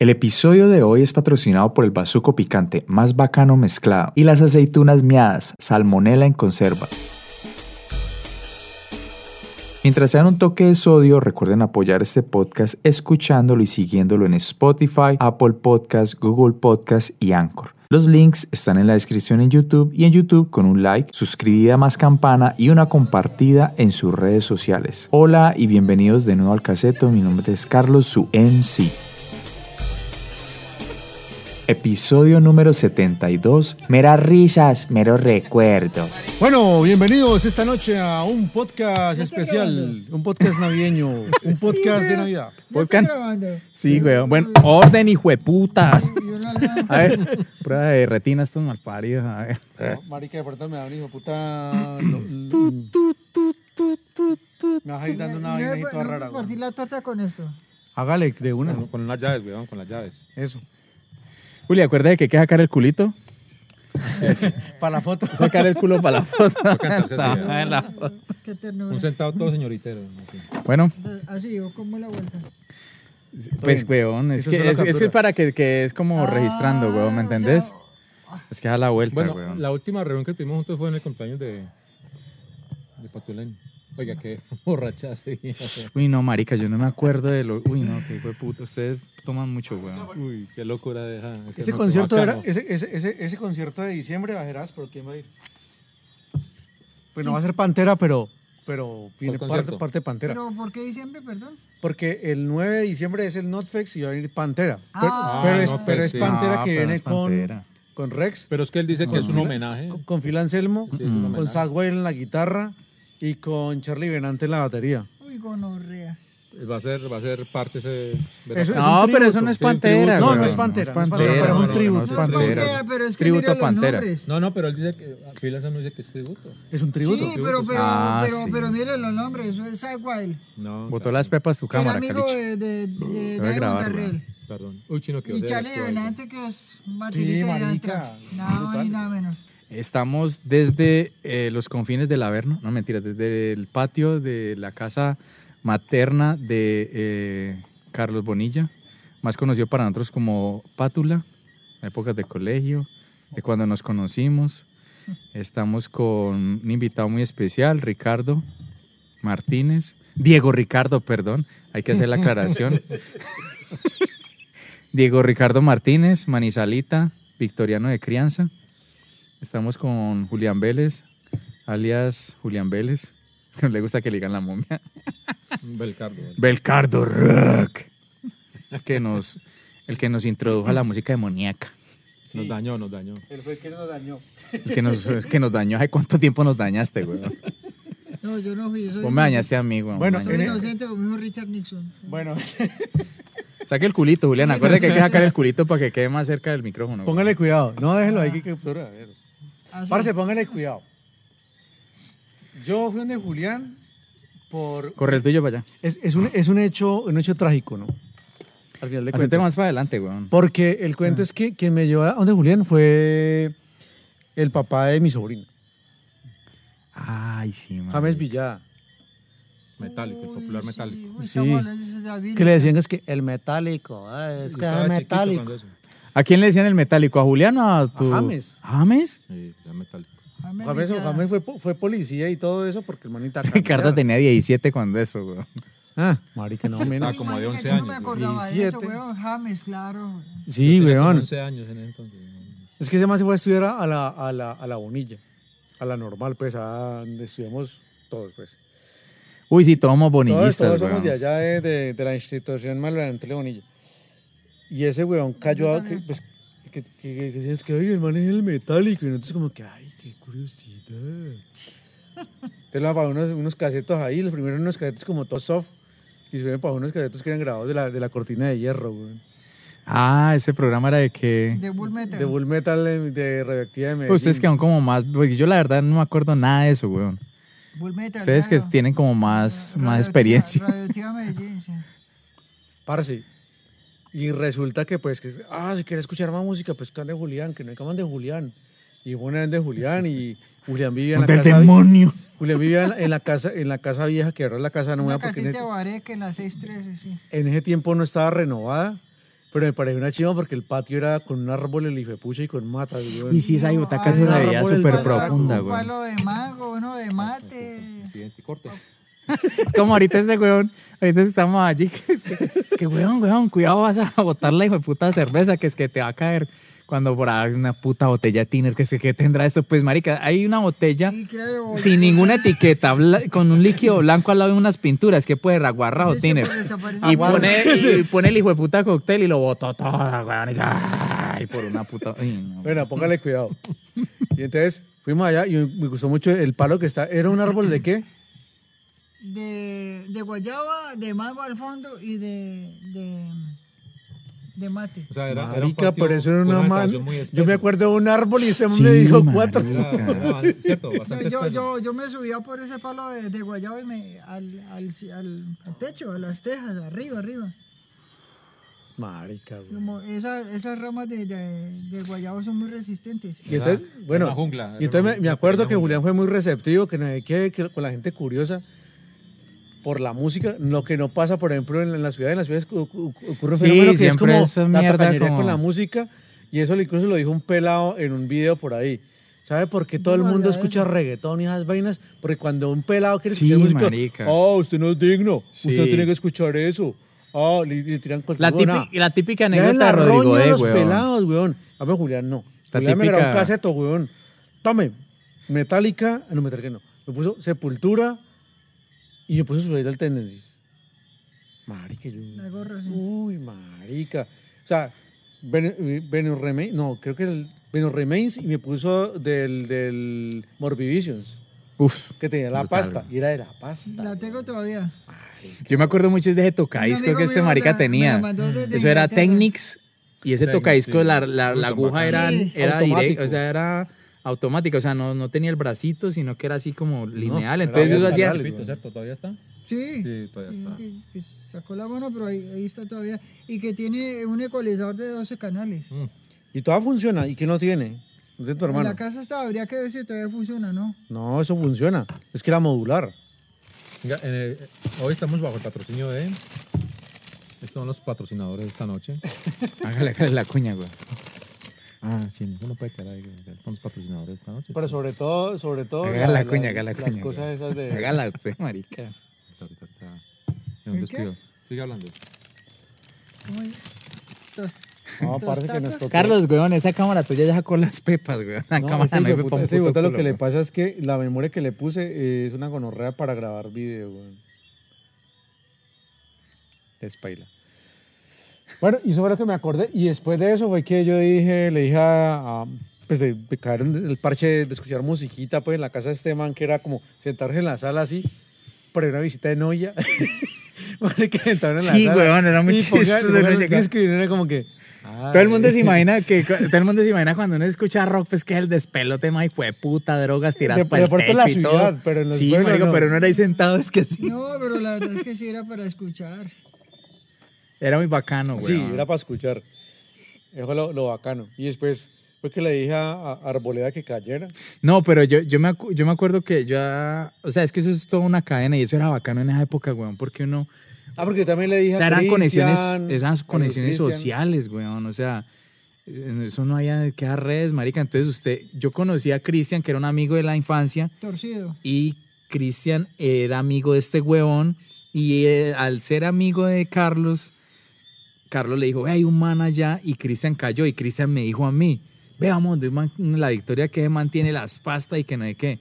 El episodio de hoy es patrocinado por el bazuco picante más bacano mezclado y las aceitunas miadas, salmonela en conserva. Mientras sean un toque de sodio, recuerden apoyar este podcast escuchándolo y siguiéndolo en Spotify, Apple Podcast, Google Podcast y Anchor. Los links están en la descripción en YouTube y en YouTube con un like, suscribida más campana y una compartida en sus redes sociales. Hola y bienvenidos de nuevo al caseto. Mi nombre es Carlos, su MC. Episodio número 72. Meras risas, meros recuerdos. Bueno, bienvenidos esta noche a un podcast especial, un podcast navideño, un podcast de Navidad. Ya estoy Volcán. grabando. Sí, güey. Bueno, orden, hijo de putas. A ver, prueba de retina estos malparidos. A ver. Eh. Marica, de pronto me da un hijo de puta. lo- Me vas a ir dando una Y no vaina me- ahí toda no me rara. güey. partí la torta con esto. Hágale de una. Con unas llaves, weón, con las llaves. Eso. Juli, acuerda de que hay que sacar el culito. Para la foto. Sacar el culo para la foto. entonces, sí, Ah, en la foto. Qué ternura. Un centavo todo señoritero. así. Bueno, Así, o como la vuelta. pues, weón, es Eso que solo es, es que captura. para que, que es Ah, como registrando, weón, ¿me entendés? Es que da la vuelta, Bueno, weón. la última reunión que tuvimos juntos fue en el cumpleaños de, de Patulén. Oiga, qué borracha sí. Uy, no, marica, yo no me acuerdo de lo... Uy, no, qué hijo de puta. Ustedes toman mucho, weón. Uy, qué locura de esa. Ese noche, concierto era, bacano. ese, ese, ese, ese concierto de diciembre bajarás, pero ¿quién va a ir? Pues no va a ser Pantera, pero, pero viene parte, concierto? parte de Pantera. Pero, ¿por qué diciembre, perdón? Porque el 9 de diciembre es el NotFex y va a venir Pantera. Pero- Ah, pero, es, Notfest, pero es sí. Pantera Ah, que pero viene es con, Pantera. con Rex, Pero es que él dice que es un homenaje. con, con Phil Anselmo, Sí, es un con homenaje. Sadwell en la guitarra y con Charlie Benante en la batería. Uy, gonorrea. Va a ser, va a ser parte ese. Eso es No, un pero eso tributo. no es Sí, un pantera, tributo. No, weón. no es Pantera, no es Pantera, pero es un no, tributo. No es No es Pantera. pantera, pero es que Tributo mira a los Pantera. nombres. No, no, pero él dice que Phil Anselmo dice que es tributo. Es un tributo. Sí, pero, pero, Ah, pero, sí. pero mira los nombres. Eso es Agwild. No, Botó las pepas tu Era cámara, amigo Caliche. de, de, de Te voy a Diamond grabar, Darrell. weón. perdón. Uy, chino, que Y Charlie Adelante, que es un baterista de marica, Anthrax. Nada más ni nada menos. Estamos desde eh, los confines del Averno, no mentira, desde el patio de la casa materna de eh, Carlos Bonilla, más conocido para nosotros como Pátula, épocas de colegio, de cuando nos conocimos. Estamos con un invitado muy especial, Ricardo Martínez, Diego Ricardo, perdón, hay que hacer la aclaración. Diego Ricardo Martínez, Manizalita, victoriano de crianza. Estamos con Julián Vélez, alias Julián Vélez. No le gusta que le digan la momia. Belcardo. weón. Belcardo Rock. Que nos, el que nos introdujo a la música demoníaca. Nos dañó, nos dañó. Él fue el que nos dañó. El que nos, el que nos dañó. Ay, ¿cuánto tiempo nos dañaste, güey? No, yo no fui. Soy, Vos me ¿eh? dañaste a mí, güey. Bueno, me soy dañaste. inocente, como dijo Richard Nixon. Bueno, saque el culito, Julián. Acuérdate que hay que sacar el culito para que quede más cerca del micrófono. güey. póngale cuidado. No, déjelo Ah. ahí que captura. A ver. Así. Parce, póngale cuidado. Yo fui donde Julián por... Corre el tuyo para allá. Es, es un, es un, hecho, un hecho trágico, ¿no? Al final de Hacete cuentas. más para adelante, güey. Porque el cuento Ah. es que quien me llevó a donde Julián fue el papá de mi sobrino, Ay, sí, man. Ah, James Villada. Metálico, el Uy, popular sí, metálico. uy, Sí. estamos hablando de esa vida. Que le decían que es que el metálico, ah, es Yo que estaba es chiquito metálico. cuando eso. ¿A quién le decían el metálico? ¿A Julián o a tu...? A James. ¿A James? Sí, ya metálico. James James, Villada. James fue, po- fue policía y todo eso porque el manita. Ricardo tenía 17 cuando eso, güey. Ah, marica, no menos. Estaba como de Imagínate, yo 11 No me años, acordaba de eso, 17. weón. James, claro. Sí, Tenía como weón. 11 años en ese entonces. weón. Es que ese man se fue a estudiar a la, a la, a la Bonilla, a la normal, pues, a donde estudiamos todos, pues. Uy, sí, todos somos Todos, bonillistas, todos güey. somos de allá, de, de- de la institución Manuel Antonio Bonilla. Y ese weón Yo cayó, a- que, también. pues, que, que, que, que decías que, ay, el man es el metálico. Y nosotros como que, ay, qué curiosidad. Entonces la pagó unos, unos casetos ahí, los primeros unos casetos como todo soft. Y se para unos casetos que eran grabados de la, de la cortina de hierro, weón. Ah, ese programa era de que... De Bull Metal. De Bull Metal de, de Radioactiva de Medellín. Pues ustedes quedan como más... porque yo la verdad no me acuerdo nada de eso, weón. Bull Metal, Ustedes que claro. tienen como más, Radioactiva- más experiencia. Radioactiva Medellín, sí. Parce. Y resulta que, pues, que, ah, si quieres escuchar más música, pues que ande Julián, que no hay que de Julián. Y bueno, eran de Julián y Julián vivía en la casa. vi- Julián vivía en la, en la casa, en la casa vieja, que ahora es la casa nueva, Una porque en casita de ese, Bareque en la 613, sí. en ese tiempo no estaba renovada. Pero me pareció una chiva porque el patio era con un árbol, el pucha y con matas, weón. Y sí, esa butaca ay, se la no, veía por el súper palo, profunda, Un güey. palo de mago, uno de mate. Accidente, corte. Es como ahorita ese weón, ahorita estamos allí, que es que, es que weón, weón, cuidado vas a botar la hijo de puta cerveza, que es que te va a caer cuando por ahí una puta botella de tiner, que es que ¿qué tendrá esto, pues marica, hay una botella Sí, claro. sin ninguna etiqueta, bla- con un líquido blanco al lado de unas pinturas, que puede raguarra o Sí, sí, tiner. porque pues desaparece. Y pone, y pone el hijo de puta cóctel y lo botó toda, weón, y, ay, por una puta... ay, no. Bueno, póngale cuidado. Y entonces fuimos allá y me gustó mucho el palo que está. ¿Era un árbol de qué? De, de guayaba, de mago al fondo y de, de, de mate. O sea, era, era un Marica, patio pero eso era con una man. vegetación muy Yo me espesa. acuerdo de un árbol y ese man Sí, me dijo marica. cuatro. Era- era- cierto, Yo, bastante yo, espeso. yo, yo me subía por ese palo de, de guayaba y me, al, al, al, al techo, a las tejas, arriba, arriba. Marica, güey. Como esas, esas ramas de, de, de guayaba son muy resistentes. Y entonces, Era bueno, una jungla, era y entonces me, una me acuerdo pequeña que jungla. Julián fue muy receptivo, que, no sé qué, que con la gente curiosa por la música, lo que no pasa, por ejemplo, en, en la ciudad, en las ciudades ocu- ocu- ocurre un Sí, fenómeno que es siempre como esa la mierda tacañería como- con la música, y eso incluso lo dijo un pelado en un video por ahí. ¿Sabe por qué todo el No mundo sabía escucha reggaetón y esas vainas? Porque cuando un pelado quiere Sí, escuchar música, marica. oh, usted no es digno, Sí. usted no tiene que escuchar eso. Ah, le, le tiran cualquier La huevonada. típica, la típica Ya en anécdota la de Rodrigo roña D, los weón. pelados, weón. A ver, Julián, no. La Julián me grabó un típica- caseto, weón. Tome, Metallica, no, Metallica no. Me puso Sepultura y me puso su del Tendencies. Marica, yo... La gorra, sí. Uy, marica. O sea, Ven- Venus Remains, no, creo que era el Venus Remains y me puso del, del Morbivisions, Uf. que tenía la Brutal. pasta. Y era de la pasta. La tengo todavía. Yo me acuerdo mucho de ese Un tocadisco amigo que este mío me marica la- me tenía. la mandó desde Eso era Inglaterra. Technics y ese Technics, tocadisco, sí. la, la, Muy la aguja era, bacano. Sí. era Automático. directa, o sea, era automática, o sea, no, no tenía el bracito, sino que era así como lineal. era Entonces eso bien hacía. manual. Repito, ¿cierto? ¿Todavía está? Sí. Sí, pues, todavía está. Que- que sacó la mano, pero ahí, ahí está todavía. Y que tiene un ecualizador de 12 canales. Y toda funciona. ¿Y qué no tiene? No tiene tu En hermano. la casa está, habría que ver si todavía funciona, ¿no? No, eso funciona. Es que era modular. Venga, en el- hoy estamos bajo el patrocinio de. Estos son los patrocinadores de esta noche. Hágale, hágale la cuña, güey. Ah, sí, no puede quedar ahí. güey, Son los patrocinadores de esta noche. Pero sobre todo, sobre todo. Haga la cuña, haga la las cuña, cosas güey. esas de. Hágala usted, marica. Ahorita, ahorita, ahorita. En un ¿El descuido. Sigue hablando. ¿Cómo es? Tos- No, parece que tacos. nos tocó. Carlos, weón, esa cámara tuya ya sacó las pepas, weón. La No, este cámara ese no hay hijueputa- pepa, un ese hijueputa puto lo que culo, le weón. pasa es que la memoria que le puse eh, es una gonorrea para grabar video, güey. Despaila. Bueno, y eso fue lo que me acordé. Y después de eso fue que yo dije, le dije a. a- pues de, de caer en el parche de, de escuchar musiquita, pues en la casa de este man, que era como sentarse en la sala así, para una visita de novia. Bueno, que sentaron en la Sí, sala. weón, era muy Y pongan- chistoso, y pongan no el llegaba. disco y uno era como que. Todo el mundo "Ay". se imagina que todo el mundo se imagina cuando uno escucha rock, pues que es el despelote, tema y fue puta, drogas tiradas De- para de el pronto techo en la y ciudad, todo. pero en los sí, pueblos marico, no. pero uno era ahí sentado, es que sí. No, pero la verdad es que sí era para escuchar. Era muy bacano, güey. Sí, era para escuchar. Eso fue lo, lo bacano. Y después fue que le dije a, a Arboleda que cayera. No, pero yo, yo, me acu- yo me acuerdo que ya, o sea, es que eso es toda una cadena y eso era bacano en esa época, weón, porque uno, Ah, porque también le dije o sea, a eran Cristian, conexiones, esas a conexiones Cristian. sociales, weón, o sea, en eso no había que dar redes, marica. Entonces usted, yo conocí a Cristian, que era un amigo de la infancia, Torcido. y Cristian era amigo de este huevón y eh, al ser amigo de Carlos, Carlos le dijo, "Ve, hay un man allá y Cristian cayó y Cristian me dijo a mí, ve vamos, de un man- la victoria que mantiene las pastas y que no hay qué.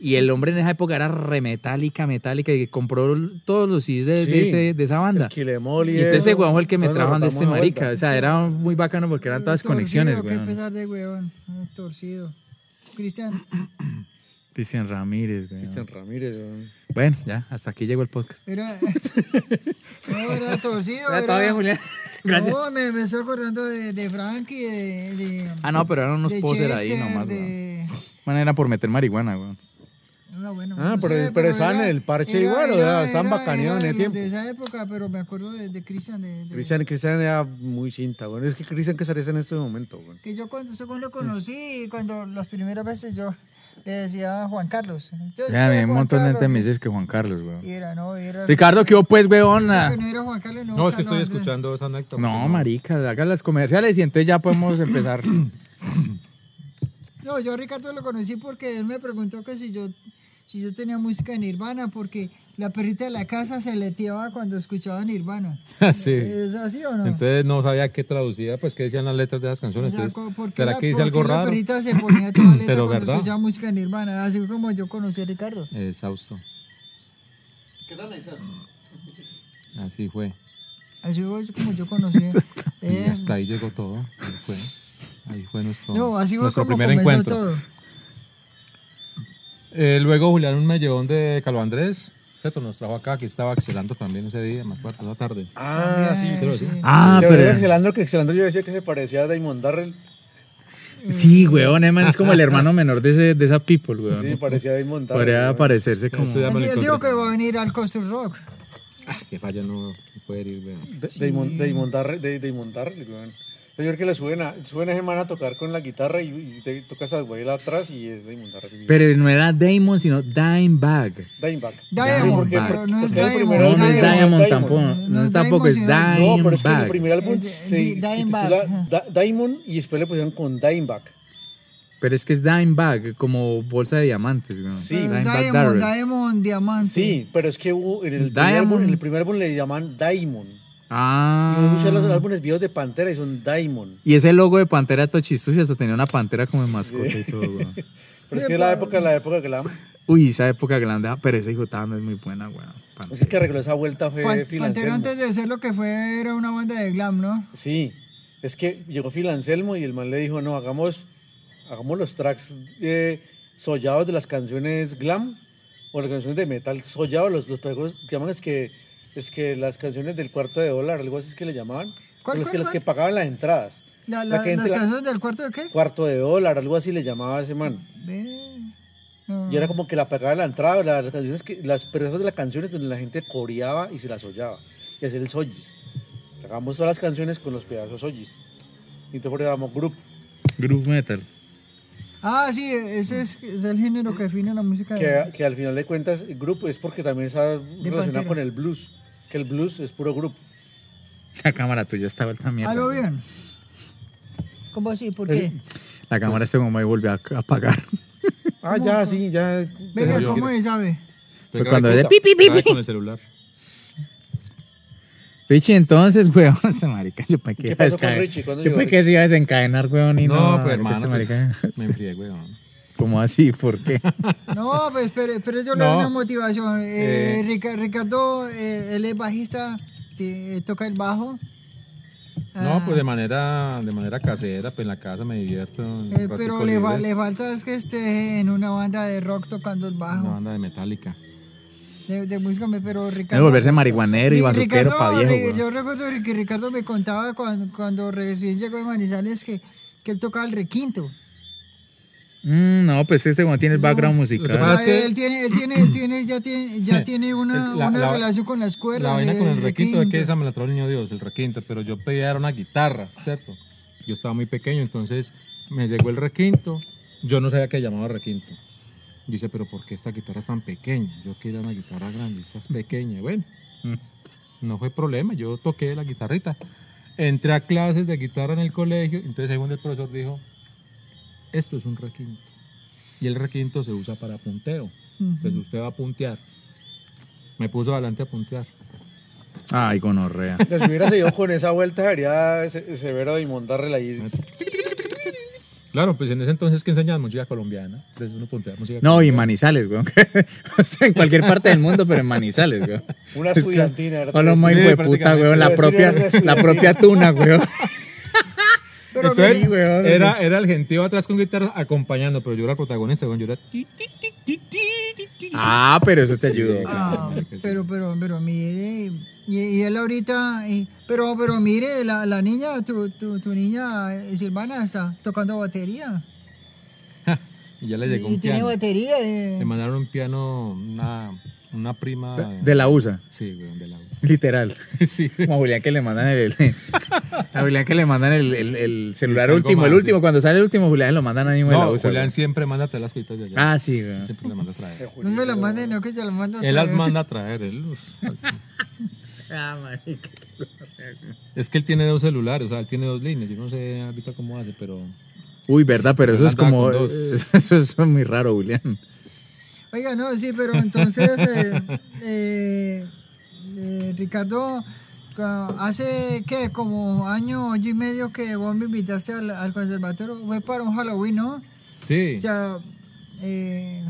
Y el hombre en esa época era remetálica, metálica, y que compró todos los CDs de, Sí, ese- de esa banda. Quilemol y Y entonces ese eso. huevón fue el que me Entonces nos trajo de este rotamos de vuelta. marica. O sea, era muy bacano porque eran todas Torcido, conexiones, Qué weón. pesar de huevón. Ah, Torcido. Cristian, Cristian Ramírez, weón. Cristian Ramírez. weón. Bueno, ya, hasta aquí llegó el podcast. era. No, era torcido. Ya, era- todavía, Julián. Gracias. No, me, me estoy acordando de, de Frankie, de, de. Ah, no, pero eran unos de posers ahí Chester, nomás, weón. de- Bueno, era por meter marihuana, weón. Ah, bueno, Ah, pero- pero estaban en el parche igual, o sea, estaban bacaneando en de el tiempo. De esa época, pero me acuerdo de, de Cristian, de, de- Cristian, Cristian era muy cinta, bueno. Es que Cristian que sale en este momento, bueno. Mm. que yo cuando, según lo conocí, cuando las primeras veces yo, le decía a Juan Carlos. Entonces, Ya, sí, me- un Juan montón de Carlos. gente me dices que Juan Carlos, weón. Y era, no, y era- Ricardo, ¿qué hubo, pues, weón? que no era Juan Carlos, no, No, es que estoy Carlos Andrés. escuchando esa anécdota. No, marica, haga las comerciales y entonces ya podemos empezar. No, yo a Ricardo lo conocí porque él me preguntó que si yo, si yo tenía música de Nirvana, porque la perrita de la casa se leteaba cuando escuchaba Nirvana. sí. ¿Es así o no? Entonces no sabía qué traducía, pues qué decían las letras de las O canciones. sea, Entonces, co- ¿por qué ¿será la- que dice por algo qué La raro? perrita se ponía toda letra Pero cuando verdad. escuchaba música de Nirvana, así fue como yo conocí a Ricardo. Exhausto. ¿Qué tal Así fue. Así fue como yo conocí. Y eh, hasta ahí llegó todo. Ahí fue, ahí fue nuestro, no, así fue nuestro como primer comenzó encuentro. todo. Eh, luego Julián un medallón de Calvo Andrés. Cierto, nos trajo acá, que estaba excelando también ese día, me acuerdo, toda la tarde. Ah, sí. Eh, Te sí. Ah, voy a decir Xelandro, que Xelandro yo decía que se parecía a Damon Darrell. Sí, weón, Eman es como el hermano menor de, ese- de esa people, weón. Sí, parecía a Damon Darrell. Podría weón. parecerse como... Esto ya me Él lo él dijo que encontré. va a venir al Coastal Rock. Que falla no puede ir, weón. Da- Damon, Damon Darrell, de- Damon Darrell, weón. Yo creo que le suben a, suben a ese man a tocar con la guitarra y, y te tocas a güey atrás y es Damon Darrell. Pero no era Damon, sino Dimebag. Dimebag. Diamond, porque- pero no es porque el Diamond. primer No, álbum no es se llama Diamond tampoco. No, No, tampoco Diamond es sino- No, No, pero es que en el Dimebag. primer álbum Es se, Di- se Dimebag, titula ajá. Da- Diamond y después le pusieron con Dimebag. Pero es que es Dimebag, como bolsa de diamantes, weón. Sí. Pero Dimebag Diamond, Darrell. Diamond, diamante. Sí, pero es que hubo en el, primer Diamond. álbum, en el primer álbum le llaman Diamond. Y uno escucha los Ah. álbumes viejos de Pantera y son Diamond. Y ese logo de pantera todo chistoso y hasta tenía una pantera como de mascota y todo, weón. Pero es que la época, la época que la Uy, esa época grande, ah, pero esa hijotada no es muy buena, weón. Es que el que arregló esa vuelta fue Pan- Phil Pantera Anselmo. antes de ser lo que fue era una banda de glam, ¿no? Sí, es que llegó Phil Anselmo y el man le dijo, no, hagamos, hagamos los tracks eh, sollados de las canciones glam o las canciones de metal sollados, los, los tragos que llaman es que, es que las canciones del cuarto de dólar, algo así es que le llamaban, ¿Cuál, pero es cuál, que las cuál? que pagaban las entradas. La, La la- gente las la- canciones del cuarto de qué? Cuarto de dólar, algo así le llamaba a ese man. De- no. Y era como que la pagaba la entrada, la- las canciones que, las personas de las canciones donde la gente coreaba y se las sollaba. Y hacer el sollis. Hagamos todas las canciones con los pedazos sollis. Y entonces formamos grupo. Group metal. Ah, sí, ese es, es el género que define la música. de- que, que al final de cuentas el grupo es porque también está relacionado Pantera. con el blues, que el blues es puro grupo. La cámara tuya está vuelta mierda. ¿A lo weón. bien? ¿Cómo así? ¿Por qué? La cámara este como me volvió a a apagar. Ah, ya, sí, ya. Venga, yo- ¿cómo se sabe? Entonces, Fue cuando grave de puta, pi, pi, pi, grave pi. con el celular. Richie, entonces, weón, ese marica, yo me quedé ¿Qué pasó con Richie? ¿Cuándo Yo llegó me quedé se iba a desencadenar, weón, y no, No, pero marica, este hermano, pues, marica, me enfrié, weón. ¿Cómo así? ¿Por qué? No, pues, pero, pero yo le No. doy una motivación. Eh, Rica- Ricardo, eh, él es bajista, que, eh, toca el bajo. Ah, No, pues de manera, de manera casera, pues en la casa me divierto. un Eh, ratico pero le, fa- libre. le falta es que esté en una banda de rock tocando el Una bajo. banda de Metallica. De, de música, me- pero Debe Ricardo. volverse marihuanero y Ri- bazuquero pa' viejo, Ri- weón. Yo recuerdo que Ricardo me contaba cuando, cuando recién llegó de Manizales que, que él tocaba el requinto. Mm, no, pues este weón tiene el background musical. pasa- Ah, Él- es que- él, tiene, él tiene, él tiene, ya tiene, ya tiene una, La- una la- relación con las cuerdas. La vaina con el requinto es que eh, requinto. esa me la trajo el niño Dios, el requinto, pero yo pedía era una guitarra, ¿cierto? Yo estaba muy pequeño, entonces me llegó el requinto, yo no sabía que llamaba requinto. Yo dije, pero ¿por qué esta guitarra es tan pequeña? Yo quería una guitarra grande, esta es pequeña. Bueno, no fue problema, yo toqué la guitarrita. Entré a clases de guitarra en el colegio, entonces según el profesor dijo, esto es un requinto. Y el requinto se usa para punteo, pues usted va a puntear. Me puso adelante a puntear. Ay, gonorrea. Les hubiera seguido con esa vuelta, sería se- severo de montarle ahí. Claro, pues en ese entonces que enseñaban música colombiana, entonces uno ponía música No, y Manizales, weón. o sea, en cualquier parte del mundo, pero en Manizales, weón. Una estudiantina, ¿verdad? Ah, O lo más Sí, hueputa, prácticamente. weón, la Sí, propia, era una la propia tuna, weón. Pero Entonces, sí, weón. era, era el gentío atrás con guitarra acompañando, pero yo era el protagonista, weón, yo era... Ah, pero eso te ayudó. Ah, pero, pero, pero mire, y, y él ahorita, y- pero, pero mire, la, la niña, tu, tu, tu niña eh, Silvana está tocando batería. Y ya le llegó Y un tiene piano. batería. Le eh. mandaron un piano, una Una prima. De la USA, Sí, weón, de la U. literal. Sí. Como a Julián que le mandan el, a Julián que le mandan el, el- el celular Es algo último, el más, último. sí. Cuando sale el último, Julián lo mandan a mismo de la No, USA. Julián siempre manda a traer las cuitas de güey. allá. Ah, sí, güey. Siempre le manda a traer. No me lo manden, Eh, no que se lo mando. Él otra las vez. manda a traer. Él los- Ah, marica. Es que él tiene dos celulares, o sea, él tiene dos líneas. Yo no sé ahorita cómo hace, pero. Uy, verdad, pero eso Él es andaba como. con dos. Eso es muy raro, Julián. Oiga, no, sí, pero entonces eh, eh, eh, Ricardo, cua- hace que como año, año y medio que vos me invitaste al, al conservatorio, fue para un Halloween, ¿no? Sí. O sea, eh,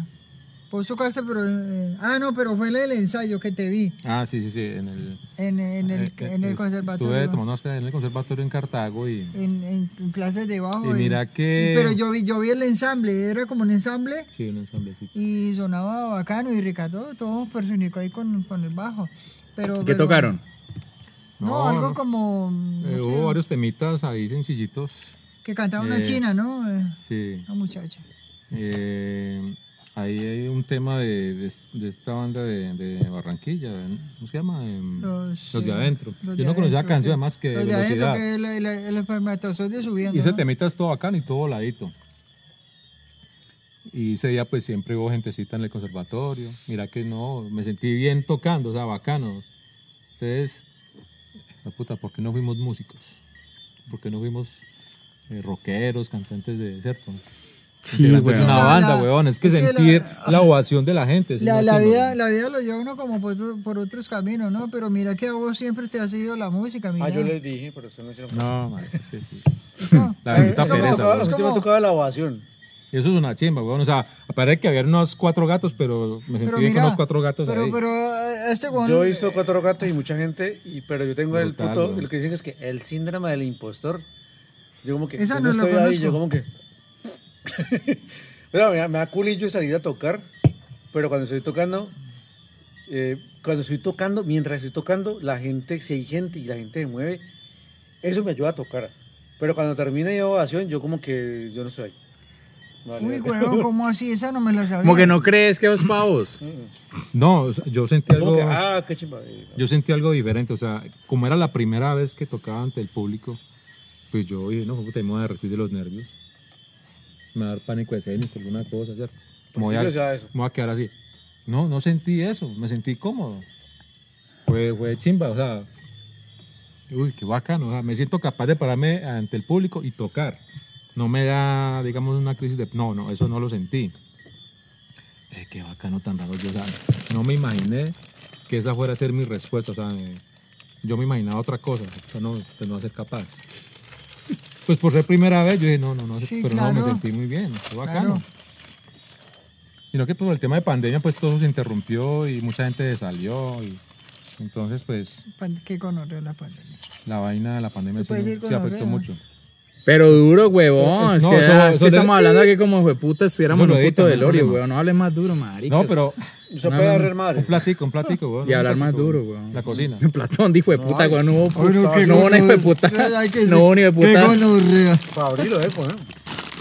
vos tocaste, pero... eh, ah, no, pero fue el, el ensayo que te vi Ah, sí, sí, sí. En el, en, en el, eh, eh, en el es- conservatorio. Estuve tomando unas clases en el conservatorio en Cartago y. En, en- en clases de bajo. Y mira que- y- pero yo vi, yo vi el ensamble, era como un ensamble Sí, un ensamblecito. y sonaba bacano y Ricardo todo personificó ahí con, con el bajo. Pero, ¿Qué pero- tocaron? No, No, algo no. como no Eh, sé, hubo varios temitas ahí sencillitos. que cantaba una eh, china, ¿no? Eh, Sí. una muchacha. Eh, ahí hay un tema de, de- de esta banda de, de Barranquilla, ¿cómo se llama? Em, Los, de eh, adentro. los Yo de no conocía adentro, canción sí. más que los de adentro Velocidad. que el, el, el espermatozoide Y subiendo. ese ¿no? temita es todo bacán y todo voladito. Y ese día pues siempre hubo gentecita en el conservatorio. Mira que no, me sentí bien tocando, o sea, bacano. Entonces, la puta, ¿por qué no fuimos músicos? ¿Por qué no fuimos eh, rockeros, cantantes de cierto? Integrantes de weón. una La- banda, la- weón. Es que es que sentir la- la, ovación de la gente. eso La, es la chimba, vida, weón. la vida lo lleva uno como por, otro- por otros caminos, ¿no? Pero mira que a vos siempre te ha sido la música, mira. Ah, yo les dije, pero ustedes no hicieron No, marica, es que sí. Eso. La bendita es como- pereza, es weón. Usted me ha como- tocado la ovación. Eso es una chimba, weón. O sea, parece que había unos cuatro gatos, pero me sentí Pero bien mira, con los cuatro gatos pero, ahí. pero eh, este weón, Yo he visto cuatro gatos y mucha gente, y, pero yo tengo el Brutal, puto, weón. lo que dicen es que el síndrome del impostor. Yo como que, Esa yo no la estoy ahí, conozco. yo como que... Pero me, da- me da culillo salir a tocar, pero cuando estoy tocando, eh, cuando estoy tocando, mientras estoy tocando, la gente, si hay gente y la gente se mueve, eso me ayuda a tocar. Pero cuando termina la ovación, yo como que, yo no soy ahí. Vale, eh, uy, vale. weón, ¿cómo así? Esa no me la sabía. Como que no crees que vos pavos. No, o sea, yo sentí Como algo. que, ah, qué chimba. eh, Yo sentí algo diferente, o sea, como era la primera vez que tocaba ante el público, pues yo dije, no, puta, me voy a derretir de los nervios. Me va a dar pánico escénico, alguna cosa, ¿cierto? Me voy, a, Principio se da eso. me voy a quedar así. No, no sentí eso, me sentí cómodo. Fue, fue chimba, o sea, uy, qué bacano, o sea, me siento capaz de pararme ante el público y tocar. No me da, digamos, una crisis de... No, no, eso no lo sentí. Eh, qué bacano tan raro. Yo, o sea, no me imaginé que esa fuera a ser mi respuesta. O sea, me- yo me imaginaba otra cosa. O sea, no, pues no va a ser capaz. Pues por ser primera vez, yo dije, no, no, no. Sí, pero no, claro. me sentí muy bien. Qué bacano. Claro. Sino que por el tema de pandemia, pues todo se interrumpió y mucha gente salió. Y, entonces, pues, Pan- Qué conorrea la pandemia. la vaina de la pandemia puedes ir sí, con sí la afectó reba. mucho. Pero duro, huevón. Eh, Es no, que, eso- ah, es eso que le- estamos hablando aquí como hueputa estuviéramos en Eso un lo puto editan, no hay velorio, problema. huevón. No hables más duro, marica. No, pero Eso puede agarrar madre. un platico, un platico, weón. pues, Y un hablar más platico, duro, weón. La cocina. Platón dijo de puta, weón. No hubo Ay, no, puta. qué No hubo una gonorrea. hijo de puta. Ay, que sí. No hubo ni hijo de Qué puta. gonorrea. Para abrirlo, eh, pues, ¿no?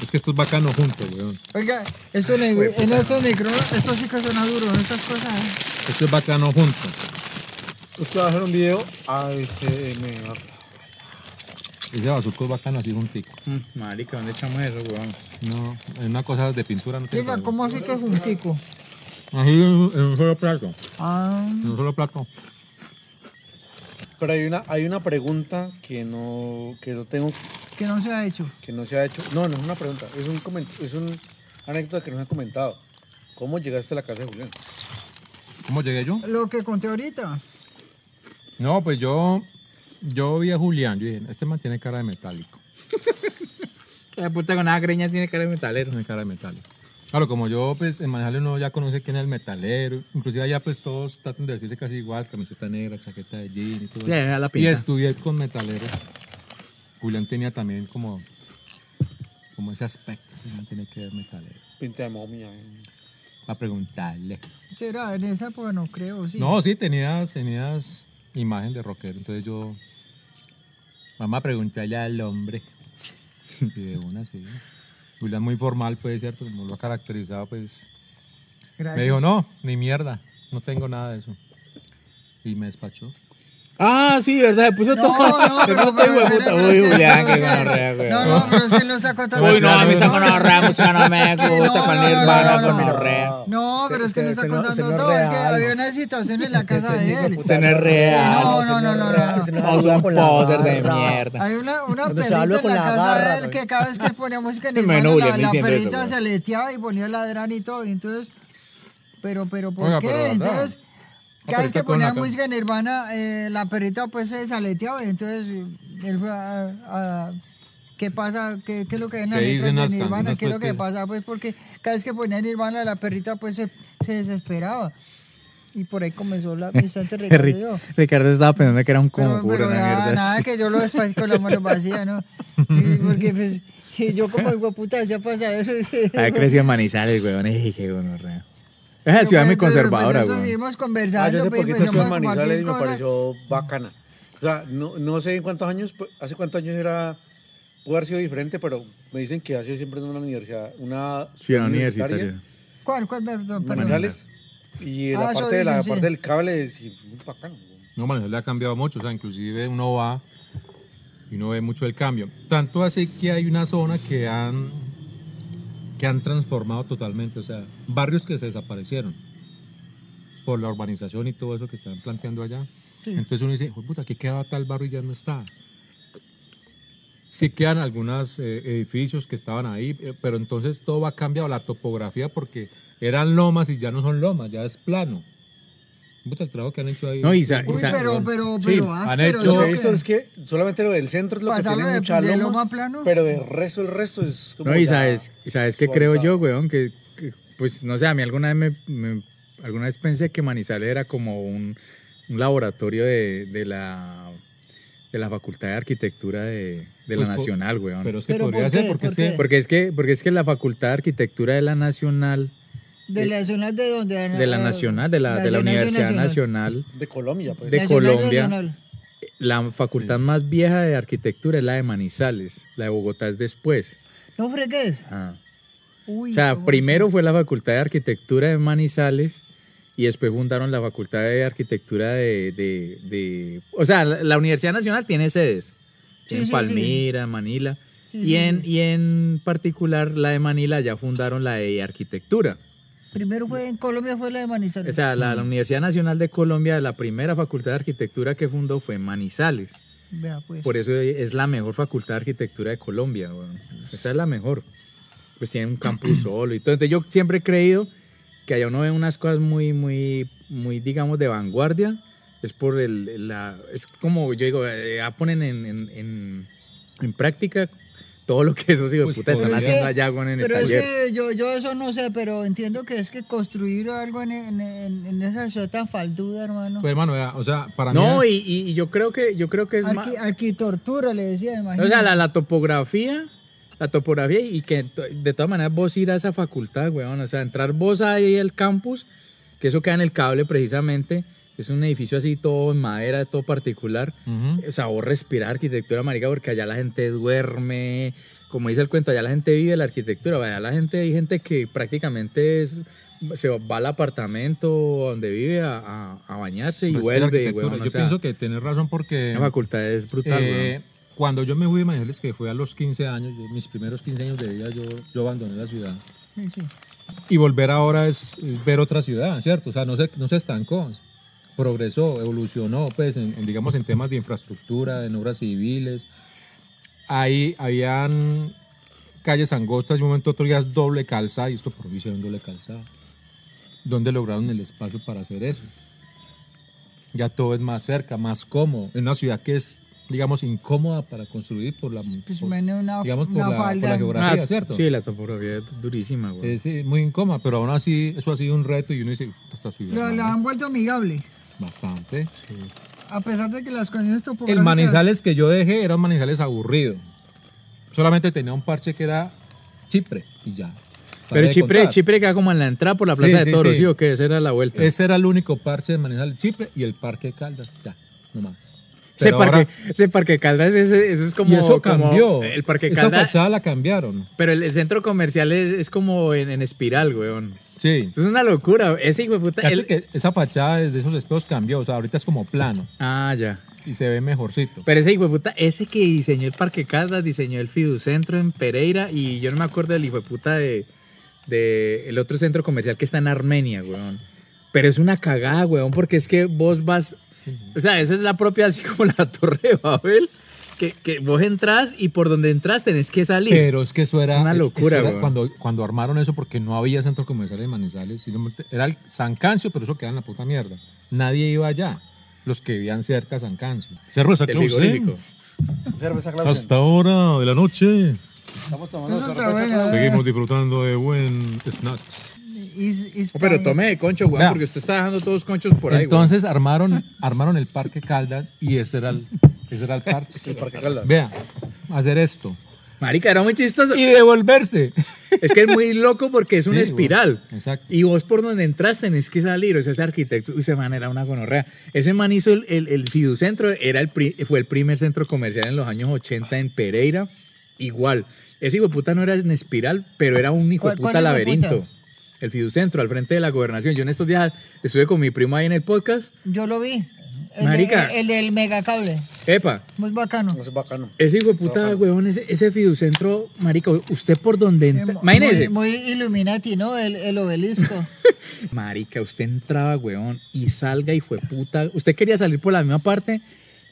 Es que esto es bacano juntos, weón. Oiga, eso le- en estos micrófonos, esto sí que suena duro, estas cosas. ¿eh? Esto es bacano juntos. Usted va a hacer un video ASMR. Ese bazuco es bacano así juntico. Mm, Marica, ¿dónde echamos eso, weón? No, en una cosa de pintura no tiene Diga, problema. ¿cómo así que es juntico? Así en un en un solo plato. Ah, En un solo plato. Pero hay una, hay una pregunta que no, que no tengo, que no se ha hecho. que no se ha hecho. No, no es una pregunta, es un coment- es un anécdota que nos ha comentado. ¿Cómo llegaste a la casa de Julián? ¿Cómo llegué yo? Lo que conté ahorita. No, pues yo, yo vi a Julián. Yo dije, este man tiene cara de metálico. La puta con nada greña tiene cara de metalero. Tiene cara de metálico. Claro, como yo, pues en Manizales uno ya conoce quién es el metalero. Inclusive allá, pues todos tratan de decirse casi igual: camiseta negra, chaqueta de jean y todo Le da la Y pinta. estudié con metaleros. Julián tenía también como, como ese aspecto. Ese man tiene que ver metalero. Pinta de momia. eh. Para preguntarle. ¿Será? En esa, pues no creo, sí. No, sí, tenías, tenías imagen de rockero. Entonces yo. Vamos a preguntarle al hombre. Y de una, sí. Julián, muy formal, pues, ¿cierto? Como lo ha caracterizado, pues. Me Gracias. dijo, no, ni mierda. No tengo nada de eso. Y me despachó. Ah, sí, verdad, se puso No, todo. no, se pero- puso todo pero- hijo de pero- puta. pero Uy, es que- Julián, pero qué es que- gonorrea, güey. No, no, pero es que él no está contando. Uy, no, a mí esa No, gonorrea, música no me gusta, no, con no, el no, no, vara, no. gonorrea. No, pero es que no está Usted no- usted contando no es todo. Es que real. había una situación en la Este casa de él. Usted no es real. No, no, no, no, no. Vos un poser de mierda. Hay una, una Cuando se perrita en habla la con la casa garra, de él güey. que cada vez que él ponía música en Me el mano, enojo, la, Lenín, la siempre eso, perrita güey. se aleteaba y ponía a ladrar y todo. Y entonces, pero, pero, ¿por Oiga, qué? pero, entonces, La cada vez perrita que con ponía la perra. música en Nirvana, eh, la perrita pues se saleteaba y entonces eh, él fue a... a- ¿Qué pasa? ¿Qué, qué es lo que hay en la ¿Qué letra dicen de las Nirvana? canciones, ¿Qué es lo pues, que que- pasa? Pues porque cada vez que ponía Nirvana la perrita pues se, se desesperaba. Y por ahí comenzó la bastante retrocedió. Ricardo estaba pensando que era un Pero, concurso, pero una nada, mierda. nada, así. que yo lo despaché con la mano vacía, ¿no? Y Porque pues, y yo como hijo de puta decía para saber. Había crecido en Manizales, weón. Ey, qué gonorrea. Esa ciudad es muy Pero, pues, conservadora, eso weón. Seguimos Ah, conversando, yo hace pues, y poquito estuve en empezamos a compartir Manizales y me cosas. pareció bacana. O sea, no, no sé en cuántos años, pues, hace cuántos años era, pudo haber sido diferente, pero me dicen que hace siempre una universidad, una Ciudad universitaria. ¿Cuál, cuál, perdón? perdón. Manizales. Y Ah, la eso parte, de la dicen, sí. parte del cable es muy bacano. güey. No, Manizales ha cambiado mucho, o sea, inclusive uno va y uno ve mucho el cambio. Tanto así que hay una zona que han, que han transformado totalmente, o sea, barrios que se desaparecieron por la urbanización y todo eso que están planteando allá. Entonces uno dice, "Joder, puta, aquí quedaba tal barrio y ya no está. Sí quedan algunos eh, edificios que estaban ahí, eh, pero entonces todo ha cambiado, la topografía, porque eran lomas y ya no son lomas, ya es plano. Puta, el trabajo que han hecho ahí. No, y sa- y Uy, sa- pero, pero, pero, Sí, han áspero, hecho- Lo yo que creo he visto que- es que solamente lo del centro es lo que Pasarlo tiene de- mucha de loma, loma a plano. pero de resto, el resto es como No, y ya sabes, y sabes qué creo yo, suavizado. weón, que, que, pues no sé, a mí alguna vez me, me- alguna vez pensé que Manizales era como un, un laboratorio de, de la de la Facultad de Arquitectura de, de la Pues, po- Nacional, weón. Pero es que ¿Pero podría por ser, qué? porque ¿Por es que- qué? porque es que porque es que la Facultad de Arquitectura de la Nacional De la zona de donde... de la Nacional de la, de la Universidad Nacional De Colombia, pues. de Nacional, Colombia, nacional. la facultad más vieja de arquitectura es la de Manizales, la de Bogotá es después. No fregues. Ah. Uy, O sea, cómo- primero fue la Facultad de Arquitectura de Manizales y después fundaron la Facultad de Arquitectura de... de- de- o sea, la, la Universidad Nacional tiene sedes. Sí, en sí, Palmira, Manila. Sí, y, sí, en, y en particular la de Manila ya fundaron la de Arquitectura. Primero fue en Colombia, fue la de Manizales. O sea, la, la Universidad Nacional de Colombia, la primera Facultad de Arquitectura que fundó fue en Manizales. Vea, pues. Por eso es la mejor facultad de arquitectura de Colombia, weón. Esa es la mejor. Pues tiene un campus solo y todo. Entonces yo siempre he creído que allá uno ve unas cosas muy, muy, muy, digamos, de vanguardia. Es por el, la, es como yo digo, eh, ya ponen en, en, en- en práctica todo lo que esos hijos de puta están Pero es haciendo que- allá, weón, en el Pero es taller. que yo, yo eso no sé, pero entiendo que es que construir algo en, en, en, en esa ciudad tan falduda, hermano. Pues, hermano, vea, o sea, para No, mí. y, y- y yo creo que, yo creo que es más... Arqui- arquitortura le decía, imagínate. O sea, la, la topografía, la topografía y que to- de todas maneras vos ir a esa facultad, weón. O sea, entrar vos ahí al campus, que eso queda en el cable precisamente. Es un edificio así todo en madera, todo particular. O sea, vos respirar arquitectura, marica, porque allá la gente duerme. Como dice el cuento, allá la gente vive la arquitectura. Allá la gente, hay gente que prácticamente es- se va al apartamento donde vive a, a- a bañarse y pues, vuelve, arquitectura, weón. O Yo sea, pienso que tenés razón porque. la facultad es brutal, eh, weón. Cuando yo me fui de Manizales, que fue a los 15 años, yo- mis primeros 15 años de vida, yo, yo abandoné la ciudad. Sí, sí. Y volver ahora es, es ver otra ciudad, ¿cierto? O sea, no se, no se estancó, progresó, evolucionó, pues, en- en, digamos, en temas de infraestructura, en obras civiles. Ahí habían calles angostas y un momento otro ya es doble calzada, y esto por qué hicieron doble calzada. ¿Dónde lograron el espacio para hacer eso? Ya todo es más cerca, más cómodo. En una ciudad que es, digamos, incómoda para construir por la... Pues por- imagínate una, digamos, por una la- por la falda. geografía. Ah, ¿cierto? Sí, la topografía es durísima, güey. Es eh, muy incómoda, pero aún así eso ha sido un reto y uno dice, "Puta, esta ciudad. La, la madre, han vuelto amigable, Bastante. a pesar de que las condiciones El topográficas... manizales que yo dejé era un manizales aburrido. Solamente tenía un parche que era Chipre y ya. Paré Pero de Chipre, contar. Chipre queda como en la entrada por la Plaza Sí, de sí, Toros, sí. sí. o qué? Esa era la vuelta. Ese era el único parche de manizales Chipre y el parque de Caldas. Ya, nomás. Ese Pero ahora- parque, ese parque Caldas, ese- eso es como. y eso como- cambió. el parque Esa Caldas. fachada la cambiaron. Pero el, el centro comercial es, es como en, en espiral, weón. Sí. Es una locura. Ese hijo de puta. Fíjate el- que esa fachada de esos espejos cambió. O sea, ahorita es como plano Ah, ya. y se ve mejorcito. Pero ese hijo de puta, ese que diseñó el Parque Caldas, diseñó el Fiducentro en Pereira y yo no me acuerdo del hijo de puta de, de el otro centro comercial que está en Armenia, weón. Pero es una cagada, weón, porque es que vos vas. O sea, esa es la propia, así como la Torre de Babel, que, que vos entras y por donde entras tenés que salir. Pero es que eso era. Es una eso locura, era weón. cuando, cuando armaron eso, porque no había centro comercial en Manizales. sino- Era el San Cancio, pero eso quedaba en la puta mierda. Nadie iba allá. Los que vivían cerca a San Cancio. Cerveza del frigorífico. Cerveza Clausen. ahora de la noche. Estamos tomando Eso está cerveza bueno. Clausen. disfrutando de buen snack. Y- y está- Oh, Pero tome de concho, weón, Vea. porque usted está dejando todos conchos por ahí, weón. Entonces armaron, armaron el Parque Caldas y ese era el, ese era el parche. El Parque Caldas. Vea, hacer esto. Marica, era muy chistoso. Y devolverse. Es que es muy loco porque es una Sí, espiral. güey, exacto. Y vos por donde entras tenés que salir. O sea, ese arquitecto, uy, ese man era una gonorrea. Ese man hizo el, el, el Fiducentro, era el pri- fue el primer centro comercial en los años 80 en Pereira. Igual. Ese hijo de puta no era en espiral, pero era un hijo de ¿Cuál- cuál hijo puta de laberinto. puta? El Fiducentro, al frente de la gobernación. Yo en estos días estuve con mi primo ahí en el podcast. Yo lo vi. El, Marica. de- el del megacable. Epa, Muy bacano. No, eso es bacano. ese hijo de puta, weón, ese, ese Fiducentro, marica, usted por donde Eh, entra. mu- Imagínese. Muy, muy Illuminati, ¿no? El, el obelisco. Marica, usted entraba, weón, y salga, hijo de puta. Usted quería salir por la misma parte.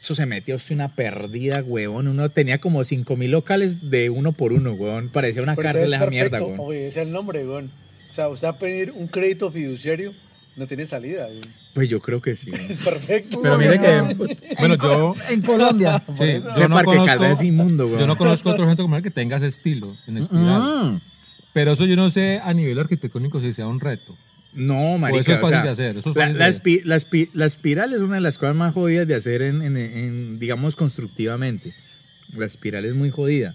Eso se metía usted una perdida, weón. Uno tenía como 5 mil locales de uno por uno, weón. Parecía una Pero cárcel entonces, esa mierda, perfecto, weón. Obedece el nombre, weón. O sea, usted va a pedir un crédito fiduciario, no tiene salida, weón. Pues yo creo que sí. weón. Es perfecto. Pero mire que. Bueno, yo. en Colombia. Sí, Ese Parque Caldas es inmundo, weón. yo no conozco otro centro comercial que tenga ese estilo en espiral. Ah. Pero eso yo no sé a nivel arquitectónico si sea un reto. No, marica. eso es o fácil sea, de hacer, eso es la, fácil la de- espi- la espi- la espiral es una de las cosas más jodidas de hacer en, en- en, digamos, constructivamente. La espiral es muy jodida.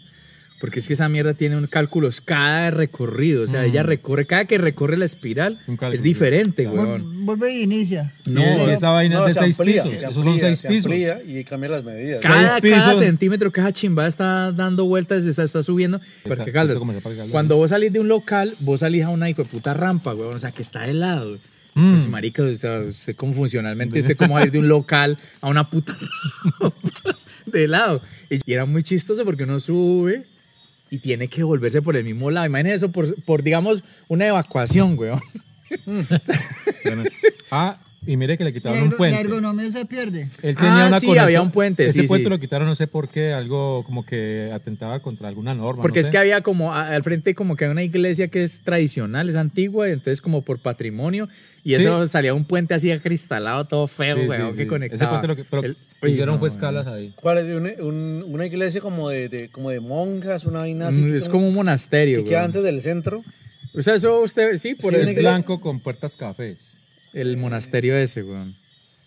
Porque es que esa mierda tiene un cálculos cada recorrido. O sea, ella recorre, cada que recorre la espiral Mm. Un cálculo, es diferente, claro. weón. Vol- Vuelve y inicia. No, Y- esa vaina no, es se de seis amplía, pisos. se Esos son amplía, seis se pisos. amplía y cambia las medidas. Cada, Seis cada pisos. centímetro, cada chimba está dando vueltas, está, está subiendo. Parque Caldas. como se Parque Caldas. Cuando vos salís de un local, vos salís a una hijo de puta rampa, weón. O sea, que está de lado. Mm. Pues, marica, o sea, usted como funcionalmente, usted cómo va a ir de un local a una puta rampa de lado. Y era muy chistoso porque uno sube y tiene que volverse por el mismo lado. Imagínese eso por, por, digamos, una evacuación, weón. Bueno, ah, y mire que le La, quitaron un ergo- la puente. ergonomía se pierde. Él tenía Ah, una sí, conexión- había un puente, Ese sí, puente sí. lo quitaron, no sé por qué, algo como que atentaba contra alguna norma. Porque no es sé. que había como a- al frente como que hay una iglesia que es tradicional, es antigua, y entonces como por patrimonio y Sí. eso salía un puente así acristalado, todo feo, Sí, sí, weón, sí. que Ese conectaba. puente lo que. Pero El- Uy, hicieron no, fue weón. escalas ahí. ¿Cuál es? Una, un- una iglesia como de, de- como de monjas, una vaina así. Mm, que Es como un monasterio, que queda weón. antes del centro. O sea, eso usted sí por Es el, blanco con puertas cafés. el monasterio ese, weón.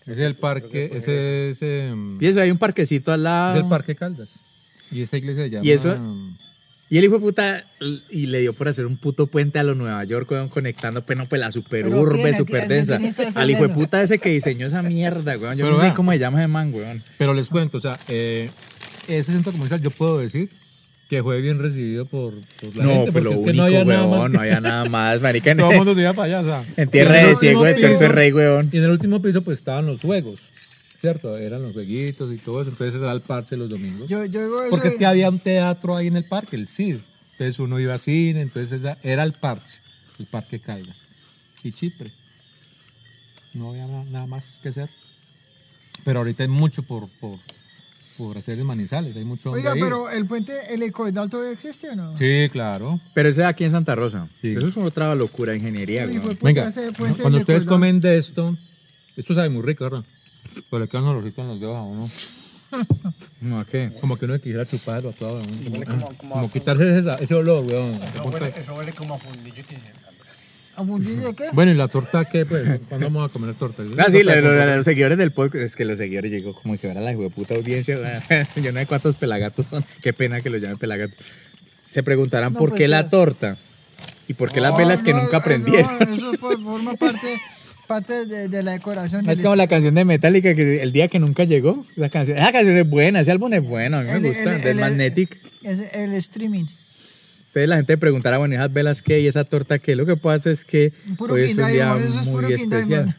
Ese es el parque, ese es, em, Y eso hay un parquecito al es el lado. parque Caldas. Y esa iglesia se llama. ¿Y eso? Y el hijo de puta l- y le dio por hacer un puto puente a lo Nueva York, weón, conectando pues, no, pues la super Pero, ¿quién? urbe, ¿A super quién- densa. a quién está Al hijo de haciendo? puta ese que diseñó esa mierda, weón. Yo Pero no sé vea. cómo se llama ese man, weón. Pero les cuento, o sea, eh, ese centro comercial yo puedo decir que fue bien recibido por, por la No, gente. pues porque lo es único, que no había nada weón, más. no había nada más, marica. En, Todo el mundo se iba para allá, o sea. en tierra de Pero- ciego, de pero- tuerto y rey, weón. Y en el último piso pues estaban los juegos, ¿cierto? Eran los jueguitos y todo eso, entonces era el parche los domingos. Yo, yo digo eso Porque es de- que había un teatro ahí en el parque, el CID. Entonces uno iba a cine, entonces era, era el parche, el parque Caldas. Y Chipre. No había na- nada más que hacer. Pero ahorita hay mucho por, por, por hacer en Manizales, hay mucho donde Oiga, ir. pero el puente, el ecoidal todavía existe o no? Sí, claro. Pero ese aquí en Santa Rosa. Sí. Eso es otra locura, ingeniería, Uy, weón. fue- Venga, Pues, ese puente cuando de ustedes colgado. comen de esto, esto sabe muy rico, ¿verdad? Pero le quedan olorcitos en los dedos a uno. No, ¿a ¿qué? Como que uno quisiera chuparlo a todo. ¿no? Como, como quitarse ese, ese olor, weón. ¿A fundir de qué? Bueno, ¿y la torta qué, pues? ¿Cuándo vamos a comer torta? Ah, sí, lo- lo- lo- los seguidores del podcast, es que los seguidores llegó como que era la puta audiencia. weón. Yo no sé cuántos pelagatos son. Qué pena que los llamen pelagatos. Se preguntarán No, por pues, qué ya. la torta y por qué las velas que No, nunca no, prendieron. eso por- forma parte parte de, de la decoración. Es del como la canción de Metallica, que el día que nunca llegó. Esa canción, esa canción es buena, ese álbum es bueno, a mí me El- gusta, el- del el- Magnetic. es el streaming. Entonces la gente preguntará, bueno, ¿y esas velas qué? ¿Y esa torta qué? Lo que pasa es que Puro hoy es un King día Diamond, eso es puro muy King especial.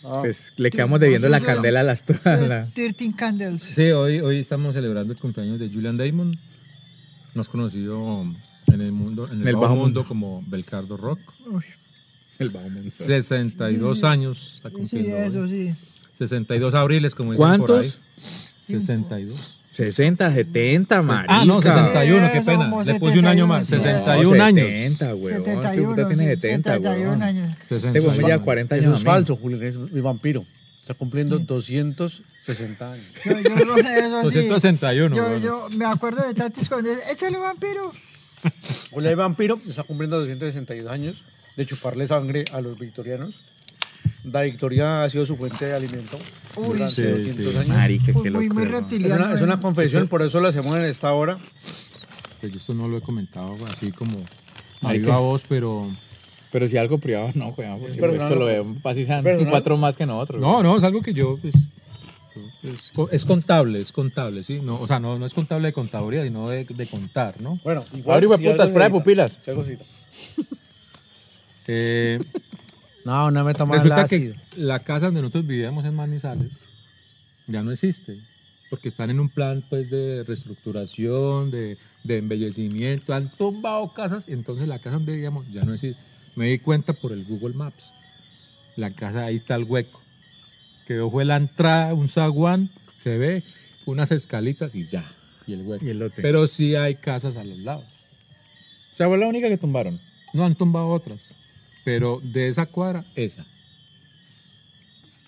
Diamond. Pues le quedamos debiendo la Eso es- candela a las Eso es todas. la- 13 Candles. Sí, hoy, hoy estamos celebrando el cumpleaños de Julian Damon, más conocido en el mundo, en el, bajo, mundo, como Belcardo Rock. Uy, 62 años está sí, cumpliendo eso hoy. sí. 62 abriles, como dicen por ahí. ¿Cuántos? 62. 60, 70, marica. Ah, no, 61, qué Eso, pena. como Le puse un año 71, más. sí. 61 años. 70, weón. Este 71, puta tiene sí, 70, 71 weón. años. Este weón me lleva 62. 40 años Eso a es mí. falso, Julio, es mi vampiro. Está cumpliendo 260 años. Yo, yo lo- eso sí. 261, Yo, weón. yo me acuerdo de Tatis cuando dice, échale vampiro. Julio el vampiro está cumpliendo 262 años de chuparle sangre a los victorianos. La victoria ha sido su fuente de alimento Uy, durante Sí, 200 sí. años. Marica, qué Uy, muy, muy locura. Es reptiliano. una, es una ¿eh? confesión, por eso la hacemos en esta hora. Pues yo esto no lo he comentado así como arriba a vos, pero... Pero si algo privado, no, weón. Porque esto personal. lo veo pasan personal. cuatro más que nosotros. No, no, es algo que yo... pues, es, co- es contable, es contable, ¿sí? No, o sea, no, no es contable de contaduría, sino de, de contar, ¿no? Bueno, igual. Abrí, si pues, algo putas, se prueba de edita, pupilas. si algo se edita. Eh, No, una meta más Resulta ácido. que la casa donde nosotros vivíamos en Manizales ya no existe, porque están en un plan pues de reestructuración, de, de embellecimiento, han tumbado casas, entonces la casa donde vivíamos ya no existe. Me di cuenta por el Google Maps, la casa ahí está el hueco, quedó fue la entrada, un zaguán, se ve unas escalitas y ya, y el hueco. Y el lote. Pero sí hay casas a los lados. O sea, fue la única que tumbaron. No han tumbado otras, pero de esa cuadra, esa.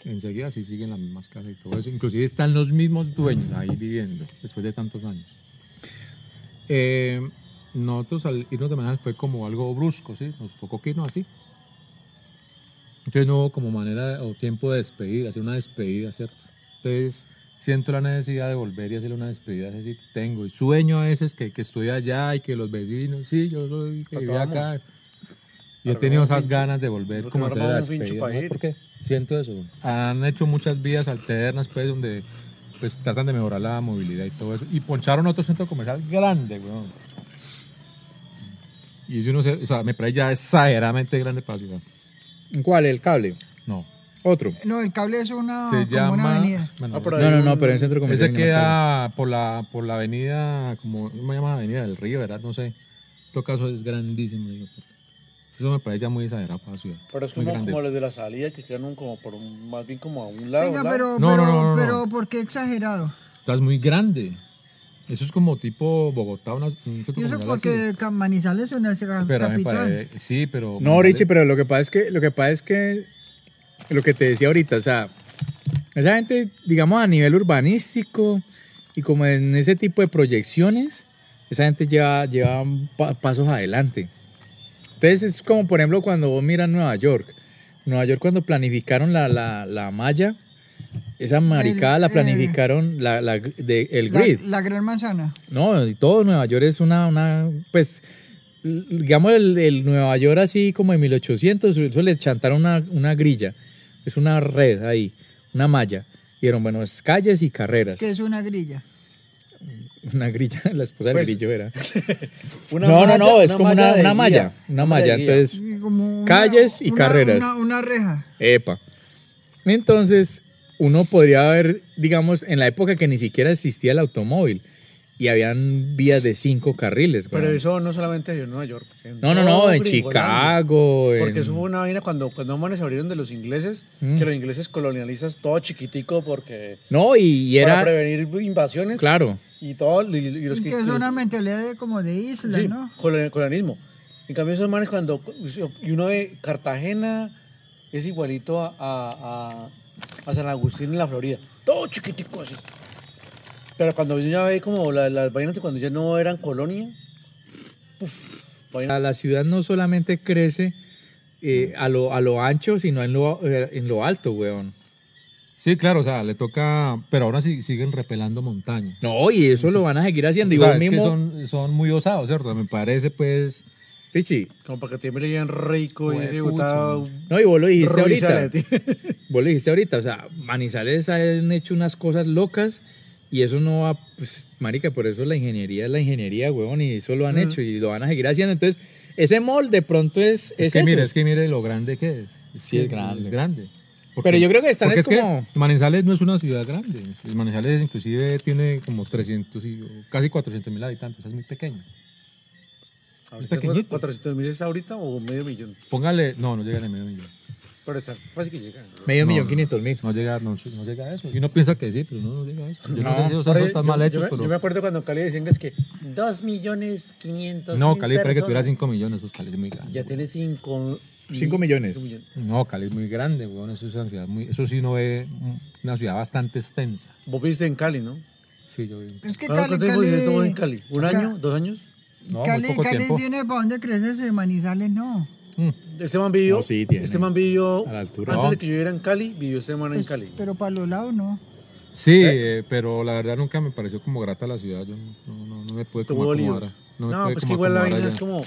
Enseguida sí siguen las mismas casas y todo eso. Inclusive están los mismos dueños ahí viviendo después de tantos años. Eh, nosotros al irnos de manera fue como algo brusco, ¿sí? Nos tocó que irnos así. Entonces no hubo como manera o tiempo de despedir, hacer una despedida, ¿cierto? Entonces siento la necesidad de volver y hacer una despedida, es decir, tengo. Y sueño a veces que, que estoy allá y que los vecinos, sí, yo soy que viví Acabamos. acá. Y he tenido Armamos esas un pincho. ganas de volver Nos como a hacer la armamos un pincho despedida. pa' ¿no? ir. ¿Por qué? Siento eso. Han hecho muchas vías alternas, pues, donde pues tratan de mejorar la movilidad y todo eso. Y poncharon otro centro comercial grande, weón. Y eso no sé, o sea, me parece ya exageradamente grande para la ciudad. ¿Cuál? ¿El cable? No. Otro. No, el cable es una, Se Ah, como una llama. avenida. bueno, Ah, por No, no, no, pero en el centro comercial. ese no me acuerdo. queda por la, por la avenida, como ¿cómo se llama avenida del río, ¿verdad? No sé. En todo caso es grandísimo. digo, porque Eso me parece ya muy exagerado para la ciudad. Pero es muy como, grande. como los de la salida que quedan un- como por un- más bien como a un lado. Venga, un lado. pero, No, pero, no, no, no, no. pero ¿por qué exagerado? Estás muy grande. Eso es como tipo Bogotá, una, un centro Y eso comercial así. porque Ca- Manizales es una ciudad Pero a mí me capital. parece- sí, pero. No, Richie, pero lo que pasa es que lo que pasa es que lo que te decía ahorita, o sea, esa gente, digamos a nivel urbanístico y como en ese tipo de proyecciones, esa gente lleva, lleva pa- pasos adelante. Entonces es como por ejemplo cuando vos miras Nueva York, Nueva York cuando planificaron la, la, la malla, esa maricada la el- eh, planificaron la, la- de- el La- pues, grid. La, Gran Manzana. No, y todo Nueva York es una, una pues, l- digamos el, el Nueva York así como en 1800, eso le chantaron una, una grilla, es una red ahí, una malla. Dieron, bueno, es calles y carreras. Que es una grilla. Una grilla, la esposa del Pues, grillo era. Una no, malla- no, no, es como una, de una guía, malla, una de guía. malla. Entonces, Y como una- Calles y una- carreras. Una, una reja. Epa. Entonces, uno podría haber, digamos, en la época que ni siquiera existía el automóvil y habían vías de cinco carriles. Pero weón. eso no solamente en Nueva York. en no, todo no, no, en Gringolandia. Chicago. en- Mm. Porque eso fue una vaina cuando, cuando manes abrieron de los ingleses, que los ingleses colonializan todo chiquitico porque No, y para era. prevenir invasiones Claro. y todo, y, y los Que es los- una mentalidad de- como de isla, sí, ¿no? colon- colonialismo. En cambio esos manes cuando, y uno ve Cartagena es igualito a, a, a- a San Agustín en la Florida, todo chiquitico así. Pero cuando yo ya ve como la- las vainas de cuando ya no eran colonia, puf, vaina- La, la ciudad no solamente crece eh, a, lo, a lo ancho, sino en lo, eh, en lo alto, weón. Sí, claro, o sea, le toca. Pero ahora sí siguen repelando montañas. No, y eso lo van a seguir haciendo. Y O sea, es vos que mismo. son, son muy osados, ¿cierto? Me parece, pues. Richie, Como para que tiemble bien rico y Juepucha, ese botado. no, y vos lo dijiste risa ahorita. de ti. Vos lo dijiste ahorita, o sea, Manizales han hecho unas cosas locas y eso no va, pues, marica, por eso la ingeniería es la ingeniería, huevón, y eso lo han hecho y lo van a seguir haciendo. Entonces, ese mall de pronto es, es, Es, que eso. mire, es que mire lo grande que es. Sí, que es grande. Es grande. Pero yo creo que están porque es que como- Manizales no es una ciudad grande. Manizales inclusive tiene como 300 y casi 400 mil habitantes. Es muy pequeño. Ahorita, pequeñito. 400 mil es ahorita o medio millón. Póngale, no, no llega ni medio millón. Pero está fácil que llega. ¿no? medio No, millón no. quinientos mil. No llega, no, no llega a eso. Y uno piensa que sí, pero no, no llega a eso. Yo no, No. sé si los Por ahí, datos están mal yo- hechos, yo me- pero... Yo me acuerdo cuando en Cali decían es que 2 millones 500 no, mil Cali, para que tuviera personas. 5 millones, esos Cali es muy grande. Ya tiene 5 Cinco millones. No, Cali es muy grande, weón. Eso, es una ciudad muy, eso sí no ve mm, una ciudad bastante extensa. Vos viviste en Cali, ¿no? Sí, yo vi. Es que Claro, Cali, ¿Cuánto tiempo viviste vos en Cali, Cali? ¿Un Ca- año? ¿Dos años? No, Cali, muy poco Cali tiempo. tiene para dónde crecerse, Manizales no. Este man vivió. No, sí, tiene. Este man vivió. A la altura. Antes de que yo viviera en Cali, vivió este man en Pues, Cali. Pero para los lados no. Sí, eh, pero la verdad nunca me pareció como grata la ciudad. Yo no, no, no, no me pude como Tuvo acomodar. líos. No, No, me pude pues que como igual la acomodar vaina es allá. como.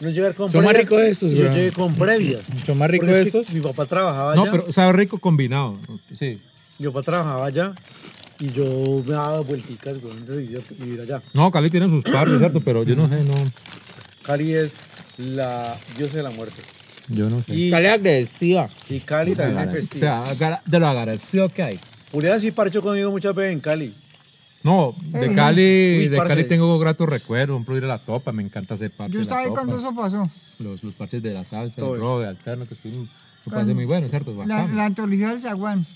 No llegar con Son más previas, ricos estos, Yo bro. llegué con previas. Son más ricos Porque es que estos. Mi papá trabajaba No, allá. pero sabe rico combinado. Sí. Mi papá trabajaba allá y yo me daba vuelticas, güey. Entonces decidí vivir allá. No, Cali tiene sus partes, ¿cierto? Pero yo no sé, no. Cali es la diosa de la muerte. Yo no sé. Y, Cali agradecida. y Cali también es O festiva. sea, agra- de lo agradecido que hay. Julián sí parchó conmigo muchas veces en Cali. No, de Uy, Cali, de parce. Cali tengo gratos recuerdos. Por ejemplo, ir a la topa, me encanta hacer parte. Yo de estaba la ahí topa. cuando eso pasó. Los, los parches de la salsa, Todo el eso. robe, alterno, que estuvieron. Me parece muy bueno, ¿cierto? La, Bacano. la antología del zaguán.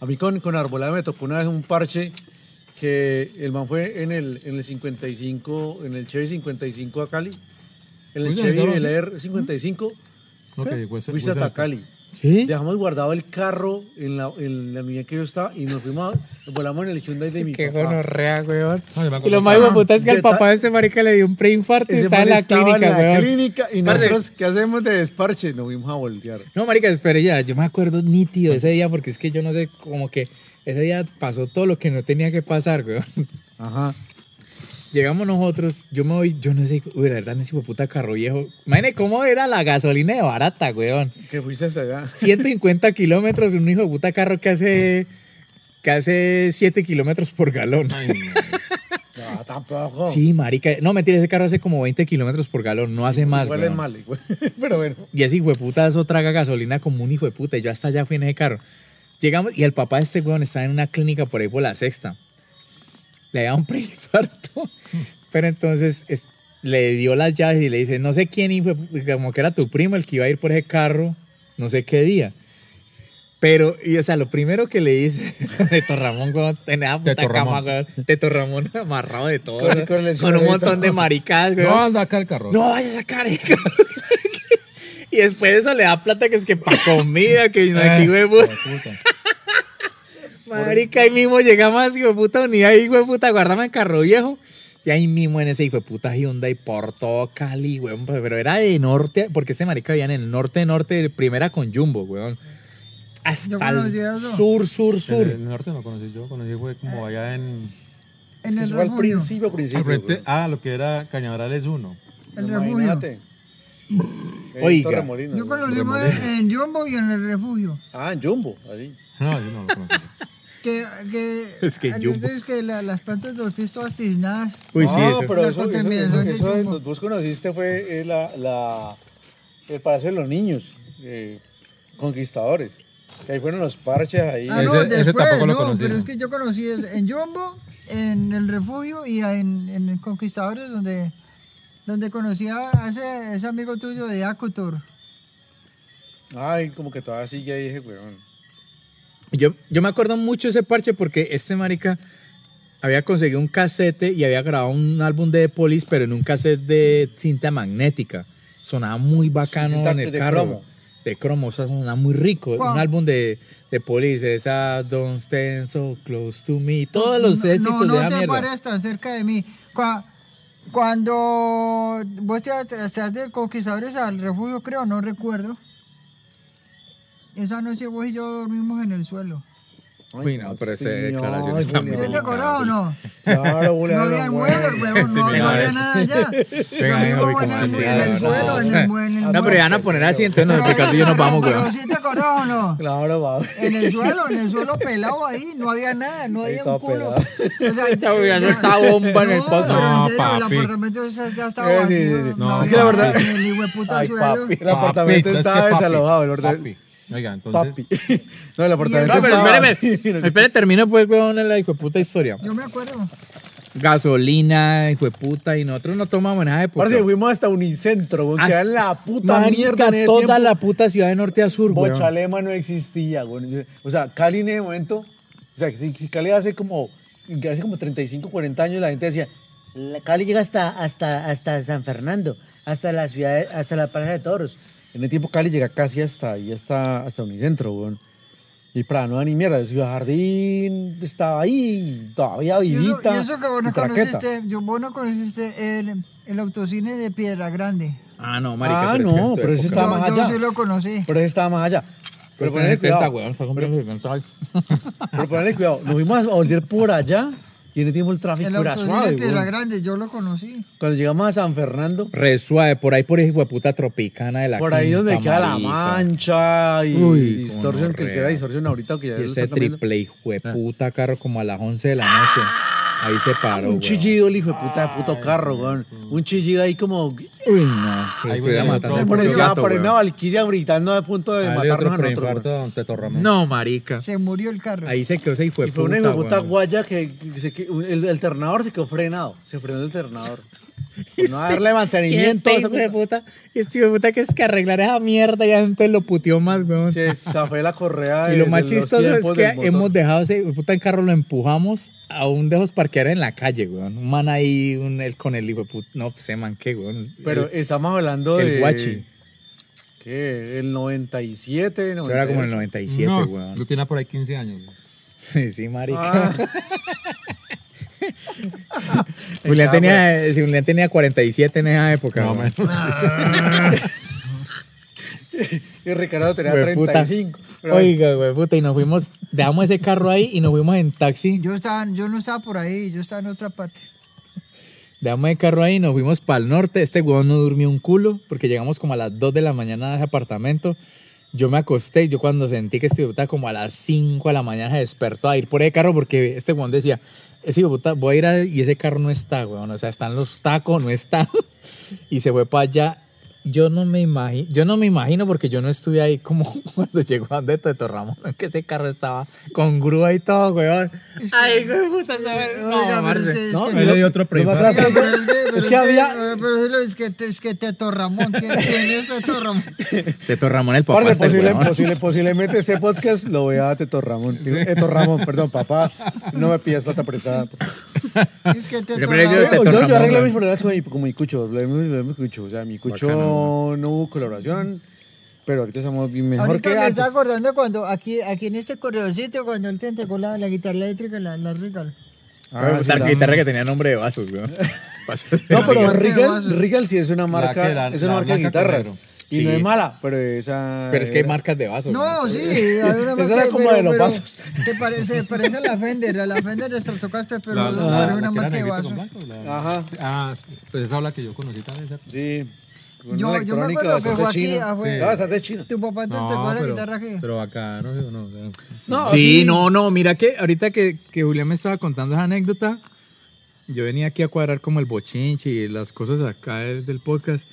A mí con, con Arbolada me tocó una vez un parche que el man fue en el, en el 55, en el Chevy 55 a Cali. En el Uy, Chevy ¿verdad? del Air 55 No, que llegó ese- fuiste ese- hasta Cali. ¿Sí? Dejamos guardado el carro en la, en la milla que yo estaba y nos fuimos, a- volamos en el Hyundai de mi Qué papá. gonorrea, weón. No, yo me acuerdo Y lo que- más hijo de puta es que al de papá ta- de este marica le dio un preinfarto y Ese está man en la estaba en clínica, la weón. clínica y Parce. nosotros, ¿qué hacemos de desparche? Nos fuimos a voltear. No, marica, espere ya. Yo me acuerdo nítido ese día porque es que yo no sé, como que ese día pasó todo lo que no tenía que pasar, weón. Ajá. Llegamos nosotros, yo me voy, yo no sé, uy, la verdad, en ese hijo de puta carro viejo. Imagínate cómo era la gasolina de barata, weón. Que fuiste hasta allá. 150 kilómetros, un hijo de puta carro que hace, que hace 7 kilómetros por galón. No, tampoco. Sí, marica. No, mentira, ese carro hace como 20 kilómetros por galón, no hace más, Igual es weón. mal, güey. Pero bueno. Y ese hijo de puta eso traga gasolina como un hijo de puta. Y yo hasta allá fui en ese carro. Llegamos y el papá de este weón está en una clínica por ahí por la sexta. Le da un preinfarto. Pero entonces es- le dio las llaves y le dice, no sé quién, hijo de pu- como que era tu primo el que iba a ir por ese carro, no sé qué día. Pero, y, o sea, lo primero que le dice de Torramón, weón, tenía puta Teto cama, Ramón. weón, de Torramón amarrado de todo, Con- weón, con el con un suavecito. montón de maricadas, weón. No, anda acá el carro. No vayas a sacar el carro. Y después de eso le da plata que es que para comida, que no aquí, Ah, huevos. Marica, ahí mismo llegamos a esa hueputa unidad y hueputa, guardamos el carro viejo. Y ahí mismo en ese hueputa Hyundai por todo Cali, huevón. Pero era de norte, porque ese marica había en el norte, norte, de primera con Jumbo, huevón. Yo Hasta conocí el eso. Eh. sur, sur, En el, sur. norte no conocí yo, conocí fue Ah. como allá en... Es En que el eso fue al refugio. principio, principio. al frente, güey. ah, lo que era Cañaverales 1. El refugio. Imagínate. En Oiga. Torremolinos, Yo güey. conocí eh, en Jumbo y en el refugio. Ah, en Jumbo, ahí. No, yo no lo conocí. Que, que, Es que en Jumbo. entonces que la- las plantas de los pies todas tiznadas. Uy, no, sí, eso. pero La eso, eso, contaminación eso- de eso Jumbo. donde vos conociste fue eh, la, la, el Palacio de los Niños, eh, Conquistadores. Que ahí fueron los parches ahí. Ah, Ese- no, ese después, tampoco lo no, conocí, pero ¿no? es que yo conocí es- en Jumbo, en el refugio y en, en el Conquistadores, donde, donde conocí a ese, ese amigo tuyo de Acutor. Ay, como que todavía sigue ahí ese weón. Yo, yo me acuerdo mucho ese parche porque este marica había conseguido un casete y había grabado un álbum de The Police, pero en un casete de cinta magnética. Sonaba muy bacano Cinta en el de carro. cromo. De cromo, o sea, sonaba muy rico. ¿Cuál? Un álbum de, de Police, esa Don't Stand So Close to Me, todos los No, éxitos no, de esa te mierda. pares tan cerca de mí. Cua- Cuando vos te atrasaste del Conquistadores al refugio, creo, no recuerdo. Esa noche vos y yo dormimos en el suelo. Uy, no, pero esa señor, declaración está muy Julián. ¿Usted te acordás o no? Claro, No Julián. había muebles, huevón, no, no había nada allá. Venga, Lo venga, mismo uy, bueno, ¿cómo en, así? el, en el suelo, en el, mue- en el No, pero mueble. ya van a poner así, entonces Pero nos, Ricardo y yo oiga, nos no, vamos, no, weón. Pero sí te acordás o no. Claro, va. En el suelo, en el suelo pelado ahí, no había nada, no había un estaba culo. pelado. O sea, Ya hubiera soltado bomba en el no, pod- pero No, en serio, el papi. apartamento ese ya estaba Eh, sí, vacío. sí, sí. No, No, había es que la nada verdad- En el hijueputa Ay, suelo. papi. El apartamento Papi, estaba no, es que papi, desalojado, el orden- papi. Oiga, entonces. Papi. No, el apartamento No, pero estaba espéreme. vacío. Espéreme, termino pues, weón, la puta historia. Yo me acuerdo. Gasolina, puta, y nosotros no tomamos nada de puta. Parce, fuimos hasta Unicentro, güey. Que era la puta Marica, mierda en ese toda tiempo. la puta ciudad de norte a sur, weón. Bochalema no existía, güey. Yo- O sea, Cali en ese momento, o sea, si, si Cali hace como, hace como 35, 40 años la gente decía, La Cali llega hasta, hasta, hasta San Fernando, hasta la ciudad, de- hasta la Plaza de Toros. en ese tiempo Cali llega casi hasta, ahí hasta, hasta Unicentro, güey. Y para no era ni mierda, Ciudad Jardín estaba ahí, todavía Y eso, vivita. y eso que vos no y traqueta. conociste, yo, vos no conociste el, el autocine de Piedra Grande. Ah, no, marica. Ah, es que en no, tu pero ese época- Estaba Yo, más yo allá. sí lo conocí. Pero ese estaba más allá. Pero Pero ponele ponele cuidado. cuidado. weón, está comprando 70 hoy. Pero ponele cuidado. Nos fuimos a volver por allá y en ese tiempo el El tráfico era autocine suave, de Piedra güey. Grande, yo lo conocí. Cuando llegamos a San Fernando, Re suave, por ahí por esa hueputa tropicana de la Por ahí Quinta, donde queda la marica. mancha y Uy, distorsión, que gonorrea. queda distorsión ahorita que ya Y lo Ah. ese está cambiando. triple hijo de puta carro como a las 11 de la noche. Ahí se paró. Un weón. chillido el hijo de puta de puto carro, weón. Un chillido ahí como. Uy, no. Pero Ahí estuviera voy a matando otro un Por puro eso gato, por ahí weón. una valquiria gritando a punto de Dale matarnos otro a nosotros. preinfarto, weón. don Teto Ramón. No, marica. Se murió el carro. Ahí se quedó ese hijo de Y fue una hijo puta. de puta weón. guaya que que se que- un- el alternador se quedó frenado. Se frenó el alternador. Por No darle mantenimiento. este hijo de puta, este hijo de puta que es que arreglar esa mierda ya antes lo puteó más, weón. Se zafé la correa. Y de- lo de más los chistoso es tiempos que del motor. hemos dejado ese hijo de puta en carro, lo empujamos a un de esos parquear en la calle, weón. Un man ahí, un, el, con el hijo de puta. No, pues se man, qué, weón. Pero El- estamos hablando de. el guachi. ¿Qué? El 97, Eso era como en el 97, no, weón. Yo tenía por ahí 15 años. güey. Sí, Ah, marica. Julián, tenía, eh, Julián tenía 47 en esa época. No, weón. menos. Ah, Y Ricardo tenía Hueputa. 35. Pero Oiga, güey, puta, y nos fuimos, dejamos ese carro ahí y nos fuimos en taxi. Yo, estaba, yo no estaba por ahí, yo estaba en otra parte. Dejamos el carro ahí y nos fuimos para el norte. Este huevón no durmió un culo porque llegamos como a las 2 de la mañana a ese apartamento. Yo me acosté y yo cuando sentí que este hijo de puta como a las 5 de la mañana se despertó a ir por ese carro porque este huevón decía, ese hijo de puta, voy a ir a- y ese carro no está, huevón. O sea, están los tacos, no está. y se fue para allá. Yo no me imagino, yo no me imagino porque yo no estuve ahí como cuando llegó Andrés de Torramón, que ese carro estaba con grúa y todo, huevón. Ay, güey, puta, Oiga, no, pero es parce. que- es No, que- Ahí le di otro atrás. preinfarto. Oiga, pero es que- pero Es que había- eh, Pero es lo- es que, es que Teto Ramón, ¿quién, quién es Teto Ramón? Teto Ramón, el papá Parce, está posible- pues, huevón. posible- posiblemente este podcast lo vea a Teto Ramón. Digo, Teto Ramón, perdón, papá. No me pidas plata prestada. por favor. Es que Teto Pero, pero yo- Ramón. Teto Yo, yo, Ramón, arreglo güey. mis problemas con mi, con mi cucho. lo de mi- lo de mi cucho. O sea, mi cucho no hubo colaboración, pero ahorita estamos bien mejor Ahorita que me está antes. acordando cuando aquí, aquí en este corredorcito, cuando él te entregó la, la guitarra eléctrica, la, la Regal. Ah, sí, la la- guitarra que tenía nombre de vasos, weón. No, pues, pero Rigal. Regal, Regal sí es una que marca, la- es una la marca de blanca con guitarras. negro. Y no Sí. es mala, pero esa... Pero es que hay era- marcas de vasos. No, weón. sí, hay una Esa marca, era como pero- de los pero vasos. Te parece, parece a la Fender, a la Fender Stratocaster, pero La- la- pero la una que marca de era negrita vaso. con blanco, la- Ajá. Ah, sí. pues esa habla que yo conocí también, ¿cierto? Sí. una Yo- yo me electrónica acuerdo que bastante fue aquí, china. ah, fue- Sí. Ah, bastante china. Tu papá pues, te entregó la guitarra aquí. pero bacano, ¿sí o no? O sea, No, Sí, no, no, mira que ahorita que, que Julián me estaba contando esa anécdota, yo venía aquí a cuadrar como el bochinche y las cosas acá de- del podcast,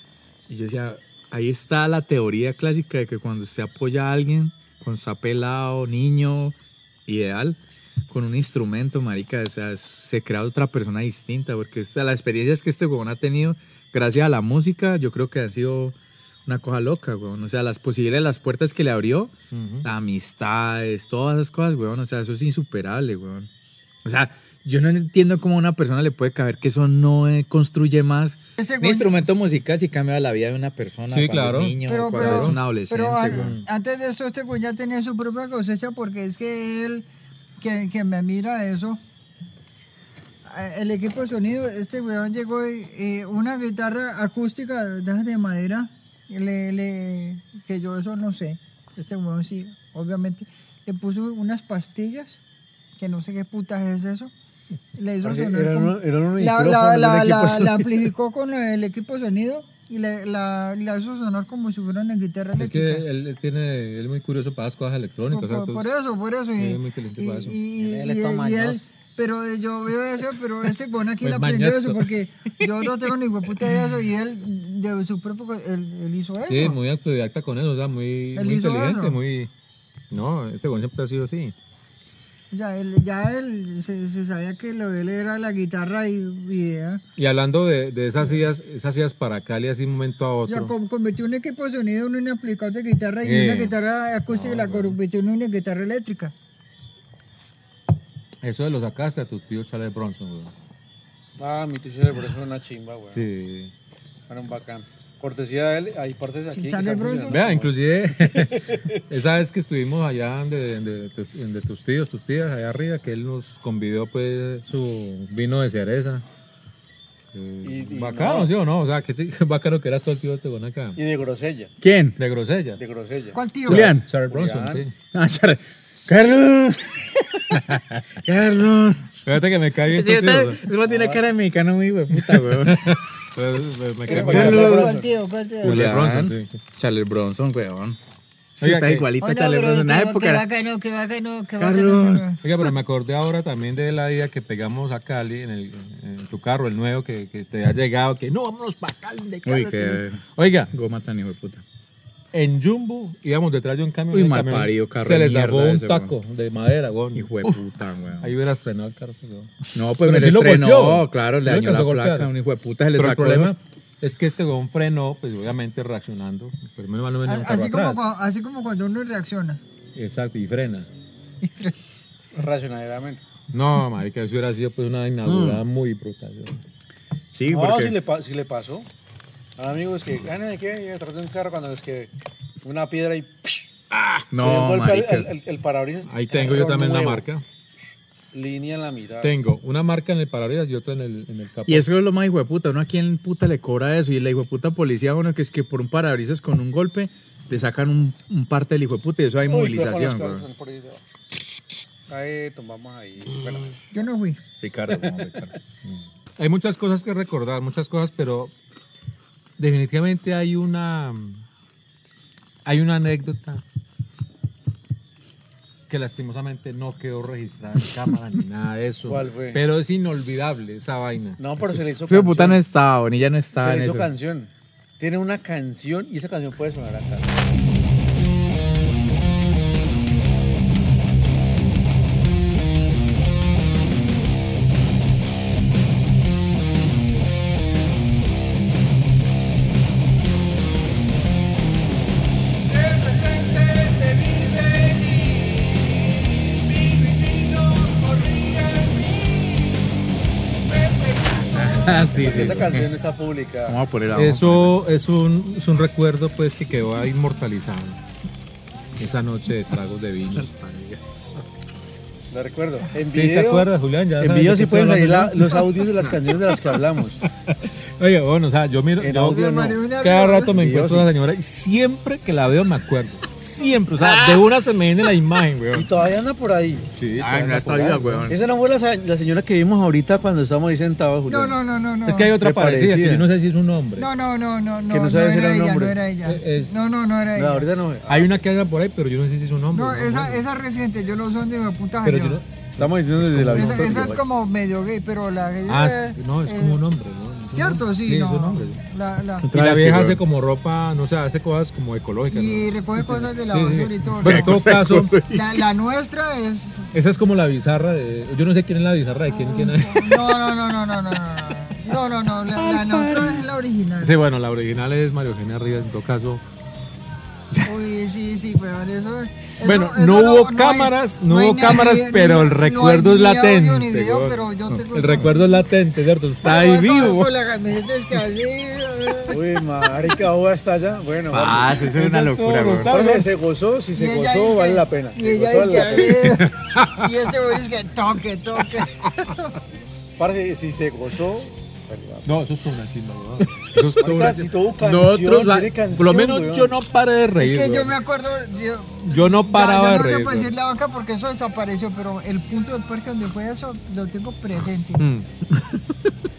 y yo decía, ahí está la teoría clásica de que cuando usted apoya a alguien, cuando está pelado, niño, ideal, con un instrumento, marica, o sea, se crea otra persona distinta, porque esta, las experiencias que este huevón ha tenido, gracias a la música, yo creo que han sido una cosa loca, huevón, o sea, las posibilidades, las puertas que le abrió, amistades, todas esas cosas, weón. O sea, eso es insuperable, weón. O sea, yo no entiendo cómo a una persona le puede caber que eso no eh, construye más. Ese Un güey- instrumento musical sí cambia la vida de una persona Sí, cuando claro. es niño, pero, cuando pero- es un adolescente, pero an- weón. antes de eso, este güey ya tenía su propia cosecha porque es que él, que, que me mira eso, eh, el equipo de sonido, este weón llegó y, y una guitarra acústica de esas de madera, le, le- que yo eso no sé, este weón sí, obviamente, le puso unas pastillas que no sé qué putas es eso. Le hizo Parce, sonar eran como- uno- eran unos la, la, micrófonos, la, un la- equipo la sonido. amplificó con el equipo sonido y le- la, la hizo sonar como si fuera una guitarra Es eléctrica. que él, él tiene, él es muy curioso para las cosas electrónicas. Por, o sea, por- por entonces- eso, por eso. Y, Él es muy caliente y- para eso. y- Él y- es y mañoso. pero yo veo eso, pero ese con aquí Pues le aprendió eso, mañoso. porque yo no tengo ni hueputa de eso, y él, de su propio, él, él hizo eso. Sí, muy autodidacta con eso, o sea, muy, Él muy hizo inteligente, eso. muy... No, este güey siempre ha sido así. O sea, él, ya él se, se sabía que lo de él era la guitarra y, y ¿eh? ya. Y hablando de, de esas ideas, esas ideas para Cali así de un momento a O sea, otro. com- convirtió un equipo de sonido en un aplicador de guitarra y Sí. Ah, una guitarra acústica y la convirtió en una guitarra eléctrica. Eso de lo sacaste a tu tío Charles Bronson, güey. Ah, mi tucho de por eso es una chimba, güey. Sí. Era un bacán. Cortesía de él, hay partes aquí. que Charlie están Bronson. funcionando. Vea, inclusive esa vez que estuvimos allá donde, donde tus- donde tus tíos, tus tías, allá arriba, que él nos convidó pues su vino de cereza. Eh, Y- y bacano, no. ¿sí o no? O sea, que sí, bacano que era todo el tío este con acá. Y de grosella, ¿Quién? De grosella. de grosella. ¿Cuál tío? Julián. Charles Bronson, Julián. sí. Ah, chara. Carlos. Carlos. Fíjate que me cae bien. tu tío, güey. Solo tiene cara de mexicano muy puta, weón. Pues, pues, me cae Era bien. Charles ¿Cuál Bronson. tío? ¿Cuál tío? Charles Julián. Bronson, sí. Charles Bronson, weón. Sí, Oiga, está que- igualita Oiga, Charles pero Bronson. Una qué- Qué época. bacano, qué bacano, qué Carlos. bacano. ese- Oiga, pero me acordé ahora también de la idea que pegamos a Cali en, el, en tu carro, el nuevo que, que te ha llegado, que no, vámonos para Cali de Cali. Uy, qué Oiga, goma tan hijo de puta. en Jumbo íbamos detrás de un camión. Uy, un mal camión, parido, carro Se de les mierda zafó un ese, taco de madera, weón. Hijo de puta, weón. Ahí hubiera estrenado el carro. pues, weón. No, pues me Pero lo sí lo estrenó, golpeó. claro, Sí le lo dañó la alcanzó a golpear. placa, un hijo de puta, se le Pero el sacó de problema es que este weón frenó, pues obviamente reaccionando. Pero menos mal no venía un A- carro Ah, Así como, atrás. cua- así como cuando uno reacciona. Exacto, y frena. Racionalmente. No, marica, eso hubiera sido pues una inaugurada muy brutal. weón. Sí, no, porque. si le, pa- si le pasó. A amigos que, ah, no, ¿de qué? Y detrás de un carro cuando es que una piedra y ¡pish! Se dio un no, golpe al- marica. al- al- el parabrisas. Ahí tengo yo Pero también la nuevo. marca. Línea en la mitad. Tengo una marca en el parabrisas y otra en el, en el capó. Y eso es lo más hijo de puta. Uno aquí en puta le cobra eso. Y la hijo de puta policía, uno que es que por un parabrisas con un golpe le sacan un, un parte del hijo de puta. Y eso hay Uy, cuidado con los movilización, carros, weón. por ahí debajo. Ahí tomamos ahí. Bueno, Yo no fui. Ricardo, no, Ricardo. Hay muchas cosas que recordar, muchas cosas, pero definitivamente hay una hay una anécdota que lastimosamente no quedó registrada en cámara ni nada de eso. ¿Cuál fue? Pero es inolvidable esa vaina. no, pero se le hizo Hijo de puta canción. no estaba, Bonilla no estaba se en le hizo eso. canción. Tiene una canción y esa canción puede sonar acá. Ah, sí, sí. Esa sí. canción está pública. Vamos a poner abajo. Eso es un, es un recuerdo pues que quedó ahí inmortalizado. Esa noche de tragos de vino. Lo recuerdo. En ¿Sí video, te acuerdas, Julián? ¿Ya En sabes video de sí qué pueden estoy salir la- hablando los audios de las canciones de las que hablamos. Oye, bueno, o sea, yo miro, En yo- audio no. Mario, una Cada rueda. rato me Y yo encuentro a una señora y siempre que la veo me acuerdo. Siempre, o sea, de una se me viene la imagen, Y weón. todavía anda por ahí. Sí, Ay, Ah, no está viva, weón. Esa no fue la, sa- la señora que vimos ahorita cuando estábamos ahí sentados, No, Julián. no, no, no. no. Es que hay otra Me parecida, parecía. que yo no sé si es un hombre. No, no, no, no, no, Que no no, sabes si era era un ella, no hombre. era ella. Eh, es- No, no, no era No, ella. ahorita no. Hay una que anda por ahí, pero yo no sé si es un hombre. No, ¿no? esa, esa es reciente, yo lo uso en digo, puta Pero yo. yo no- Estamos diciendo desde la Esa, vista. esa es como medio gay, pero la que yo- Ah, es- no, es eh, como un hombre, ¿no? Cierto, sí, Sí, es no. un hombre. La, la, Y la vieja hace como ropa, no sé, hace cosas como ecológicas. y ¿no? recoge cosas de la Sí, sí. basura y todo. Bueno, en ¿no? todo caso, La, la nuestra es. esa es como la bizarra de. Yo no sé quién es la bizarra de quién, quién es. No, no, no, no, no, no, no. No, no, no. La, la nuestra es la original. Sí, bueno, la original es Mario Eugenia Rivas, en todo caso. Uy, sí, sí, weón, eso es. eso- Bueno, eso no hubo hay- cámaras, no hay hubo ni- cámaras, ni- pero el no hay recuerdo es ni audio latente. ni video, weón. pero yo tengo el eso. recuerdo es latente, ¿cierto? Está ahí Voy a acabar vivo. Con la camiseta descalzada. Uy, marica, o hasta allá. Bueno, Ah, eso es una locura, todo, weón. brutal. Entonces, se gozó, si se ella gozó, dice- vale la pena. Y Se ella gozó, dice vale la pena. que. Y este güey dice que toque, toque. Parce, si se gozó, No, eso es todo una chimba, weón. Eso es todo- Marica, si todo canción, Nosotros, la- tiene canción, por lo menos weón. yo no paré de reír. Es que yo weón. me acuerdo, yo, Yo no paraba Ya, de yo no reír. te puedo weón. decir la banca porque eso desapareció, pero el punto del parque donde fue eso lo tengo presente. Mm.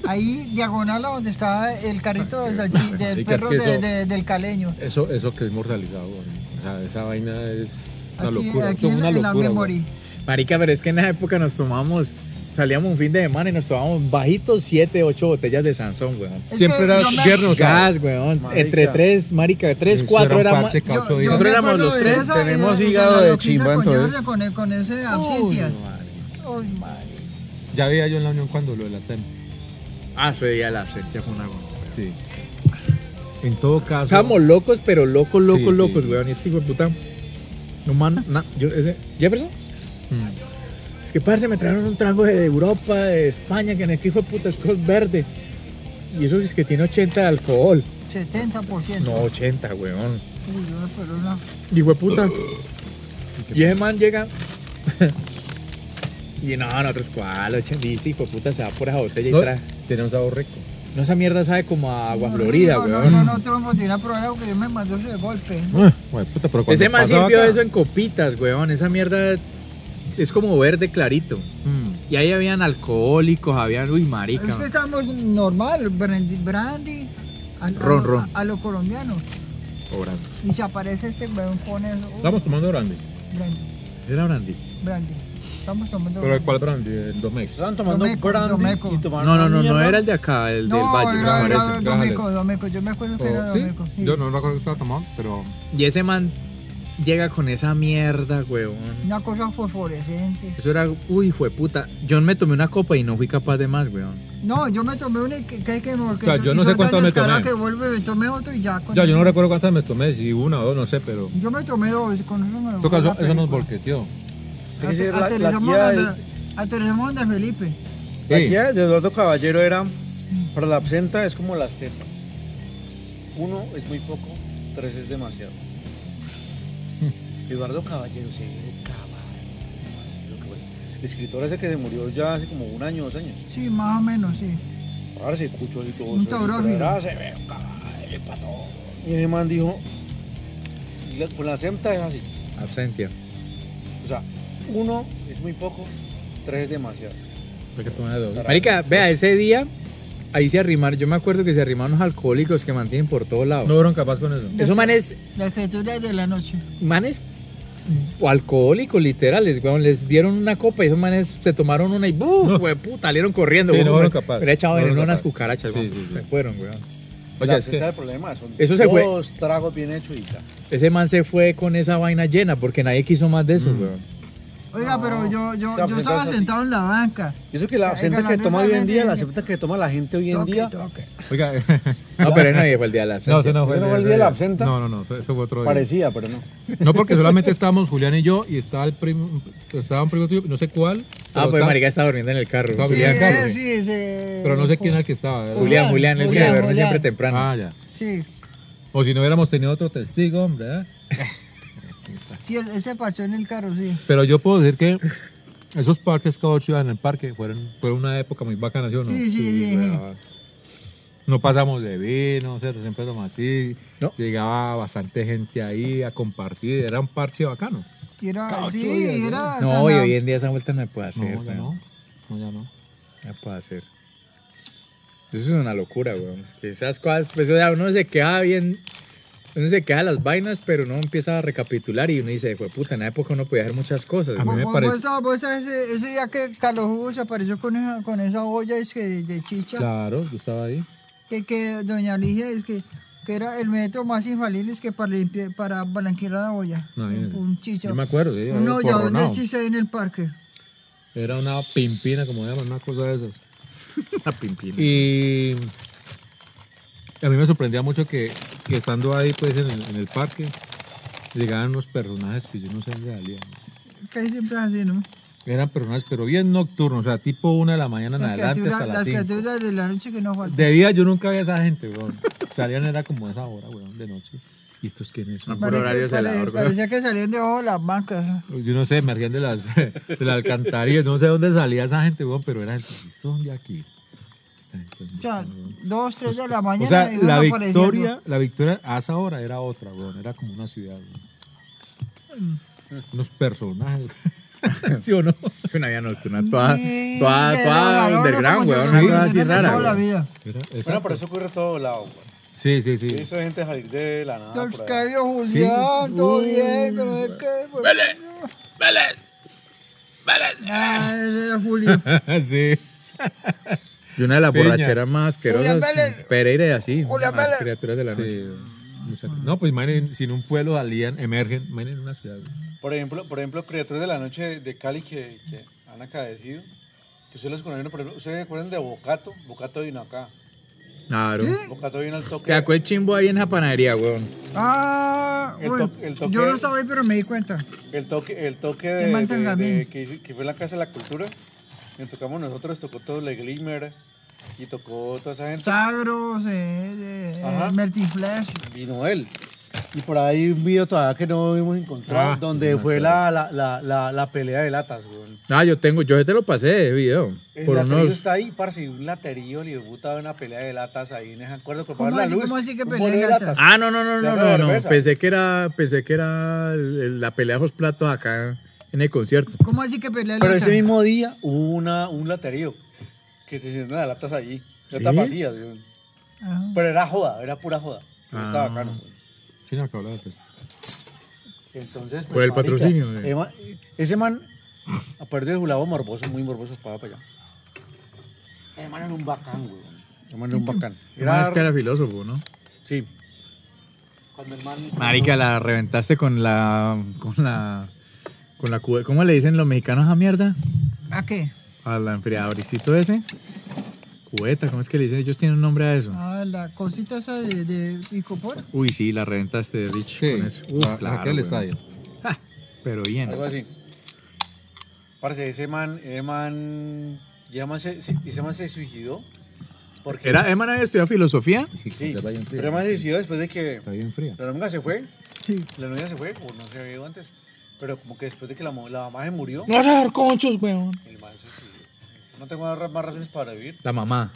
Ahí diagonal a donde estaba el carrito de salchi- del Marica, es perro que de- eso- de- del caleño. Eso, eso que es mortalidad, weón. O sea, esa vaina es una Aquí, locura. aquí eso es en, una en la locura. weón. memory. Marica, pero es que en esa época nos tomamos, salíamos un fin de semana y nos tomamos bajitos 7, 8 botellas de Sansón, weón. Es Siempre que era yo me- viernes o sábado. Gas, weón. Marica. Entre tres, marica, tres, Eso cuatro era era un más. parche cada ocho Yo- días. yo me Nosotros éramos acuerdo los de tres. esa y de- Tenemos y la hígado de loquiza chimba, con entonces. Jordan, Con, con ese absentia. Uy, madre. Ya veía yo en la unión cuando lo de la SEM. Ah, ese día la absentia fue una weón. Sí. En todo caso. Estábamos locos, pero locos, locos, Sí, sí. locos, weón. Y este hijo de puta. No, man, na- yo- ese- Jefferson. Mm. Es que, parce, me trajeron un trago de Europa, de España, que en este hijo de puta es cos verde. Y eso es que tiene 80 de alcohol. 70%. No, 80, weón. Uy, yo, pero no. Y puta. Y ese man llega. y no, nosotros cuál, 80. Dice, hijo puta, se va por esa botella No, y trae. Tiene un sabor rico. No, esa mierda sabe como a agua florida, no, No, weón. no, no tengo oportunidad por algo que yo me mandó ese golpe. Ah, güey, puta, pero cuando Ese man pasaba sirvió acá- eso en copitas, weón. Esa mierda es como verde clarito. Mm. Y ahí habían alcohólicos, habían, uy, marica. Es que estábamos normal, brandy, brandy a, a Ron, lo- ron. a los colombianos. Orando. Y se aparece este weón con eso. uy, Estamos tomando brandy. brandy, Era brandy. brandy. Estamos tomando. ¿Pero cuál brandy? El Domex. Estaban tomando Domeco, brandy Domeco. y tomaron No, no, no, no mierda. era el de acá, el del no, valle. era, me era parece. Domeco, Domeco. Yo me acuerdo que era Oh, ¿Sí? Domeco. sí. Yo no recuerdo que estaba tomando, pero. Y ese man llega con esa mierda, weón. Una cosa fosforescente. Eso era, uy, fue puta. Yo me tomé una copa y no fui capaz de más, weón. No, yo me tomé una que, que, que porque O sea, yo no sé cuántas me tomé. que vuelve, me tomé otro y ya. Con Ya, yo no recuerdo cuántas me tomé, si una o dos, no sé, pero. Yo me tomé dos, con eso me En lo todo caso, eso nos volqué. volqueteó. Tiene que ser la- la Aterrizamos tía en del- la- aterrizamos en la Felipe. La Sí. guía de Eduardo Caballero era, para la absenta es como las tetas. Uno es muy poco, tres es demasiado. Eduardo Caballero, sí, Caballero, Caballero. El escritor ese que se murió ya hace como un año, dos años. Sí, más o menos, sí. Ahora se escuchó y todo. Un se- taurófilo. pero ahora se ve un caballo pa' todo. Y ese man dijo, la- con la absenta es así. Absentia. O sea, uno es muy poco, tres es demasiado. Marica, vea, Pues- ese día, ahí se arrimaron, yo me acuerdo que se arrimaron los alcohólicos que mantienen por todos lados. No fueron capaces con eso. Esos manes La criatura de la noche. manes o alcohólicos literales, weón, les dieron una copa y esos manes se tomaron una y ¡buf! No. weón, puta, salieron corriendo. Sí, weón. no fueron capaces. Hubiera echado No veneno a fueron unas capaces. cucarachas, Sí, weón. sí, sí. se fueron, weón. Oye, la es absenta que. del problema son Eso se fue. dos tragos bien hechos y ya. Ese man se fue con esa vaina llena porque nadie quiso más de eso, Mm. weón. Oiga, No, pero yo, yo, está yo estaba apretado así. sentado en la banca. Y eso que la Ay, absenta que ganando toma hoy en solamente día, la ella. absenta que toma la gente hoy en Toque, día, toque. Oiga. No, pero ese no fue el día de la Ah, No, absentia. ese no fue ¿Ese no fue el día de la absenta? No, no, no, eso eso fue otro día. parecía, pero no. No, porque solamente estábamos Julián y yo y estaba el primo, estaba un primo tuyo, no sé cuál. Ah, pero pues ta- marica estaba durmiendo en el carro. Estaba Sí, Julián eh, Carlos. sí, sí. Pero no sé quién era el que estaba. ¿verdad? Julián, Julián, el que Julián, duerme Julián. siempre temprano. Ah, ya. Sí, O si no hubiéramos tenido otro testigo, hombre. ¿eh? sí, él- él se pasó en el carro, sí. Pero yo puedo decir que esos parques que ocho en el parque fueron, fueron una época muy bacana, ¿sí o no? Sí, sí, sí, sí. weón. No pasamos de vino, ¿cierto? siempre tomamos así. No. Llegaba bastante gente ahí a compartir, era un parche bacano. Y era, sí, era. No, o y sea, hoy en día esa vuelta no se puede hacer, No, ya weón. no. No, ya no. No puede hacer. Eso es una locura, weón. Que Esas cosas, pues, o sea, uno se queda bien. Uno se queda las vainas, pero uno empieza a recapitular y uno dice, fue puta, en la época uno podía hacer muchas cosas. A mí vos- me vos- parece- vos sabes- vos sabes ese, ese día que Carlos Hugo se apareció con esa, con esa olla es que de, de chicha, Claro, yo estaba ahí. que, que doña Ligia es que, que era el método más infalible es que para, limpiar, para blanquear la olla. No, un, yo- un chicha. Yo me acuerdo, sí, un olla, porronao. un chicha ahí en el parque. Era una pimpina, como llaman, una cosa de esas. Una pimpina. Y a mí me sorprendía mucho que, que estando ahí, pues, en el, en el parque, llegaban unos personajes que yo no sé dónde salían. Casi siempre es así, ¿no? Eran personajes, pero bien nocturnos, o sea, tipo una de la mañana en Las adelante hasta criaturas, las las 5. criaturas de la noche que no faltan. De día yo nunca vi a esa gente, weón. Salían era como a esa hora, weón, de noche. ¿Y estos quiénes son? Por horario Parecía- celador, güey. Parecía que salían debajo de las bancas. Yo no sé, emergían de las, de las alcantarillas, no sé dónde salía esa gente, weón, pero eran, ¿y son de aquí? esta gente es muy O sea, cabrón. dos, tres de la O mañana sea, y uno la apareciendo. victoria, la victoria a esa hora era otra, weón. Era como una ciudad, weón. Unos personajes. ¿Sí o no? Una vida nocturna toda, Y toda, le toda regalaron underground, como weón. si Una fuera cosa así de rara, toda la weón. Ah, vida. Era- Bueno, por exacto. eso ocurre todo lado, güey. Sí, sí, sí. Hizo gente salir de la nada. Entonces, por que ahí. vio Julián, Uh. todo Uy, bien, pero es que... Pues, ¡Vele! ¡Vele! Julián. sí. Y una de las Peña. borracheras más asquerosas. Julián Vélez. Pereira y así. Julián las Vélez. criaturas de la noche. Sí, mucha- No, pues imaginen, si en un pueblo salían, emergen, imaginen en una ciudad. weón. Por ejemplo, por ejemplo, criaturas de la noche de Cali que, que han acaecido. Que ustedes los conocen, por ejemplo, ¿ustedes recuerdan de Bocato? Bocato vino acá. Claro. ¿Eh? Bocato vino al toque. Te sacó el chimbo ahí en la panadería, weón. Ah, El uy, toque- el toque- yo no estaba ahí, pero me di cuenta. El toque, el toque El de, Mantanga de- de- Bean. que, hizo- que fue en la Casa de la Cultura. Y tocamos nosotros, tocó todo el Glimmer y tocó toda esa gente. Sagros, eh, eh, Ajá. Mertiflash. Vino él. Y por ahí un video todavía que no hemos encontrado, Ah, donde fue la, la, la, la, la pelea de latas, weón. Ah, yo tengo, yo te lo pasé de video. El Por laterío unos. está ahí, parce, un laterío, le puta una pelea de latas ahí en ese acuerdo que ¿Cómo apagaron la así- luz. cómo así que un pelea de boleo latas? Ah, no, no, no, Ya me no, no, no. avergüenza. Pensé que era, pensé que era el- la pelea de los platos acá en el concierto. ¿Cómo así que pelea Pero lata? ese mismo día hubo una, un laterío que se hicieron las latas allí, latas ¿Sí? vacías, weón. Ajá. Pero era joda, era pura joda. Pero Ah. estaba bacano, weón. Sí, no, que hablaba, pues. Entonces, pues, Por el marica, patrocinio, eh. eh, ma- Ese man, aparte de su lado morboso, muy morboso, para para allá. Ese man era un bacán, güey. Ese man era un bacán. Más Era, que era filósofo, ¿no? sí. Cuando el man... Marica, la reventaste con la, con la, con la cuba. ¿Cómo le dicen los mexicanos a mierda? ¿A qué? A la enfriadorcito ese. Cubeta, ¿cómo es que le dicen? Ellos tienen un nombre a eso. Ah, la cosita esa de, de Icopor. Uy, sí, la reventaste, Rich, Sí, con eso. Uf, la- la claro, aquel weón. estadio. Ja, pero bien. Algo así. Parece, ese man, ese man, ese man se, se- ese man se suicidó. Porque, Era, Eman había estudiado filosofía. Sí, sí, está bien fría. pero el man se suicidó después de que Está bien fría. la novia se fue. Sí. La novia se fue, o no se había ido antes. Pero como que después de que la, mo- la mamá se murió, No vas a dar conchos, weón. el man se suicidó. No tengo ra- más razones para vivir. La mamá.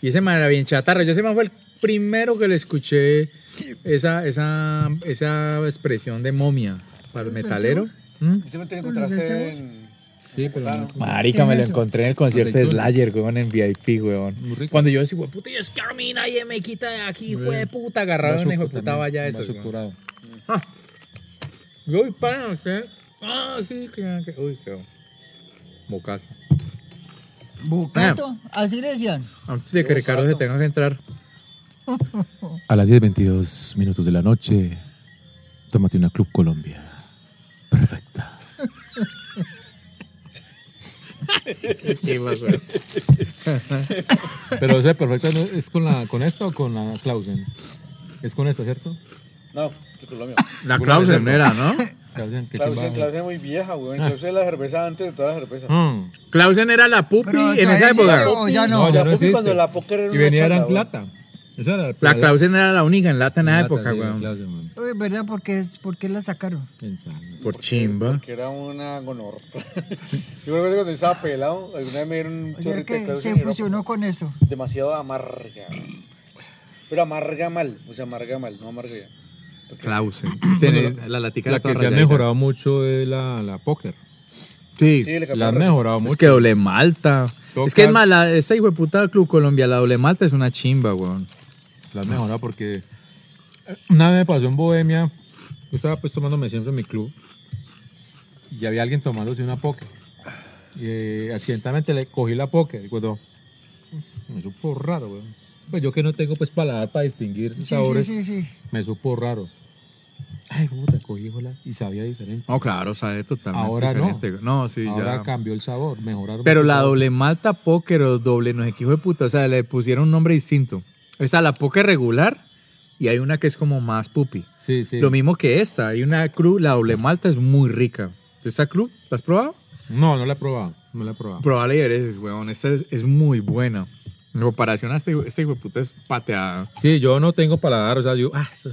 Y ese man era bien chatarra. Yo ese man fue el primero que le escuché esa, esa, esa expresión de momia para el metalero. ¿Mm? Y siempre te encontraste en. Sí, pero. Marica, me lo encontré en el concierto de Slayer, weón, en VIP, weón. Muy rico. Cuando yo decía, weón, puta, y es que a mí nadie me quita de aquí, weón, puta, agarraron una hijo de puta valla de eso. esas, weón. Yo y para usted. Ah, sí, que. que- Uy, qué. Bocazo. Bucato, así le decían. Antes de que Ricardo se tenga que entrar. A las 10.22 minutos de la noche, tómate una Club Colombia. Perfecta. Pero ese perfecta no- es con la con esta o con la Clausen. Es con esta, ¿cierto? No, de Colombia. La Clausen no era, ¿no? Clausen, qué Clausen, chimba. Ah. Clausen es muy vieja, weón. Clausen es la cerveza antes de todas las cervezas. Mm. Clausen era la pupi Pero en esa todavía época. existe o ya no. No, la ya no Pupi existe. cuando la póker era Y una venía era en chanda, weón. plata. Esa era La Clausen era la única en lata en esa época, weón. Clausen, weón. Uy, ¿verdad? ¿Por qué, es- por qué la sacaron? Pensando. Por chimba. Que era una gonor. Yo recuerdo cuando estaba pelado, alguna vez me dieron un O sea, chorrito de que Clausen se y era fusionó con eso. Demasiado amarga. Pero amarga mal, o sea, amarga mal, no amarga ya. Clausen. la latica La era toda que se ha rayadita. mejorado mucho es la, la póker. Sí. Sí, le La cambiaron han la- mejorado Es mucho. que doble malta. Tocas- Es que es mala. Esta hijo de puta Club Colombia, la doble malta es una chimba, weón. La han mejorado porque una vez me pasó en Bohemia. Yo estaba pues tomándome siempre en mi club. Y había alguien tomándose una póker. Y eh, accidentalmente le cogí la póker. Y cuando me supo raro, weón. Pues yo que no tengo pues paladar para distinguir Sí, sabores, sí, sí, sí. me supo raro. Ay, puta, cogí, jola, y sabía diferente. No, claro, sabe totalmente Ahora no. diferente. No, sí, Ahora ya. cambió el sabor, mejoraron. Pero mucho el la sabor. doble malta póker o doble no sé qué hijo de puta, o sea, le pusieron un nombre distinto. Está la póker regular y hay una que es como más pupi. Sí, sí. Lo mismo que esta, hay una club, la doble malta es muy rica. ¿Esta club? ¿La has probado? No, no la he probado. No la he probado. Probable y eres, weón. Esta es, es muy buena. En comparación a este, este hijo de puta es pateada. Sí, yo no tengo paladar, o sea, yo... ah, esto-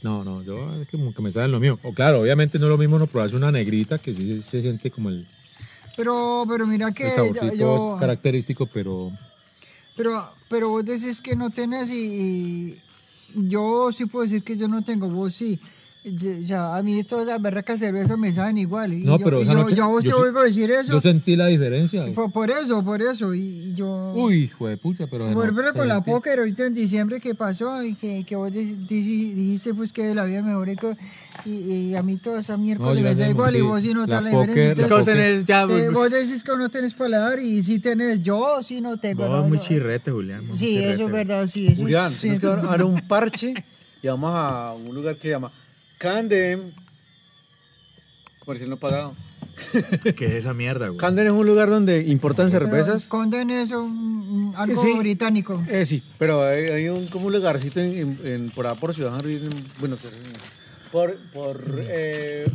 no, no, yo es que como que me saben lo mío. O claro, obviamente no es lo mismo no probarse una negrita, que sí se siente como el... Pero, pero mira que El yo- saborcito yo- es característico, pero pero, pero vos decís que no tenés y, y yo sí puedo decir que yo no tengo, vos sí. Ya- ya, a mí todas las barracas cervezas me saben igual. y No, yo, pero y esa yo- noche- yo a vos yo te sí- oigo decir yo eso. sentí la diferencia. Por, por eso, por eso. Y, y yo... Uy, hijo de pucha, pero... se Volver nota, con la sentí. póker ahorita en diciembre que pasó y que, que vos di- di- dijiste pues que la vida mejoré y, y a mí toda esa No, miércoles yo me la da sé, igual y sí. vos sí notas la, La diferencia. póker, la entonces, póker. tenés ya. pues, eh, Vos, vos decís que no tenés palabra y sí tenés, yo sí no tengo. vos no, muy eh. no. chirrete, Julián. muy Sí, chirrete. eso es verdad, sí. Eso, Julián, sí, tenemos que dar ahora un parche y vamos a un lugar que se llama Candem. Comercial no pagado. ¿Qué es esa mierda, güey? Candem es un lugar donde importan pero cervezas. Condon es un- un- algo Sí. británico. Eh, sí, pero hay, hay un, como un lugarcito en, en- en- por allá por Ciudad Henry, en- bueno, por, por, eh,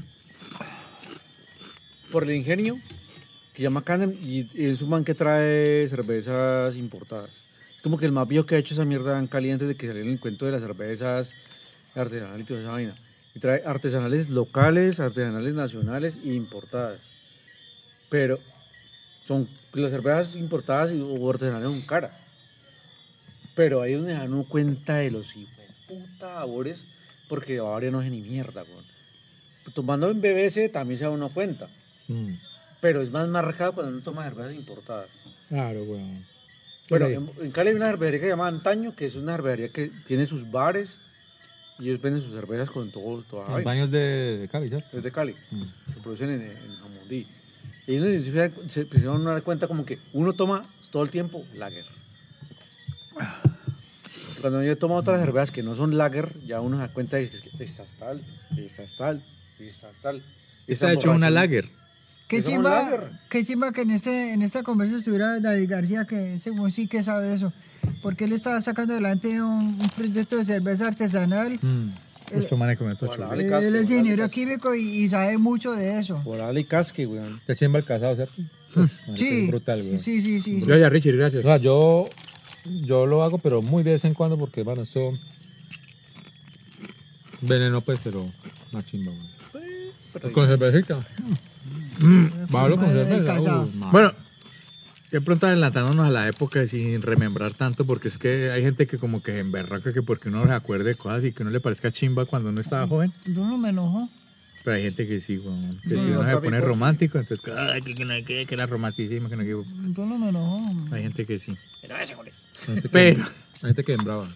por el ingenio, que se llama Candem, y es un man que trae cervezas importadas. Es como que el mapio que ha hecho esa mierda en Cali antes de que saliera el cuento de las cervezas artesanales y toda esa vaina. Y trae artesanales locales, artesanales nacionales e importadas. Pero son las cervezas importadas y, o artesanales son caras. Pero ahí es donde se dan cuenta de los puta sabores, porque ahora no es ni mierda, weón. Tomando en BBC también se da uno cuenta, Mm, pero es más marcado cuando uno toma cervezas importadas. Claro, weón. Bueno, en, en Cali hay una cervecería que se llama Antaño, que es una cervecería que tiene sus bares y ellos venden sus cervezas con todo, toda Los vaina. baños de, de Cali, ¿cierto? es de Cali, Mm. se producen en, en Jamundí. Y uno se, da- se, se van a dar cuenta como que uno toma todo el tiempo lager. Cuando yo tomo otras cervezas que no son lager, ya uno se da cuenta de que esta es tal, esta es tal, esta es tal. Está hecho una lager. Eh, Qué Es un chimba, lager. qué chimba que en, este, en esta conversa estuviera David García, que según sí que sabe de eso. Porque él estaba sacando adelante un, un proyecto de cerveza artesanal. Esto man con esto Ojalá. chulo. Dale Eh, casco, él es dale ingeniero casco. químico y, y sabe mucho de eso. Por y casque, weón. Te chimba el casado, ¿cierto? Pues, Marica, Mm. Sí, es brutal, weón. sí, sí, sí. Yo ya, Richard, O gracias. sea, yo, yo lo hago, pero muy de vez en cuando, porque, bueno, esto... Veneno, pues, pero más chimba, weón. Con cervecita. Mm, Pablo con Madre, cerveza. casado. uy, ma- Bueno, de pronto adelantándonos a la época sin remembrar tanto, porque es que hay gente que como que emberraca que porque uno se acuerde de cosas y que uno le parezca chimba cuando uno estaba joven. Yo no me enojo. Pero hay gente que sí, weón, que si no, uno se papi, pone por sí. romántico, entonces, ay, que, que, no- que, que era romanticismo, que no que- Yo no me enojo. Hay gente que sí. Pero Hay gente que embrava.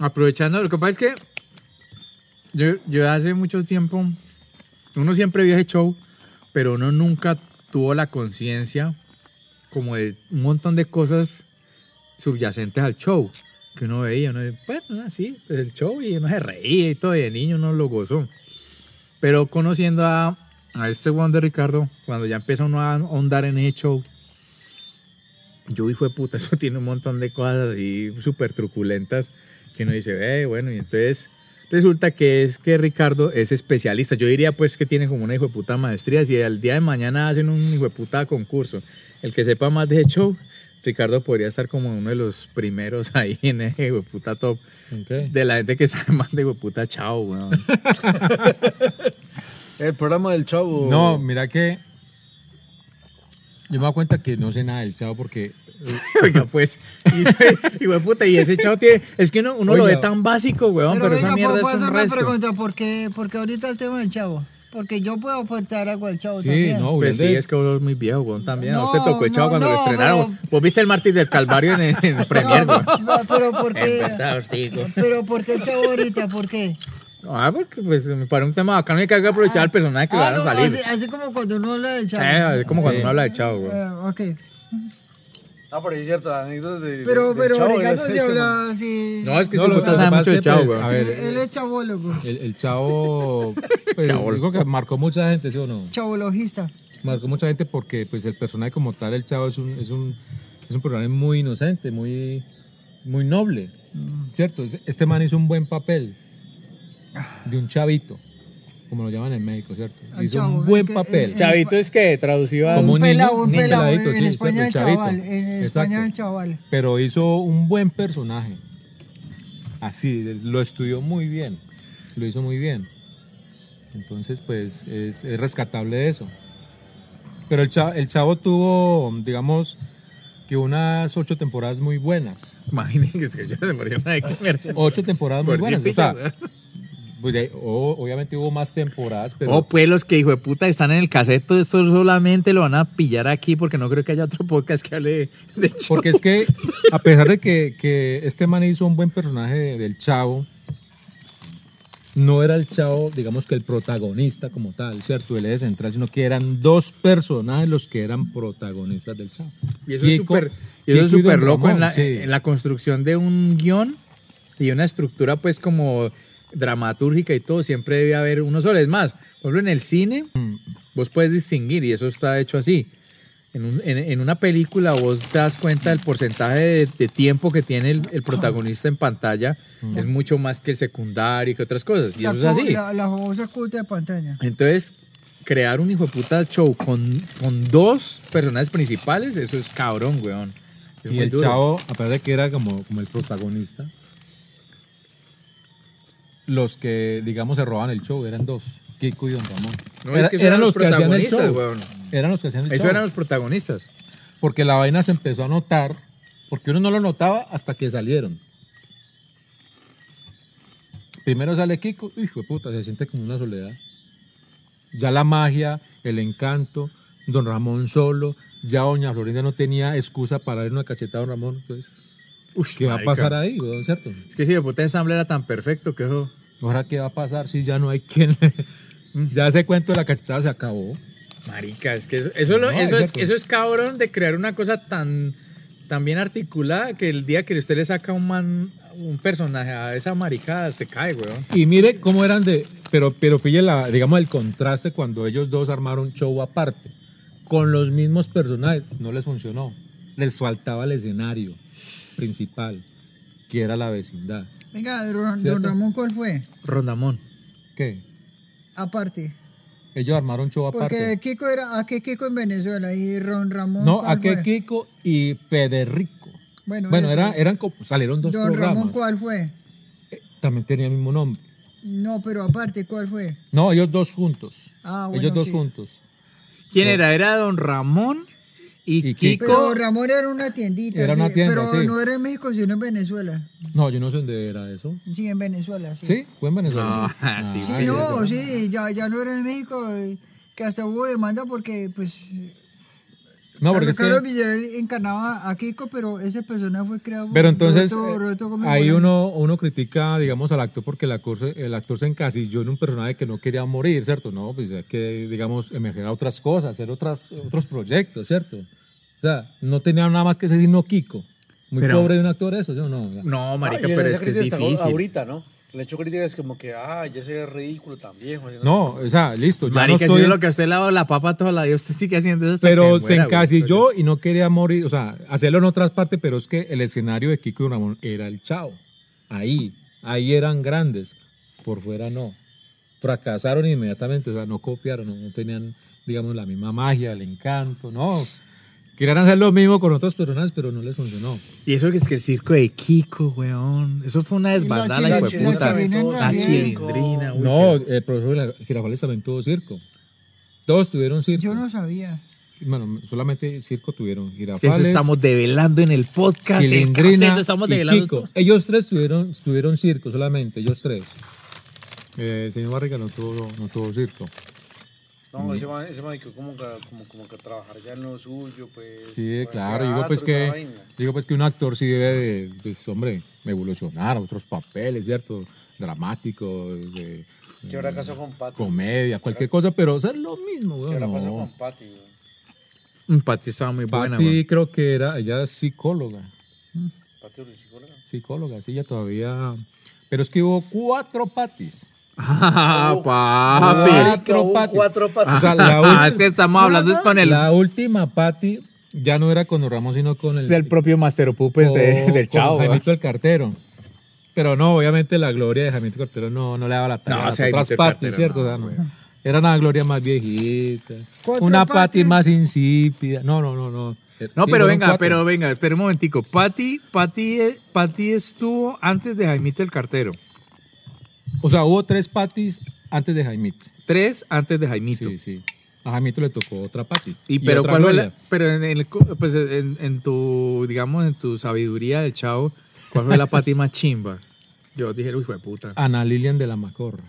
aprovechando, lo que pasa es que yo, yo hace mucho tiempo, uno siempre vio ese show, pero uno nunca tuvo la conciencia como de un montón de cosas subyacentes al show que uno veía. Uno, bueno, así, pues el show y uno se reía y todo, y de niño uno lo gozó. Pero conociendo a, a este Juan de Ricardo, cuando ya empieza uno a ahondar en ese show, yo hijo de puta, eso tiene un montón de cosas así súper truculentas que uno dice, "Ve, bueno, y entonces resulta que es que Ricardo es especialista. Yo diría pues que tiene como una hijo de puta maestría. Si al día de mañana hacen un hijo de puta concurso, el que sepa más de ese show, Ricardo podría estar como uno de los primeros ahí en ese hijo de puta top. Ok. De la gente que sabe más de hijo de puta chao, weón. El programa del chavo. No, mira que. Yo me doy cuenta que no sé nada del chavo porque. Oiga, pues, y, ese- hijo de puta, y ese chao tiene. Es que uno, uno lo ve Oiga. tan básico, weón, pero, esa mierda voy a es pues, hacer un una resto. pregunta. ¿por qué, porque ahorita el tema del chavo. Porque yo puedo aportar algo al chavo Sí, también. no, Pues sí, obviamente. es que vos sos muy viejo, weón, también. a No, usted tocó el chavo no, cuando no, lo estrenaron. Vos viste el Martín del Calvario en, en Premier, No, weón. no, pero porque, hostigo. pero porque el chavo ahorita, ¿por qué? Ah, porque pues, me parece un tema bacano y que hay que aprovechar el personaje que le Ah, van a no, salir. Así, así como cuando uno habla del chavo. Eh, es como cuando uno habla de chavo, weón. Ah, ok. Ah, pero es cierto, la anécdota de. Pero, del pero Chavo, este Ricardo de se la- habla así. No, es que No, no, lo que puta sabe pasa mucho de es que, chavo, pues, weón. a ver, Él es chabólogo, el, el chavo. pues, Chavo. Digo que marcó mucha gente, ¿sí o no? chabologista. Marcó mucha gente porque pues, el personaje como tal, el chavo, es un, es un, es un personaje muy inocente, muy, muy noble. Mm. ¿Cierto? Es- Este man hizo un buen papel de un chavito, como lo llaman en México, ¿cierto? Al Hizo chavo, un es buen que- papel. es- Chavito es que traducido a. Como un un niño, pelado, un niño pelado. peladito, En sí, España el exacto, chavito. chaval. En España Exacto. el chaval. pero hizo un buen personaje. Así, lo estudió muy bien. Lo hizo muy bien. Entonces, pues es, es rescatable eso. Pero el chavo, el chavo tuvo, digamos, que unas ocho temporadas muy buenas. Imagínense que yo se murió una de comer. Ocho temporadas muy Por si buenas. O pilla, sea, pues, de- o- obviamente hubo más temporadas, pero Oh, pues los que hijo de puta están en el caseto, esto solamente lo van a pillar aquí porque no creo que haya otro podcast que hable de hecho. Porque es que, a pesar de que, que este man hizo un buen personaje de- del chavo, no era el chavo, digamos que el protagonista como tal, ¿cierto? El eje central, sino que eran dos personajes los que eran protagonistas del chavo. Y eso es Kiko- súper y eso es Kiko y súper Don loco Ramón, en, la, sí. en la construcción de un guión y una estructura pues como dramatúrgica y todo, siempre debe haber uno solo. Es más, por ejemplo en el cine vos puedes distinguir y eso está hecho así. En, un- en- en una película vos te das cuenta del porcentaje de, de tiempo que tiene el, el protagonista en pantalla, es mucho más que el secundario y que otras cosas. Y la, eso es así. fo- la, la famosa culta de pantalla. Entonces, crear un hijo de puta show con, con dos personajes principales, eso es cabrón, weón. Es Y muy el duro. chavo, a pesar de que era como, como el protagonista, los que, digamos, se robaban el show eran dos, Kiko y Don Ramón. No, es que esos eran los protagonistas, weón. Eran los que hacían el Eso show. eran los protagonistas. porque la vaina se empezó a notar, porque uno no lo notaba hasta que salieron. Primero sale Kiko, hijo de puta, se siente como una soledad. Ya la magia, el encanto, don Ramón solo, ya doña Florinda no tenía excusa para darle una cachetada a don Ramón, entonces, ¿qué va a marica. pasar ahí, weón, cierto? Es que si el puta ensamble era tan perfecto que eso. Ahora, ¿qué va a pasar si ya no hay quien... ya ese cuento de la cachetada se acabó. Marica, es que eso, eso, lo- No, eso es, exacto. eso es cabrón de crear una cosa tan, tan bien articulada que el día que usted le saca un man, un personaje a esa maricada, se cae, weón. Y mire cómo eran de. Pero, pero pille la, digamos, el contraste cuando ellos dos armaron show aparte. Con los mismos personajes. No les funcionó. Les faltaba el escenario principal, que era la vecindad. Venga, don, ¿Cierto? don Ramón, ¿cuál fue? Rondamón. ¿Qué? Aparte. Ellos armaron show Porque aparte. Kiko era, ¿a qué Kiko en Venezuela? Y Ron Ramón. No, ¿cuál a qué fue? Kiko y Federico. Bueno, Bueno, eso. era, eran como- salieron dos Don Ramón, programas. ¿cuál fue? Eh, También tenía el mismo nombre. No, pero aparte, ¿cuál fue? No, ellos dos juntos. Ah, bueno, ellos dos sí. juntos. ¿Quién era? Era Don Ramón y, Y Kiko. Kiko. Pero don Ramón era una tiendita. Era una sí, tienda, Pero sí. no era en México, sino en Venezuela. No, yo no sé dónde era eso. Sí, en Venezuela. Sí, ¿Sí? Ah, ¿Fue en Venezuela? No, Ah, sí, Sí, no, sí, ya, ya no era en México. eh, Que hasta hubo demanda porque, pues. No, porque Carlos, es que- Carlos Villarreal encarnaba a Kiko, pero ese personaje fue creado por Pero entonces Roberto- eh, Roberto Gómez ahí Bolaño. uno, uno critica, digamos, al actor porque el actor, se, el actor se encasilló en un personaje que no quería morir, ¿cierto? No, pues hay que, digamos, emerger a otras cosas, hacer otras, otros proyectos, ¿cierto? O sea, no tenía nada más que ser sino Kiko. Muy Pero- pobre de un actor eso, yo no. ya. No, marica, Ah, y en pero esa es que es crítica está difícil. Ahorita, ¿no? Le hecho crítica es como que, ah, ya se ve ridículo también. güey. No, o sea, listo, ya Marica, no si estoy... es lo que usted lavó la papa toda la vida, usted sigue haciendo eso. hasta que Pero se muera, güey. encasilló y no quería morir, o sea, hacerlo en otras partes, pero es que el escenario de Kiko y Ramón era el chao. Ahí, ahí eran grandes, por fuera no. Fracasaron inmediatamente, o sea, no copiaron, no, no tenían, digamos, la misma magia, el encanto, no. Querían hacer lo mismo con otros personajes, pero no les funcionó. Y eso que es que el circo de Kiko, weón. Eso fue una desbandada, la hijo de chi- la puta. chilindrina La también. chilindrina, uy, No, qué- el profesor Girafales también tuvo circo. Todos tuvieron circo. Yo no sabía. Bueno, solamente circo tuvieron que Girafales. eso estamos develando en el podcast. en el Cilindrina caseto, estamos y develando. Kiko. todo. Ellos tres tuvieron, tuvieron circo solamente, ellos tres. Eh, el señor Barriga no tuvo, no tuvo circo. No, ese man, ese man que como, que- como, como que trabajar ya en lo suyo, pues. Sí, con claro. el Digo pues, teatro y la que, vaina. digo pues que un actor sí debe, de, pues, hombre, evolucionar a otros papeles, ¿cierto? Dramático, de ¿Qué habrá casado con Pati? comedia, cualquier cosa, pero hacer lo mismo, ¿Qué weón. habrá no. pasado con Pati, güey? Mm, Pati estaba muy buena, Patti weón. creo que era, ella es psicóloga. Pati era psicóloga. Psicóloga, sí, ella todavía. Pero es que hubo cuatro patis. Ah, papi. Ah, Cuatro hubo patis. cuatro patis. O sea, Oh. la última- es que estamos hablando es con el, La última Patti ya no era con Don Ramón, sino con el, es el propio Master Pupes de, Oh, con- del con Chavo. weón. Jaimito el Cartero. Pero no, obviamente la gloria de Jaimito Cartero no, no le daba la talla No, a las ese Jaimito otras el partes, Cartero, ¿cierto? no, O sea, no. Era una gloria más viejita. Cuatro Una Patti Pattis. más insípida. No, no, no, no. No, Sí, pero fueron venga, cuatro. pero venga, espera un momentico. Pati, Pati, eh, Pati estuvo antes de Jaimito el Cartero. O sea, hubo tres Patis antes de Jaimito. tres antes de Jaimito. Sí, sí. A Jaimito le tocó otra Pati. Y, pero otra cuál fue la- Gloria. pero en, el co- pues en, en tu digamos en tu sabiduría de chavo, ¿cuál fue la pati más chimba? Yo dije, uy, hijo de puta. Ana Lilian de la Macorra.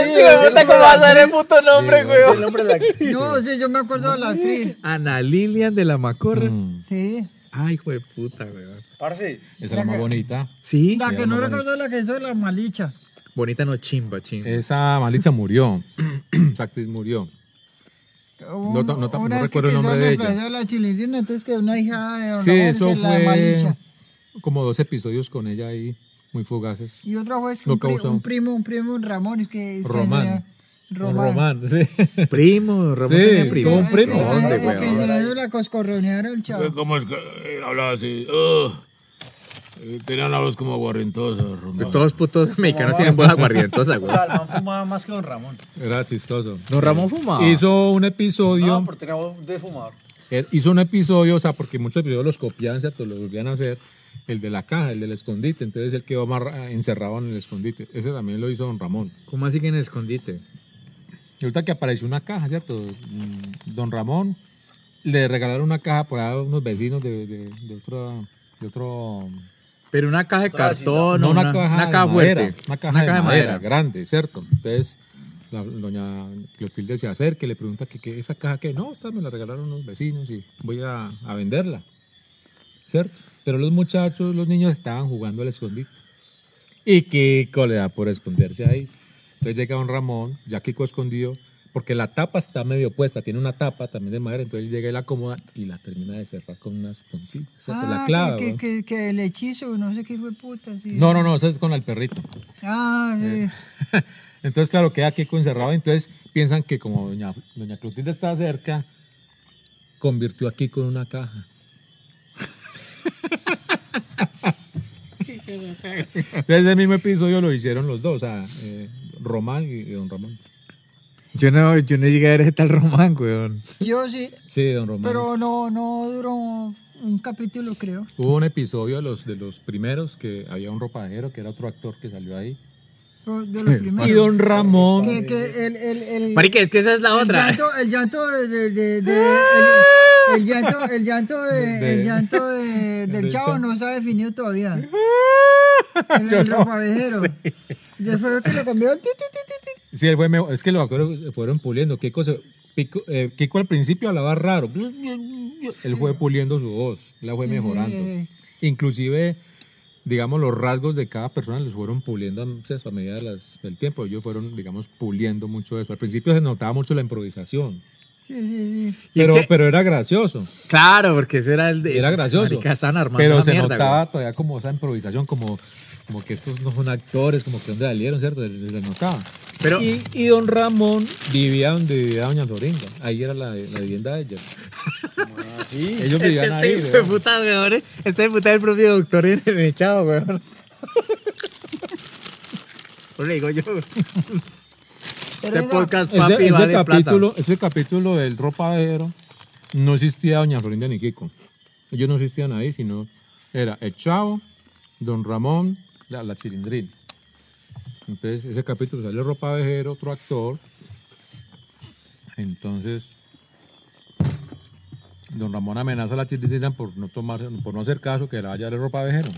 el puto nombre, güey? el nombre de la actriz. No, sí, yo me acuerdo de la actriz. Ana Lilian de la Macorra. Mm, Sí. Ay, hijo de puta, güey. Parce, esa era más bonita. Sí. La que no recuerdo es la que hizo la malicha. Bonita no chimba, chimba. Esa Malicia murió. Esa actriz murió. Hubo no- no una vez recuerdo el que quisieron nombre de ella. reemplazar la chilindrina, entonces que una hija de Don Sí, Ramón, eso que la fue malicha. como dos episodios con ella ahí, muy fugaces. Y otra vez que Lo un, pri- causó. un primo, un primo, un Ramón, es que es que Román. se- Román. sí. Primo, Ramón Sí, tenía Es primo. que- un es primo. Pues, que- ¿Dónde, es que se dio la coscorronearon, chavo. ¿Cómo es que él hablaba así? Ah. Eh, Tenía una voz como guarrintosa, Román. Todos putos mexicanos tienen voz aguardientosa, güey. sea, el man fumaba más que don Ramón. Era chistoso. Eh, Don Ramón fumaba. Hizo un Ah, episodio, No, pero tenía voz de fumador. eh, hizo un episodio, o sea, porque muchos episodios los copiaban, ¿cierto? Los volvían a hacer, el de la caja, el del escondite, entonces él quedó amarra- encerrado en el escondite. Ese también lo hizo Don Ramón. ¿Cómo así que en el escondite? Y ahorita que apareció una caja, ¿cierto? Mm, Don Ramón le regalaron una caja por ahí a unos vecinos de, de, de otro... De otro Pero una caja de cartón, no, o una, caja, una caja de madera, fuerte. Una caja, de, madera, grande, ¿cierto? Entonces, la, doña Clotilde se acerca y le pregunta que, que esa caja que no, esta me la regalaron unos vecinos y voy a, a venderla, ¿cierto? Pero los muchachos, los niños estaban jugando al escondite. Y Kiko le da por esconderse ahí. Entonces llega don Ramón, ya Kiko escondido, porque la tapa está medio puesta, tiene una tapa también de madera, entonces llega y la acomoda y la termina de cerrar con unas puntitas. o sea, con la Ah, clava. que, weón. que, que el hechizo, no sé qué fue puta. Sí. No, Eh. no, no, eso es con el perrito. Ah, sí. Entonces, claro, queda aquí encerrado. Entonces, piensan que como doña, doña Clotilde estaba cerca, convirtió aquí con una caja. Entonces, el mismo episodio lo hicieron los dos, o sea, eh, Román y, y don Ramón. Yo no, yo no llegué a ver ese tal Román, weón. Yo sí, Sí, don Román. pero no, no duró un capítulo, creo. Hubo un episodio de los, de los primeros que había un ropajero que era otro actor que salió ahí. De los Y primeros. don Ramón. Que, que el, el, el, Marica, es que esa es la El otra. llanto, el llanto de, de- de- de- el, el llanto, el llanto de- De- el llanto de- del del chavo chavo. no se ha definido todavía. El, el ropavejero. Después que lo cambió, ti, ti, ti, ti, ti. Sí, él fue mejor. Es que los actores se fueron puliendo. Kiko, se- Pico- eh, Kiko al principio hablaba raro. Él fue puliendo su voz. La fue mejorando. sí, Inclusive, digamos, los rasgos de cada persona los fueron puliendo a, o sea, a medida de las- del tiempo. Ellos fueron, digamos, puliendo mucho eso. Al principio se notaba mucho la improvisación. sí, sí, sí. Y es Pero, que- pero era gracioso. Claro, porque eso era el de. Era gracioso. Pues, Marica, estaban armando pero una se mierda, notaba güey. todavía como esa improvisación, como, como que estos no son actores, como que donde salieron, ¿cierto? Se, se notaba. Pero- y, y don Ramón vivía donde vivía doña Florinda. Ahí era la, la vivienda de ella. ¿Ah, Ellos Es que vivían este ahí. hijo de ¿verdad? puta, weón. eh. Este hijo de puta es el propio doctor en el echado, weón. Por le digo yo. Este podcast, Ese- papi, ese, vale capítulo, plata. ese capítulo del ropadero no existía doña Florinda ni Kiko. Ellos no existían ahí, sino era el chavo, don Ramón, la, la chilindrina. Entonces, ese capítulo sale el ropadero, otro actor. Entonces, don Ramón amenaza a la chilindrina por no, tomar, por no hacer caso que la vaya el ropavejero.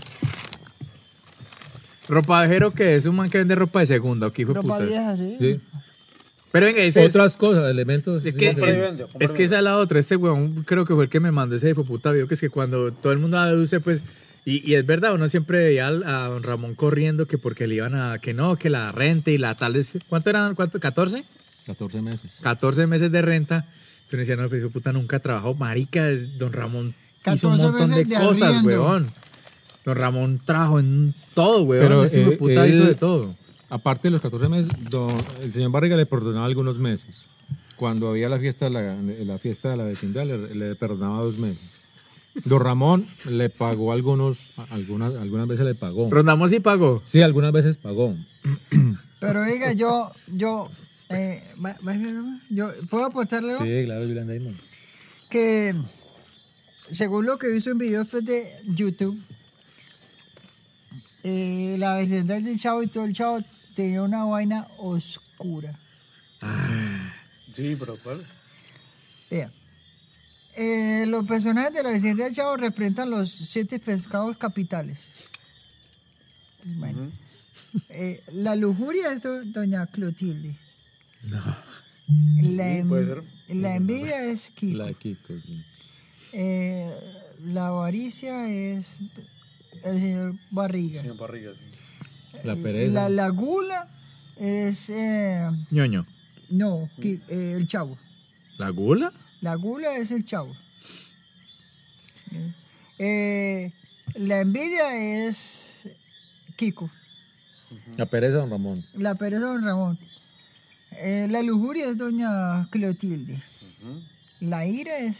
Ropavejero que es un man que vende ropa de segunda, o qué hijo de Ropa puta. vieja, sí. ¿sí? Pero venga, ese es- Otras cosas, elementos. Es sí, que, de- es, es que esa es la otra. Este weón creo que fue el que me mandó ese hijo de puta video, que es que cuando todo el mundo aduce, pues, y, y es verdad, uno siempre veía al- a don Ramón corriendo que porque le iban a, que no, que la renta y la tal, es- ¿cuánto eran? ¿Cuánto? ¿14? 14 meses. 14 meses de renta. Entonces uno decía, no, pues hijo de puta nunca trabajó, marica, es- don Ramón hizo un 14 montón de, meses de cosas, arriendo. weón. Don Ramón trajo en todo, weón. Pero, ese hijo de eh, puta él- hizo de todo. Aparte de los 14 meses, don- el señor Barriga le perdonaba algunos meses. Cuando había la fiesta, de la, la fiesta de la vecindad, le, le perdonaba dos meses. Don Ramón le pagó algunos, algunas, algunas veces le pagó. Rondamos y pagó. Sí, algunas veces pagó. Pero oiga, yo, yo, eh, ¿va- va a ser algo? yo puedo aportarle algo? Sí, claro, Dylan Diamond. que según lo que he visto en videos pues, de YouTube, eh, la vecindad del Chavo y todo el Chavo tenía una vaina oscura. Sí, pero ¿cuál? Vea. Eh, los personajes de la Vicente del Chavo representan los siete pescados capitales. Bueno. Eh, la lujuria es do- doña Clotilde. No. La, Sí, en- puede ser. la envidia es Kiko. La Kiko. sí. Eh, la avaricia es el señor Barriga. Señor Barriga. sí. La La, pereza. la gula es... eh, Ñoño. no, Ki- eh, el chavo. ¿La gula? La gula es el chavo. Eh, la envidia es Kiko. La pereza, don Ramón. La pereza don Ramón. Eh, la lujuria es doña Clotilde. La ira es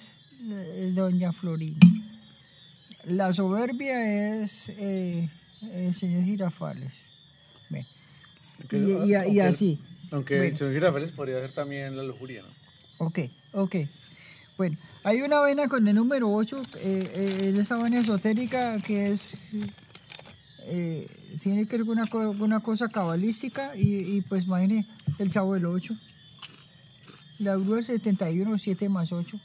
eh, doña Florina. La soberbia es eh, el señor Girafales. Ven. Aunque- Y, y- y aunque- así. Aunque Bueno. el señor Girafales podría ser también la lujuria, ¿no? Ok, ok. Bueno, hay una vaina con el número 8, eh, eh, en esa vaina esotérica que es. eh, tiene que ver con una, co- con una cosa cabalística y, y, pues imagine el chavo del 8. La grúa es 71, 7 más 8.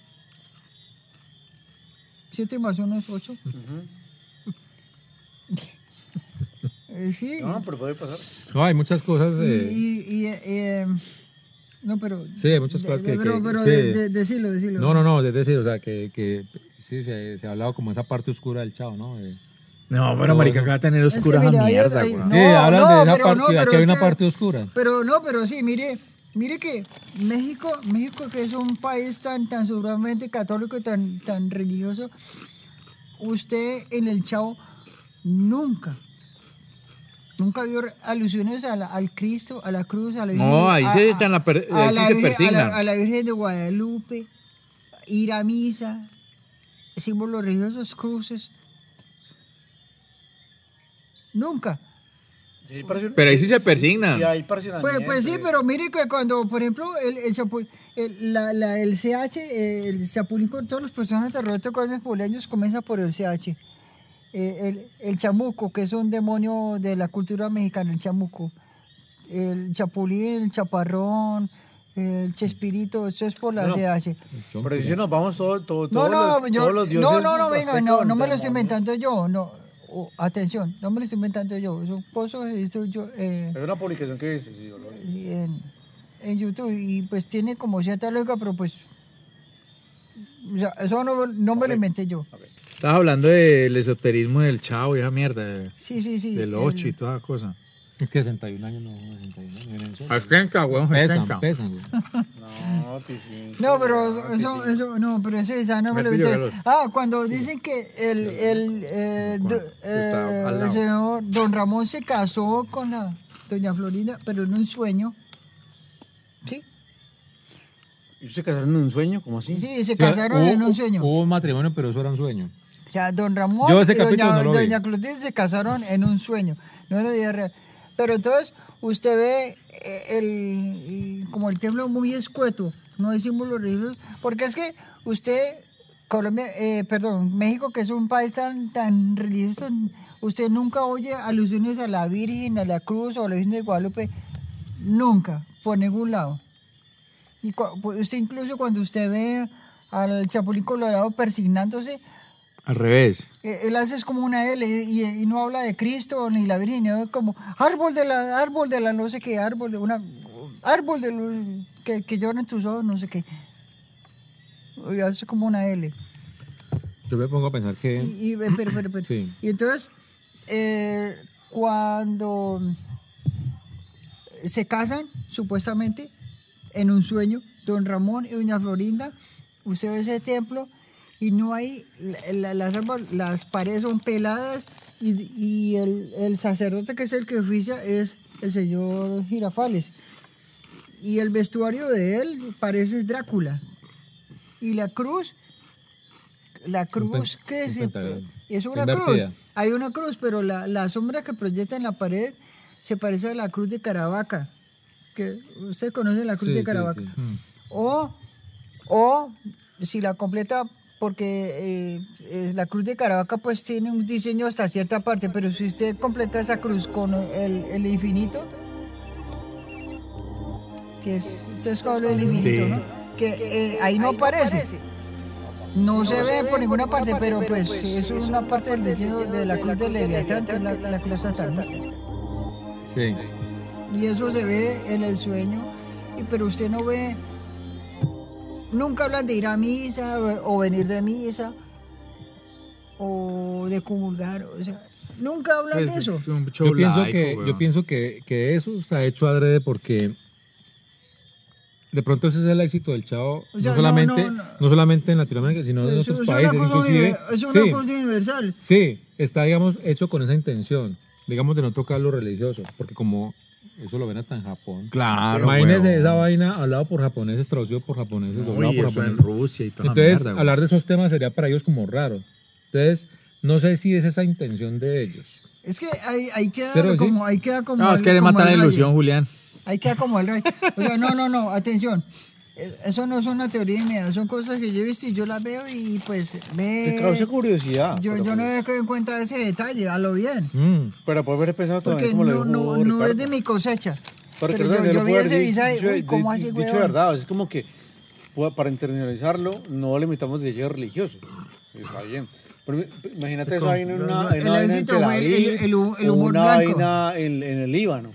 7 más 1 es 8. Eh, sí. No, pero puede pasar. No, hay muchas cosas. Y, eh, y- y, eh, eh, no, pero. Sí, hay muchas cosas que- Pero, que- pero sí. de- de- decilo, decilo. No, no, no, es decir, o sea, que, que sí, se, se ha hablado como esa parte oscura del chavo, ¿no? Eh, No, pero marica, que va a tener que oscura esa mira, ahí- mierda, ahí- güey. No, sí, hablan no, de una pero parte, no, que pero hay es una que- parte oscura. Pero no, pero sí, mire, mire que México, México que es un país tan, tan seguramente católico y tan, tan religioso, usted en el Chavo nunca, nunca vio alusiones a la- al Cristo, a la cruz, a la Virgen. No, ahí a- se a- echan la per- ahí sí se Virgen- a, persignan. la, a la Virgen de Guadalupe, ir a misa, símbolos religiosos, cruces. Nunca. Sí, parece- Pero ahí sí se persigna. Sí, hay parecido. Pues, pues sí, pero mire que cuando, por ejemplo, el, el, chapu- el- la, la- el CH, eh, el Chapulín con todos los personajes de Roberto Gómez Bolaños comienza por el CH. Eh, el, el chamuco, que es un demonio de la cultura mexicana, el chamuco. El chapulín, el chaparrón, el chespirito, eso es por la CH. Pero si nos vamos todos todo, No, todos no, los, yo- todos los dioses no, no, no, venga, aztecas, no, no me lo estoy demonios. inventando yo, no. Oh, atención, no me lo estoy inventando yo. Son cosas, esto yo. eh, Es una publicación que dice, sí, yo lo vi. y en, en YouTube y pues tiene como cierta lógica, pero pues... o sea, eso no, no me lo inventé yo. Estabas hablando del esoterismo del chavo y esa mierda, de- Sí, sí, sí. del el- 8 y toda esa cosa. Es que 61 años no, 61 años. miren eso. Astenca, weón, Pesan, pesan, güey. No, Ticín. No, ah, pero eso, eso, no, pero eso ya no me lo pillo inventé. Ah, cuando dicen que el, el, eh, do- eh, el señor Don Ramón se casó con la doña Florinda, pero en un sueño. ¿Sí? ¿Y se casaron en un sueño? ¿Cómo así? Sí, se O sea, casaron ah, hubo- en un sueño. Hubo un matrimonio, pero eso era un sueño. O sea, don Ramón Yo ese y capítulo doña, no lo vi. doña Clotilde se casaron en un sueño, no en la vida real. Pero entonces usted ve eh, el, el- como el templo muy escueto, no decimos los religiosos, porque es que usted, Colombia, eh, perdón, México, que es un país tan, tan religioso, tan- usted nunca oye alusiones a la Virgen, a la Cruz o a la Virgen de Guadalupe, nunca, por ningún lado. Y cua- pues, usted incluso cuando usted ve al Chapulín Colorado persignándose, Al revés. eh, Él hace es como una L y, y no habla de Cristo ni la Virgen, es como árbol de la, árbol de la no sé qué, árbol de una, árbol de los- que, que lloran tus ojos, no sé qué. Y hace como una L. Yo me pongo a pensar que Y, y- eh, pero, pero, pero. Sí. Y entonces, eh, cuando se casan, supuestamente, en un sueño, don Ramón y doña Florinda, usted ve ese templo y no hay, la- la- las, ambas- las paredes son peladas y, y el, el sacerdote que es el que oficia es el señor Girafales. Y el vestuario de él parece Drácula. Y la cruz la cruz pen- que un se- pentagrama. es una Invertida. cruz. Hay una cruz, pero la, la sombra que proyecta en la pared se parece a la cruz de Caravaca. Que usted conoce la cruz Sí, de sí, Caravaca. sí. O, o si la completa, porque eh, eh, la cruz de Caravaca pues tiene un diseño hasta cierta parte, pero si usted completa esa cruz con el, el infinito, que es, entonces Pablo el infinito, ¿no? que eh, ahí no aparece. No se ve por ninguna parte, pero pues es una parte del diseño de la cruz de Leviatán, que es la, la cruz satanista. Sí. Y eso se ve en el sueño, y- pero usted no ve, nunca hablan de ir a misa o, o venir de misa o de comulgar, o sea, nunca hablan de eso. Es un show Yo pienso, laico, que, yo weón. pienso que, que eso está hecho adrede porque de pronto ese es el éxito del Chavo, sea, no, no, solamente, no, no, no. solamente en Latinoamérica, sino en Es, otros es países. una, cosa, inclusive, univer- es una sí, cosa universal. sí, está, digamos, hecho con esa intención, digamos, de no tocar lo religioso, porque como eso lo ven hasta en Japón. Claro, Imagínense weón. esa vaina hablado por japoneses, traducido por japoneses, doblado Uy, por eso en japoneses. Rusia y toda la Entonces, mierda, weón. hablar de esos temas sería para ellos como raro. Entonces, no sé si es esa intención de ellos. Es que ahí, ahí queda Pero sí. como, ahí queda como. No, es el- que le como mata el la rey. ilusión, Julián. Ahí queda como el rey. O sea, no, no, no, atención. Eh, Eso no es una teoría mía, son cosas que yo he visto y yo las veo y pues Te causa ve. curiosidad. Yo, pero yo pues- no he en cuenta ese detalle, a lo bien. Mm. Pero puede haber pensado también Porque como lo no, dijo no, no es Ricardo. de mi cosecha. Porque Pero creo que yo, yo lo vi puede haber ese di- visaje, dicho- uy, ¿cómo di- así, Dicho huevón? verdad, es como que pu- para internalizarlo no le metamos de lleno religioso. Está bien. Pero im- imagínate esa vaina en una, en El una vaina en éxito Tel fue el- el- Aviv, el hu- el o humor una blanco. vaina en, en el Líbano.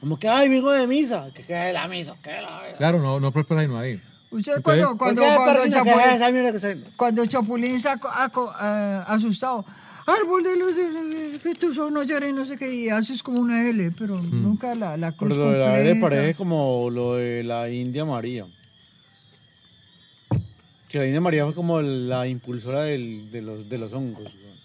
Como que, ay, vengo de misa. Que quede la misa, que la misa. Claro, no, no prospera y no hay. Usted cuando, ¿Por cuando, qué, cuando el Parvino, que Chapulín- esa mierda que se- Cuando Chapulín sacó, aco- ah, asustado, árbol de luz, de- de- que tú son no llores, no sé qué, y haces como una L, pero nunca la, la cruz Pero Mm. lo de la L completa. parece como lo de la India María. Que la India María fue como la impulsora del- de, los, de los hongos. weón.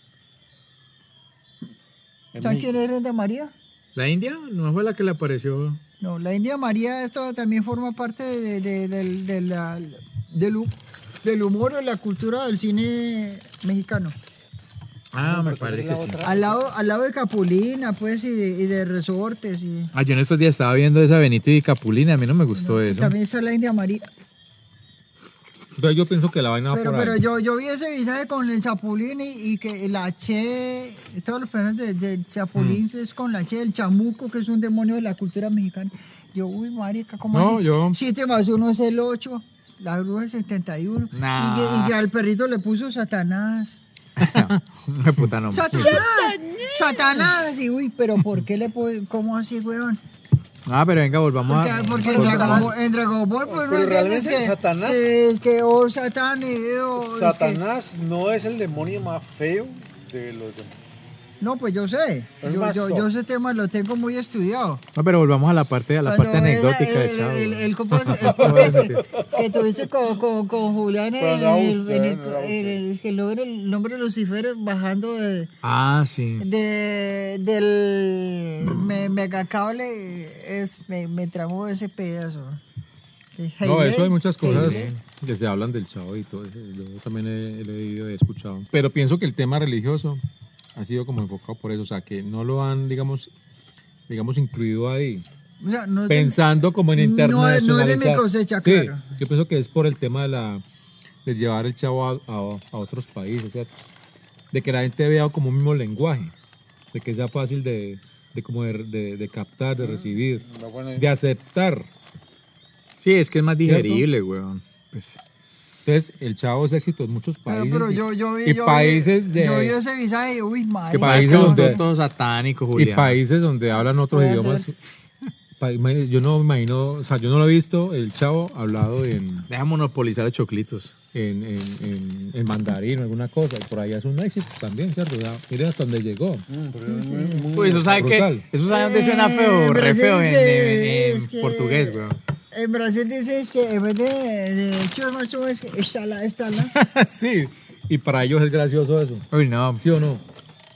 En ¿Sabes México. quién era de María? ¿La India? ¿No fue la que le apareció? No, la India María esto también forma parte de, de- del- de la- del, hu- del humor o la cultura del cine mexicano. Ah, me parece que sí. Al lado, al lado de Capulina, pues, y de, y de Resortes. Y, Ah, yo en estos días estaba viendo esa Benito y Capulina, a mí no me gustó y eso. también está la India María. Entonces yo pienso que la vaina va Pero, por pero ahí. yo, yo vi ese visaje con el Chapulín y, y que la Che, todos los personajes de- del Chapulín Mm. es con la Che, el Chamuco, que es un demonio de la cultura mexicana. Yo, uy, marica, ¿cómo No, así? yo- 7 más 1 es el 8, la bruja es 71. Nah. Y, que, y que al perrito le puso Satanás. Me puta no. ¡Satanás! ¡Satanás! Y uy, pero ¿por qué le puso? ¿Cómo así, weón? Ah, pero venga, volvamos Porque, a. porque en Dragon Ball, en Dragon Ball, pues no Pero entiendes realmente que, Satanás- que, que oh, Satán, eh, oh, es que- Satanás no es el demonio más feo de los demonios. No, pues yo sé. Es Yo, más yo, soft. yo ese tema lo tengo muy estudiado. No, pero volvamos a la parte, a la parte Cuando era anecdótica el, de Chavo. El, el compo- el compo- que, que tuviste con, con, con Julián en Pero no el, usted, en el- no en el- que logra el nombre de Lucifer bajando de, Ah, sí. de- del me- megacable. Es, me, me tramó ese pedazo. No, Heidel, eso hay muchas cosas Heidel. que se hablan del Chavo y todo eso. Yo también he, he leído, he escuchado. Pero pienso que el tema religioso ha sido como enfocado por eso. O sea, que no lo han, digamos, digamos incluido ahí. O sea, no te- Pensando como No, en no es internacionalizar. de mi cosecha, Sí, claro. yo pienso que es por el tema de la de llevar el Chavo a, a- a otros países, ¿cierto? De que la gente vea como un mismo lenguaje. De que sea fácil de, de como de, de- de captar, Ah. de recibir, de aceptar. Sí, es que es más ¿Cierto? digerible, weón. Pues, Entonces, el Chavo es éxito en muchos Pero, países. pero y- yo, yo vi, y yo vi- países de, yo vi ese visaje y uy, madre. Que Ah, es países que los donde- dos todos satánicos, y Julián. países donde hablan otros Puede idiomas. ser. Pa- imagínate, Yo no me imagino, o sea, yo no lo he visto el Chavo hablado en, Deja monopolizar los choclitos. en, en, en- en mandarín o alguna cosa. y Por ahí es un éxito también, ¿cierto? O sea, miren hasta dónde llegó. mm, Uy, Pues, Pues eso sabe Brutal. que. Eso sabe dónde suena Eh, feo, re Brasil feo es en, que- en- en es que- portugués, weón. En Brasil dices que en vez de, de chusma, chusma, es que estala, estala. sí, y para ellos es gracioso eso. Uy, no. ¿Sí o no?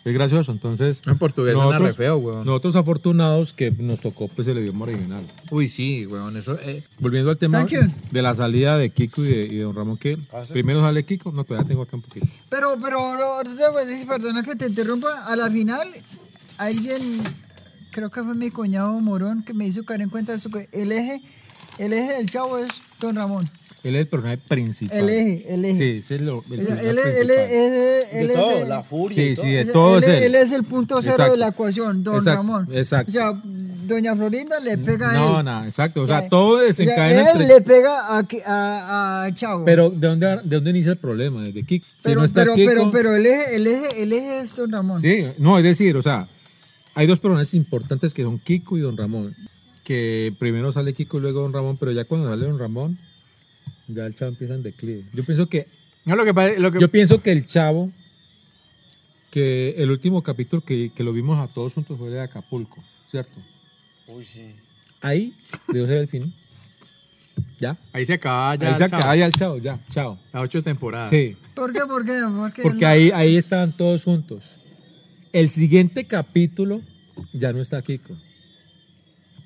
Es gracioso, entonces... Ah, En portugués suena nosotros, re feo, weón. Nosotros afortunados que nos tocó pues el idioma original. Uy, sí, weón. Eso. eh, Volviendo al tema Thank you. de la salida de Kiko y de, y de Don Ramón, que Ah, primero sale Kiko, no, todavía tengo acá un poquito. Pero, pero, no, ahorita, pues, perdona que te interrumpa. A la final, alguien, creo que fue mi cuñado Morón, que me hizo caer en cuenta de eso, que el eje, el eje del chavo es Don Ramón. Él es el personaje principal. El eje, el eje. Sí, ese es lo- el Él, personaje él- él- principal. él- él es el- Sí, sí, de todo él, es él. él es el punto cero Exacto. de la ecuación, don Exacto, Ramón. exacto. O sea, Doña Florinda le pega a él. No, nada, exacto. O sea, Ya, todo o desencadena sea, él entre... le pega a, que- a, a Chavo. Pero ¿de dónde, ¿de dónde inicia el problema? Desde Kiko. Si pero, no está pero, Kiko- pero, pero el eje, el eje, el eje es Don Ramón. Sí, no, es decir, o sea, hay dos personajes importantes que son Kiko y Don Ramón. Que primero sale Kiko y luego Don Ramón, pero ya cuando sale Don Ramón, ya el chavo empieza en declive. Yo pienso que, No, lo que pasa- lo que- yo pienso que el chavo, que el último capítulo que, que lo vimos a todos juntos fue el de Acapulco, ¿cierto? Uy, sí. Ahí debió ser el fin. Ya. Ahí se acaba ya. ahí se chao. Ah, acaba ya el chavo, ya, chao. Las ocho temporadas. Sí. ¿Por qué? ¿Por qué? Porque, Porque ahí, ahí estaban todos juntos. El siguiente capítulo ya no está Kiko.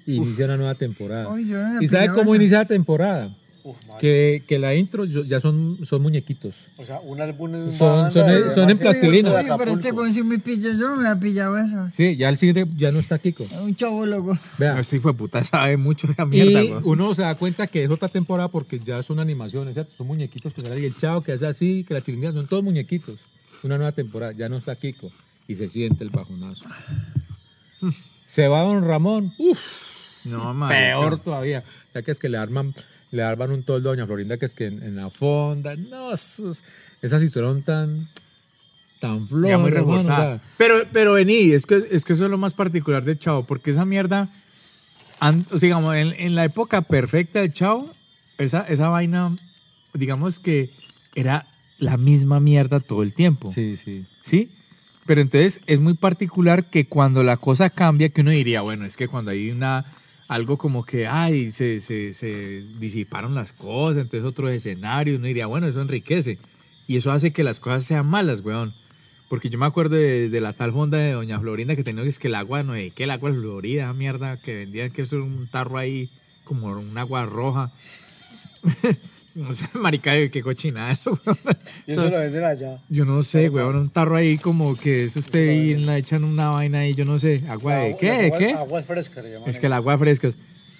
Inicia una nueva temporada. Ay, yo no me ¿Y sabe pillaba cómo eso. inicia la temporada? Uf, madre. Que, que la intro yo- ya son, son muñequitos. O sea, un álbum de Son- banda, son- además, son el hecho en de plastilina. Oye, pero este Acapulco. con sí me pilla, yo no me había pillado eso. Sí, ya el siguiente ya no está Kiko. Un chavo loco. Vea. No, este hijo de puta sabe mucho de la mierda, Y güey. uno se da cuenta que es otra temporada porque ya son animaciones, ¿cierto? Son muñequitos que salen y el chavo que hace así, que la chiringuita, son todos muñequitos. Una nueva temporada, ya no está Kiko. Y se siente el bajonazo. Se va Don Ramón. Uf, No, man. peor todavía. Ah, Ya que es que le arman, le arman un toldo a Doña Florinda, que es que en, en la fonda. No, esos- esas historias son tan, tan flojas. Ya muy hermano, o sea, reforzada. Pero, pero vení, es que, es que eso es lo más particular del Chavo, porque esa mierda, an- o sea, digamos, en, en la época perfecta del Chavo, esa, esa vaina, digamos que era la misma mierda todo el tiempo. sí, sí. ¿sí? Pero entonces es muy particular que cuando la cosa cambia, que uno diría, bueno, es que cuando hay una algo como que, ay, se, se- se disiparon las cosas, entonces otro escenario, uno diría, bueno, eso enriquece. Y eso hace que las cosas sean malas, weón. Porque yo me acuerdo de, de la tal fonda de Doña Florinda que tenía que es que el agua, no sé qué, el agua florida, esa mierda, que vendían que eso era un tarro ahí, como un agua roja. no sé, marica, qué cochina eso, weón. Y eso Eso- lo venden allá. yo no sé, weón, un tarro ahí como que eso usted y la echan una vaina ahí, yo no sé, agua de qué, Las de aguas- qué. Aguas frescas le llaman. Es que el agua fresca.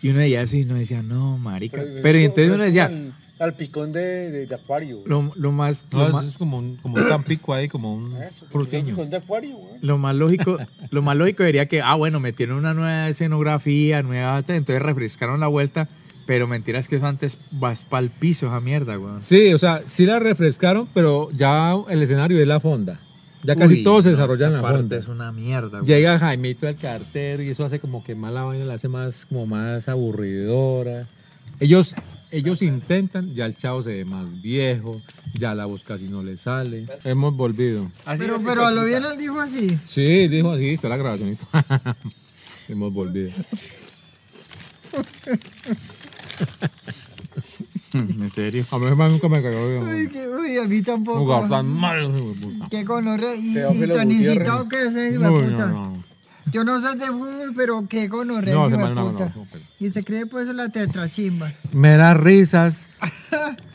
Y uno decía eso y uno decía, no, marica. eso Pero y es entonces como- uno decía, Al, al picón de, de, de acuario. lo, lo más, No, lo eso más, es como un, como un tampico ahí, como un Eso, que es fruteño. El picón de acuario, güey. lo más lógico, lo más lógico diría que, ah, bueno, metieron una nueva escenografía, nueva, entonces refrescaron la vuelta, pero mentiras que eso antes vas para el piso esa mierda, weón. Sí, o sea, sí la refrescaron, pero ya el escenario es la fonda. Ya casi Uy, todo se no, desarrolla en esa la parte fonda. Es una mierda, weón. Llega Jaimito al cartero y eso hace como que más la vaina la hace más, como más aburridora. Ellos, ellos intentan, ya el chavo se ve más viejo, ya la voz casi no le sale. Hemos volvido. Así Pero, es, pero a lo bien él dijo así. Sí, dijo así, está la grabación. Hemos volvido. En serio. A mí más nunca me cayó Uy, bien. que, uy a mí Un tampoco. jugador tan malo. hijo de puta. Qué gonorrea y, y Teófilo tan Gutiérrez. incitado que es ese, hijo de Uy, no, puta. no. Yo no sé de fútbol, pero qué gonorrea hijo No, ese de man no, puta. no, no, pero- Y se cree pues la tetrachimba. Meras risas,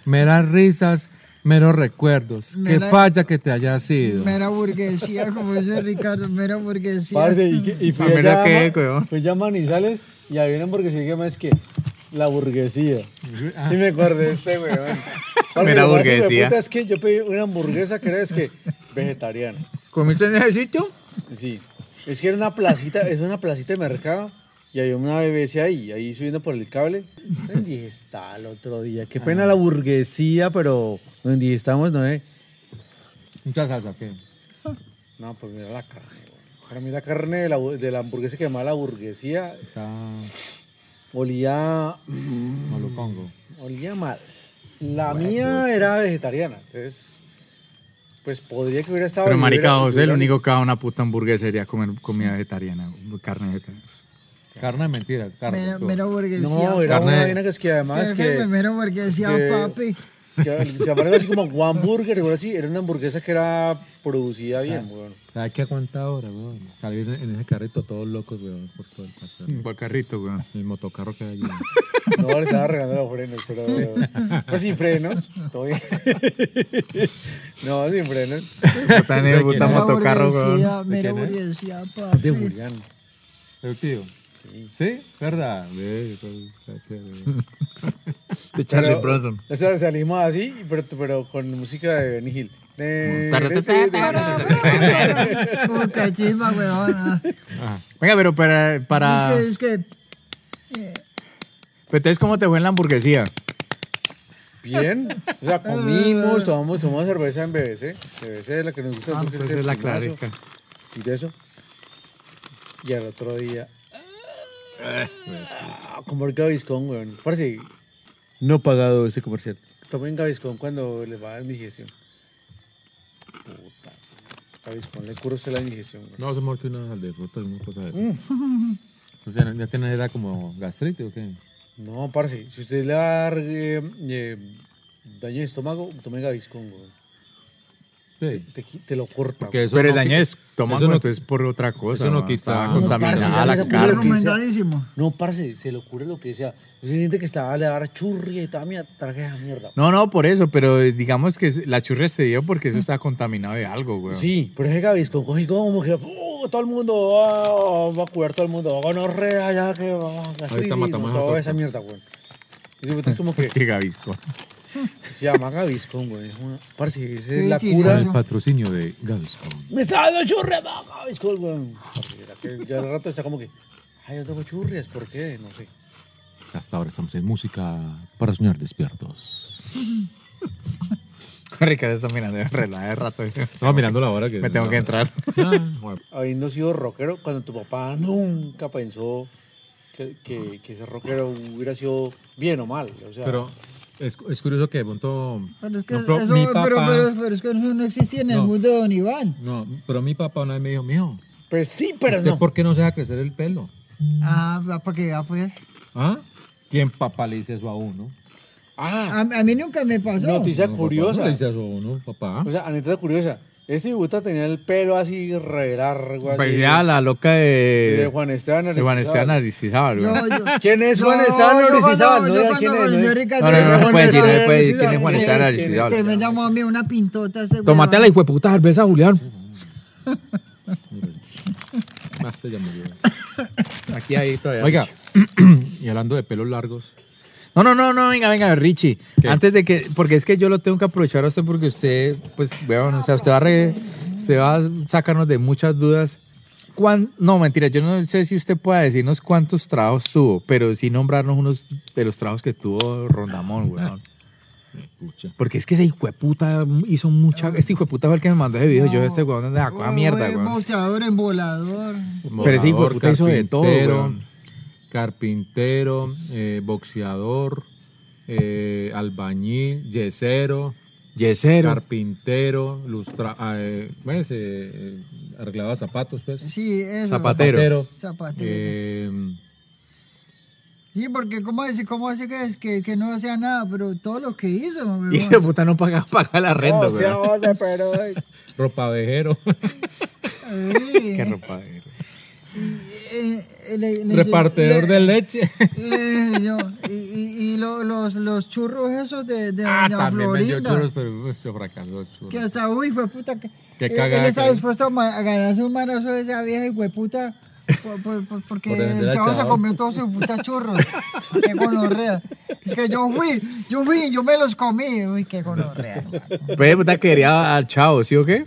meras risas, meros recuerdos. Mera- Qué falla que te haya sido. Mera burguesía, como dice Ricardo, mera burguesía. Parce, y, que- y fui mm. A menos allá, que, ma- güey. fui allá a Manizales y había una hamburguesía que más que la burguesía. Y me acordé de este, weón. Parce, ah. Mera lo más hijo de burguesía. puta Es que yo pedí una hamburguesa que era es que vegetariana. ¿Comiste en ese sitio? Sí. Es que era una placita, es una placita de mercado y había una BBC ahí, ahí subiendo por el cable. Donde dije, está el otro día. Qué Ah. pena la burguesía, pero donde dije, estamos, no es. Muchas gracias. ¿qué? No, pues mira la carne, güey. Para mí la carne de la, bu- de la hamburguesa que llamaba la burguesía Está olía, mm, Molucongo. olía mal. La mía era vegetariana, entonces, pues podría que hubiera estado... Pero marica hubiera- José, lo hubiera- único que da una puta hamburguesa sería comer comida vegetariana, carne vegetariana. Carne de mentira, carne. mera, todo. mera burguesía. Este No, era Carne- una vaina que es que además Jefe, que... mera burguesía, que- papi. que se llamaba algo así como One Burger, algo así. Era una hamburguesa que era producida bien, weón. ¿Sabes qué aguanta ahora, weón? Salir en en ese carrito todos locos, weón, por todo el cuartel. ¿Cuál carrito, weón? El motocarro que hay allí. No, le estaba regalando los frenos, pero. Pues sin frenos, todo bien. No, sin frenos. Puta en el puta Mera motocarro, weón. burguesía, mera burguesía, De papi. Julián. ¿El tío? Sí. ¿Sí? ¿Verdad? Sí, pues, está chévere. de Charlie Pero- Bronson. O sea, salimos así, pero, pero con música de Benny Hill. Eh, Para, para, para, para. Como cachisma, weón. ah. Venga, pero para... para... Es que, es que, Pero entonces, ¿cómo te fue en la hamburguesía? Bien. O sea, comimos, tomamos, tomamos cerveza en BBC. BBC es la que nos gusta. Ah, creo que pues el es la gimnasio clarica. Y de eso. Y al otro día. ah, Comer Gaviscon, weón. Parece No pagado ese comercial. tomen Gaviscon cuando le va a dar indigestión. Puta. Gaviscon le cura usted la indigestión, weón. No, eso es mejor que una de frutas, una cosa de eso. Pues ya, ya tienes edad como gastritis o qué. No, parce, si usted le va a dar eh, eh, daño de estómago, tome Gaviscon, weón. Sí. Te, qui- te lo corta. Que eso Pero el no daño quita- es estómago, eso no- entonces por otra cosa. eso no ¿no? quita- Estaba No, contaminada parce, la esa- carne. recomendadísimo. No, parce, se le ocurre lo que sea. Usted siente que estaba le va a dar churria y toda mierda, traje esa mierda. No, no, por eso, pero eh, digamos que la churria se dio porque eso estaba contaminado de algo, güey. Sí, pero ese Gaviscon coge como que oh, todo el mundo ah, va, va a cuidar todo el mundo. Va a gonorrea ya que va a gastritis, matamos no, a toda Torta. esa mierda, güey. Y digo, es como que Es que Gavisco. se llama Gaviscon, güey. Es una- Parce, esa es Qué la mentiroso. cura. El patrocinio de Gaviscon. Me está dando churria, va, Gaviscon, güey. Parce, era que Ya al rato está como que, ay, yo tengo churrias, ¿por qué? No sé. Hasta ahora estamos en música para soñar despiertos. Ricardo está mirando el reloj de rato. güey. Estaba mirando la hora que. Me tengo que entrar. Ah, habiendo sido rockero, cuando tu papá nunca pensó que, que, que ese rockero hubiera sido bien o mal. O sea, Pero es, es curioso que de pronto. Pero es que, no, pero eso, mi pero, papá- pero- pero es que eso no existe en el No. mundo de Don Iván. No, pero mi papá una vez me dijo, mijo, pues sí, pero este ¿usted no. por qué no se deja crecer el pelo? Ah, va, para que vea, pues. ¿Ah? ¿Quién papá le dice eso a uno? Ah, A, a mí nunca me pasó. noticia No, papá, curiosa. no le dice eso a uno, papá? O sea, anécdota curiosa. Este dibuta tenía el pelo así relargo. así, Parecía la loca de de, Juan Esteban de Juan Esteban Aristizábal. Aristizábal, güey. Yo- yo- ¿Quién es No, Juan Esteban yo cuando- Aristizábal? No yo diga cuando quién es, no conocí a diga- No, Ricardo, no, no, yo- no se puede decir, no se puede decir Aristizábal. quién es Juan Esteban ¿Quién es? Aristizábal. Tremenda mami, una pintota ese Tomate a la weón. hijueputa cerveza, Julián. Ah, se ya murió. Aquí ahí todavía. Oiga, y hablando de pelos largos, No, no, no, no, venga, venga, Richie. Antes de que, porque es que yo lo tengo que aprovechar a usted porque usted, pues, weón, o sea, usted va a, re- usted va a sacarnos de muchas dudas. ¿Cuán- no, mentira, yo no sé si usted pueda decirnos cuántos trabajos tuvo, pero sí nombrarnos unos de los trabajos que tuvo Rondamón, weón. pucha. Porque es que ese hijo de puta hizo mucha. Este hijo de puta fue el que me mandó ese video. Yo, este weón, de Oh, sacó a mierda, güey, weón. boxeador, embolador. Pero ese hijo de puta hizo de todo, carpintero, weón. Carpintero, eh, boxeador, eh, albañil, yesero, Yesero. carpintero, lustra, ah, eh, bueno, se, eh, arreglaba zapatos, pues. Sí, eso. Zapatero. Zapatero. eh, Sí, porque ¿cómo hace, cómo hace que, es que, que no hacía nada? Pero todo lo que hizo, ¿no, Y güey? ese puta no pagaba, pagaba la renta, O sea, weón. oye, pero... ay, ropavejero, Sí. Qué ropa, weón. Eh, eh, le- le- repartidor le- de leche. Eh, yo, y y, y lo- los, los churros esos de, de Ah, Doña también me dio Florinda. churros, pero pues, se fracasó el churro. Que hasta, uy, fue puta. Que, Qué él- Él cagada, está que- dispuesto a, ma- a ganarse un manazo de esa vieja hueputa. por- por- por- Porque Por defender el al chavo se chavo. comió todos sus putas churros. qué gonorrea. Es que yo fui, yo fui, yo me los comí. Uy, qué gonorrea. Pero Pues, puta quería al chavo, ¿sí o qué?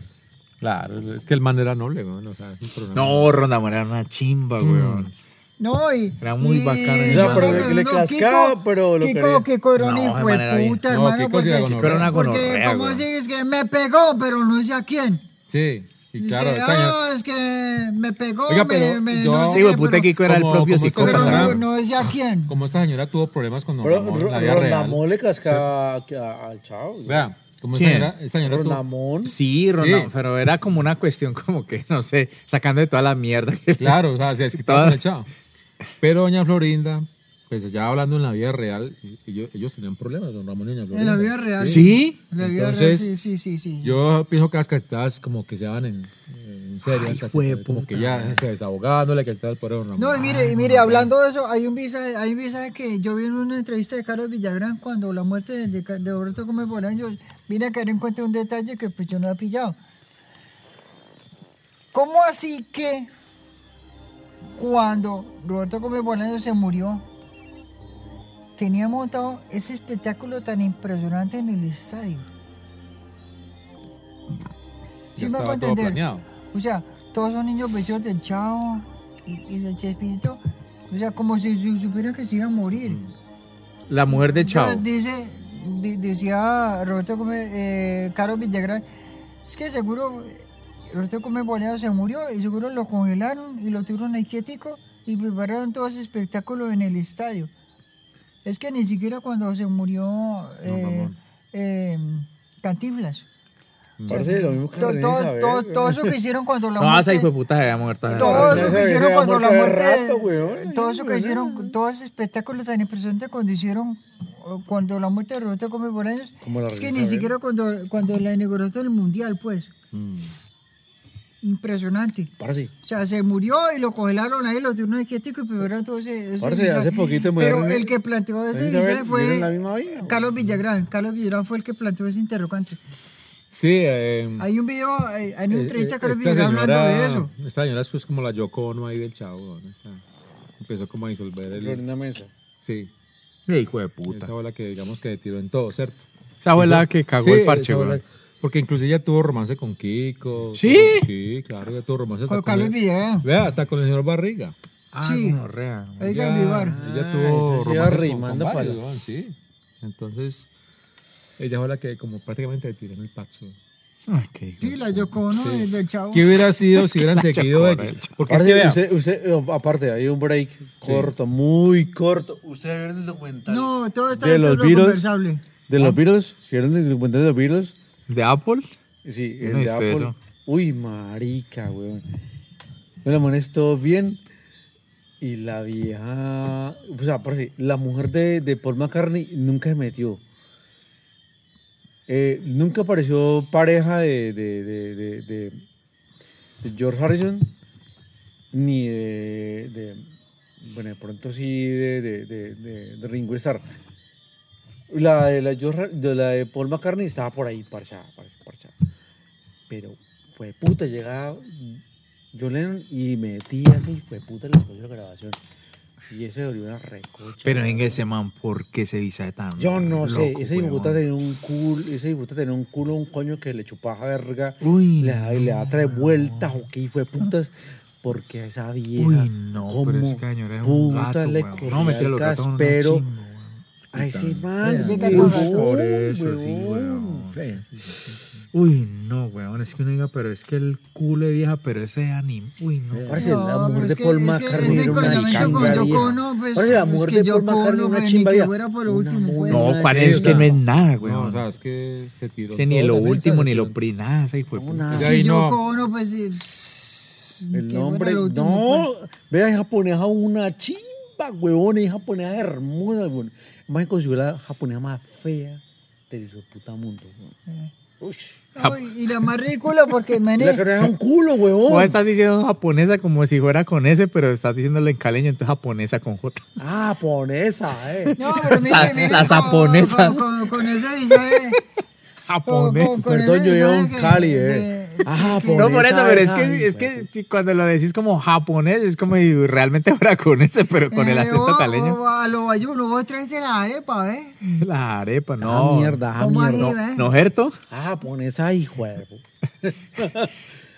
Claro, es que el man era noble, weón, o sea, es un programa. No, Rondamón era una chimba, Mm. weón. No, y. Era muy y- bacano, y ya. yo O sea, pero solo le digo, cascaba, Kiko, pero lo Kiko, quería. Kiko era un No, de hijo manera de bien. puta, No, hermano. Kiko sí porque, era Kiko era una porque gonorrea, como weón. es que me pegó, pero no sé a quién. Sí, y Es claro, que, el caño- "Ah, es que me pegó, Oiga, me, pero me yo- no sé Sí, qué, güey, puta pero- Kiko era el como- propio como- pero Kiko psicópata. no, Tarragona. no sé a quién. Como esta señora tuvo problemas con Don Pero Ramón, Ro- la vida real. Rondamón le cascaba a- a- al chavo. güey. Vea, como esta ¿Quién? señora, esta señora tuvo... Rondamón. Sí, Rondamón, Sí. pero era como una cuestión como que, no sé, sacando de toda la mierda. que- Claro, o sea, se desquitaba con el chavo. Pero Doña Florinda, pues ya hablando en la vida real, y- y ellos, ellos tenían problemas, Don Ramón y Doña Florinda. En la vida real. ¿Sí? En la vida real, Entonces, sí, sí, sí. sí. Yo pienso que las cachetadas como que se daban en, en serio. las cachetadas, fue como que ya se desahogando la cachetada del pobre Don Ramón. No, y mire, y mire, hablando de eso, hay un visaje, hay un visaje que yo vi en una entrevista de Carlos Villagrán cuando la muerte de, de, Ca- de Roberto Gómez Bolaño, vine a caer en cuenta de un detalle que pues yo no había pillado. ¿Cómo así que cuando Roberto Gómez Bolaño se murió, tenía montado ese espectáculo tan impresionante en el estadio. ¿Sí Ah, Ya me estaba puedo todo entender? planeado. O sea, todos son niños vestidos del Chavo y, y del Chespirito. O sea, como si su- supieran que se iba a morir. Mm. La mujer de Entonces, Chao. Dice, di- decía Roberto Gómez, eh, Carlos Villagrán, es que seguro eh, Roberto Gómez Boleado se murió y seguro lo congelaron y lo tuvieron ahí quietico y prepararon todo ese espectáculo en el estadio. Es que ni siquiera cuando se murió eh, eh, Cantinflas. Parece lo mismo que To- René todo, Isabel, todo- güey. todo eso que hicieron cuando la No, esa muerte- hijo de puta se había muerto. Ah, todo eso Esa que hicieron vieja cuando la muerta de muerte rato, weón. todo eso que hicieron todo ese espectáculo tan impresionante cuando hicieron cuando la muerte de Roberto Gómez Bolaños Como la es que regresa ni a ver. siquiera cuando cuando la inauguración del mundial pues Mm. impresionante Parce, o sea, se murió y lo congelaron ahí, lo tuvieron quietico y primero entonces... ese Parce, guisaje. hace poquito murió Pero René- el que planteó ese René Isabel, guisaje fue ¿vieron la misma vida, güey? Carlos Villagrán. Carlos Villagrán fue el que planteó ese interrogante. Mm. Sí, eh, Hay un video, hay hay una Eh, entrevista a eh, Carlos esta Villagrán hablando de señora- eso. Esta señora es pues como la Yoko Ono ahí del chavo. weón, o sea, empezó como a disolver el... Lorena Mesa. Sí, hijo de puta. esa bola que digamos que tiró en todo, ¿cierto? Esa abuela que cagó Sí, el parche, esa bola- güey. Porque inclusive ella tuvo romance con Kiko. ¿Sí? con- sí, claro, ella tuvo romance hasta Con Carlos el- Villagrán. Vea, hasta con el señor Barriga. sí. Oiga, Vivar. Ella eso tuvo se iba romances con- arrimando con varios, para- weón, sí. Entonces, ella fue la que como prácticamente le tiró en el parche. weón. Sí, la Yoko Ono de- del Chavo. ¿Qué hubiera sido si hubieran seguido ellos? Porque es Parce, que vea, usted, usted, eh, aparte, hay un break corto, muy corto. ¿Usted vieron el documental? No, todo está de dentro los de lo Beatles. conversable. ¿De los Beatles? ¿Vieron el documental de los Beatles? ¿De Apple? Sí, Yo el no de hice Apple. eso. Uy, marica, weón. Me la manes todo bien. Y la vieja. O sea, por si, la mujer de, de Paul McCartney nunca se metió. Eh, nunca apareció pareja de, de, de, de, de- de George Harrison. Ni de. de- bueno, de pronto sí de, de, de, de- de Ringo Starr. La de, la, George Har- de la de Paul McCartney estaba por ahí, parchada, parchada, parchada. Pero, pues puta, llegaba John Lennon y metía así, pues puta, los códigos de grabación. Y eso volvió una recocha. Pero venga ese man, ¿por qué se visa tan Yo no sé, loco, ese diputa weón? tenía un culo, ese hijueputa tenía un culo, un coño que le chupaba verga. Uy, le, da- y le da tres vueltas, o qué hijo de putas. Porque esa vieja. Uy, no, pero cómo es que la señora es un puta gato, le weón. corría No, mentira, el los gatos son una caspero. chimba, weón. Ay, sí, man. Fea, weón, por eso, weón. Fea, sí, sí, sí. Uy, no, weón, es que uno diga, pero es que el culo de vieja, pero ese anime, uy, no. Parece la No, pero mujer es de que- Paul es que McCartney ese era una encuadramiento con chimba Yoko vieja. Ono, pues, Parece la es mujer que de Paul Yoko McCartney Ono, una pues, ni chimba que vieja. fuera por Una último, pues. mona No, parece es esa. que no es nada, weón. No, o sea, es que se tiró. es que ni todo lo también, último, ¿sabes? ni lo Entonces, pri, nada, esa hijo de puta. Una- Es Ay, que no. Yoko Ono, pues... eh, El que fuera nombre. lo último, no, pues. vea, es japonesa una chimba, huevón. Es japonesa hermosa, weón. Más consiguió la japonesa más fea del hijo de puta mundo, weón. Mm. Uy. pues. Ay, y la más ridícula porque, mané, La cara es un culo, huevón. Pues, Vos estás diciendo japonesa como si fuera con S, pero estás diciéndole en caleño, entonces japonesa con J. Ah, japonesa, eh. No, pero mire, Sa- mire, la con- saponesa. Con, con, con ese visaje... con- Japonesa. con- con Perdón, ese yo llevo visaje un que- Cali, de- eh. Ah, que- No, por eso, pero es Ay, que, es que güey. si cuando lo decís como japonés, es como si realmente fuera con ese, pero con el eh, acento vos- caleño. vos A los ayunos, vos traiste la arepa, ¿eh? La arepa, Ah, no. mierda, ah, ¿Cómo ahí, mierda. ve? ¿No, Gerto? Ah, japonesa, hijo de puta.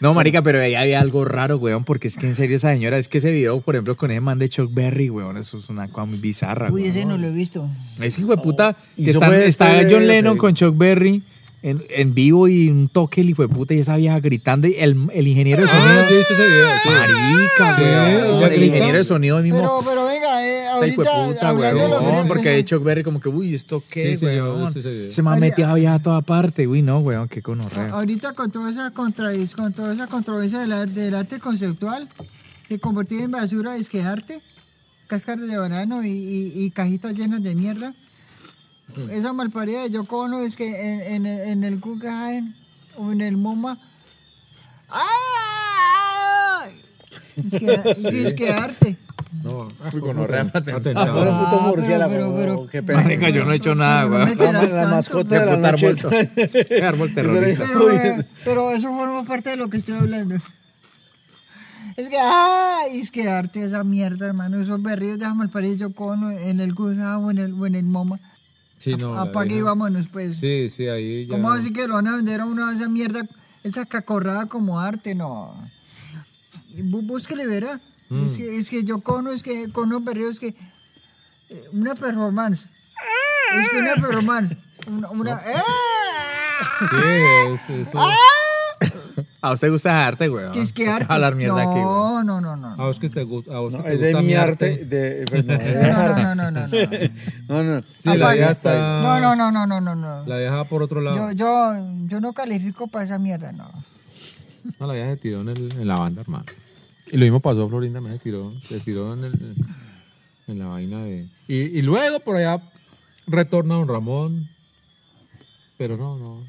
No, marica, pero ahí había algo raro, weón, porque es que en serio esa señora, es que ese video, por ejemplo, con ese man de Chuck Berry, weón, eso es una cosa muy bizarra, Uy, ese weón. no lo he visto. Ese hijo de puta, Oh, Y que eso están- fue está después de- John Lennon de- con Chuck Berry en, en vivo y un toque el hijo de puta y esa vieja gritando y el, el ingeniero de sonido... ¿Has visto Ah, ese video? Sí. Marica, Sí, weón, ella el grita. ingeniero de sonido mismo... Pero, pero venga, eh, Esa hijo de ahorita puta, hablando de lo weón, que- porque de Chuck Berry como que, uy, ¿esto qué, Sí, sí, weón? sí, sí, sí. Se me ha metido allá a toda parte, uy, no, weón, qué conorreo. Ah, Ahorita con toda esa contradis- con toda esa controversia del, ar- del arte conceptual, de convertir en basura es que arte, cáscaras de banano y, y- y cajitas llenas de mierda. Esa malparida de Yoko Ono es que en, en, en el Guggenheim o en el MoMA. ¡Ah! Es que, es que arte. No, Ah, Uy, gonorrea, me atentado. atentado. Ahora puto Ah, pero- murciélago, pero- pero- qué pena. Marica, yo no he hecho nada, Pero no me weón. La, Eras la tanto, mascota De de la puta noche. arbolto. Árbol terrorista. Pero, eh, pero eso forma parte de lo que estoy hablando. Es que, ay, es que arte esa mierda, hermano. Esos berridos de Jamalparicio con en el Gustavo, en el, o en el MoMA. Sí, no. la Apague y vieja- vámonos, pues. Sí, sí, ahí ya. ¿Cómo así que lo van a vender a uno esa mierda, esa cacorrada como arte? No. Y bú- Búsquele, verá. Mm. Es, que, es que yo cono, es que con unos berridos que. eh, Una performance. Es que una performance. Una. una ¡Eh! Sí, es, eso. ¡Ah! A usted gusta arte, güey. Que es que Ah, arte. Hablar mierda no, aquí, güey. no, no, no, no. A vos que te gusta. A vos No, que te es de gusta mi arte. De, pero no, es de arte. No, no, no, no, no. No, no. Sí, la Apague. vieja está. No, no, no, no, no, no, no. La vieja por otro Yo, lado. yo, yo no califico para esa mierda, no. No, la vieja se tiró en, el- en la banda, hermano. Y lo mismo pasó a Florinda, me se tiró, se tiró en, el- en la vaina de... Y, y luego por allá retorna Don Ramón. Pero no, no.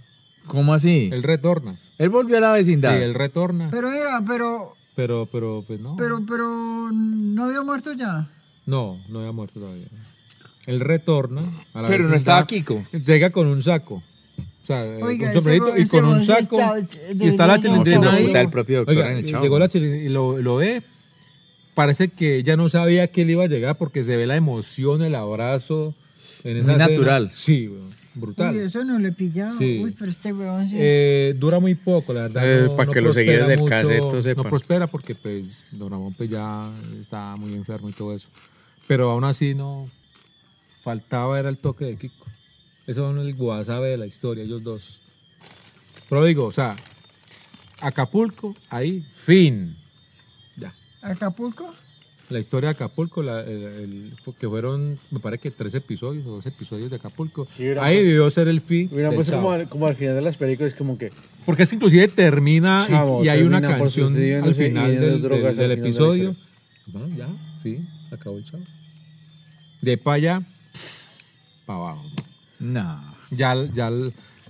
¿Cómo así? Él retorna. Él volvió a la Sí, vecindad. él retorna. Pero, oiga, pero, Pero, pero, pues no. pero, pero, ¿no había muerto ya? No, no había muerto todavía. Él retorna a la Pero no vecindad. estaba Kiko. Llega con un saco. O sea, eh, Oiga, con ese sombrerito bo- y ese con un bolsillo saco. está- Y está la chilindrina No, ahí. está el propio doctor Oiga, en el chavo. llegó la chilindrina y lo, lo ve. Parece que ella no sabía que él iba a llegar porque se ve la emoción, el abrazo. En esa Muy escena. natural. Sí, weón, brutal. Uy, eso no le pillaba. Sí. Uy, pero este weón sí. Eh, dura muy poco, la verdad. Eh, no- para no que los prospera seguidores del mucho, caseto sepan. No prospera porque pues, Don Ramón pues, ya estaba muy enfermo y todo eso. Pero aún así no faltaba era el toque de Kiko. Eso es el guasabe de la historia, ellos dos. Pero digo, o sea, Acapulco, ahí, fin. Ya. ¿Acapulco? La historia de Acapulco, la- el- el- que fueron, me parece que tres episodios o dos episodios de Acapulco. hubiera pues ahí debió ser el fin. Hubiera del puesto pues, como, sábado. al- como al final de las películas, como que. Porque es que inclusive Ah, termina y- Chavo, y, hay una termina por canción suicidio, no al sé, y final de del, drogas del- al final de del la episodio. historia. Bueno, ya, sí, acabó el chavo. De para allá, para abajo. No. Ya, ya,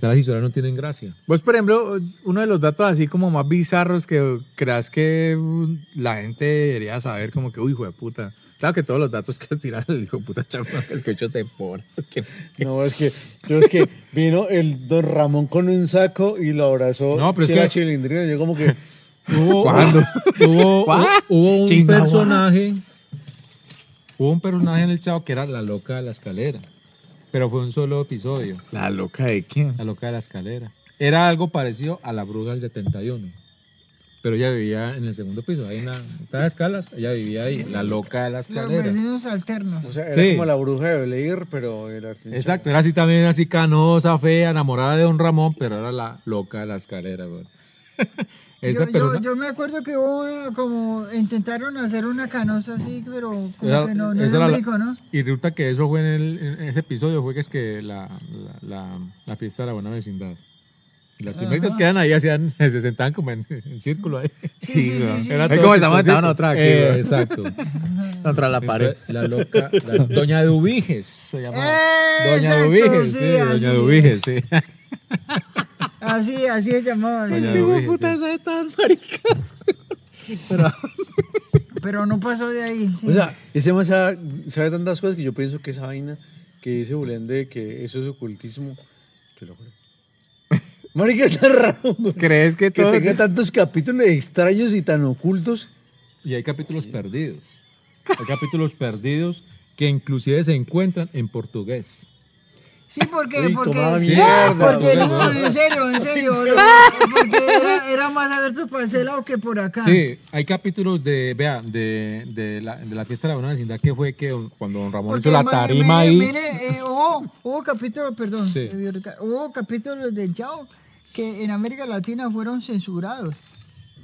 ya las historias no tienen gracia. Vos, por ejemplo, uno de los datos así como más bizarros que creas que uh, la gente debería saber, como que, uy, hijo de puta. Claro que todos los datos que tirar el hijo de puta chapa el cocho te por. que- No, es que. Yo es que vino el don Ramón con un saco y lo abrazó. No, pero es Sí, que- la chilindrina. Yo, como que. Hubo, Hubo, ¿Cuá? hubo un Chinga, guá. personaje. Hubo un personaje en el chavo que era la loca de la escalera. Pero fue un solo episodio. La loca de quién. La loca de la escalera. Era algo parecido a la bruja del 71. Pero ella vivía en el segundo piso. Ahí en la en escalas, ella vivía ahí. La loca de la Los escalera. vecinos alternos. O sea, era Sí. como la bruja de Blair, pero era. Exacto, era así también, así canosa, fea, enamorada de Don Ramón, pero era la loca de la escalera, güey. Esa yo, yo- persona- yo me acuerdo que hubo una- como intentaron hacer una canosa así, pero como Era- que no, no esa es era la- rico, ¿no? Y resulta que eso fue en, el, en ese episodio, fue que es que la, la, la- la fiesta de la buena vecindad. Y las primeritas que eran ahí hacían, se sentaban como en, en círculo ahí. Sí, sí, sí, sí, Era sí. todo Como chistosito. estamos sentados nosotros aquí, Eh, güey. exacto. Contra la pared. Entonces, La loca, la- Doña Dubiges se llamaba. ¡Eh, Doña exacto, Dubiges, sí, sí, así. Doña Dubiges, sí. Así, así es llamado. así. Doña Dubiges, sí. eso es tan maricas. Pero, Pero no pasó de ahí. sí. O sea, ese más sabe, sabe tantas cosas que yo pienso que esa vaina que dice Bulén de que eso es ocultismo. Yo lo juro. Marica, está raro. güey. ¿crees que Que todo? tenga tantos capítulos extraños y tan ocultos. Y hay capítulos perdidos. Hay capítulos perdidos que inclusive se encuentran en portugués. Sí, porque, Uy, porque, tomaba sí, mierda, porque güey. no, en serio, en serio, bro, porque era, era más abierto para ese lado que por acá. Sí, hay capítulos de, vea, de, de la, de la fiesta de la buena vecindad que fue que don- cuando don Ramón Porque hizo la mire, tarima mire, ahí. Mire, eh, hubo, hubo capítulos, perdón, Sí. eh, Ricardo, hubo capítulos del Chao que en América Latina fueron censurados.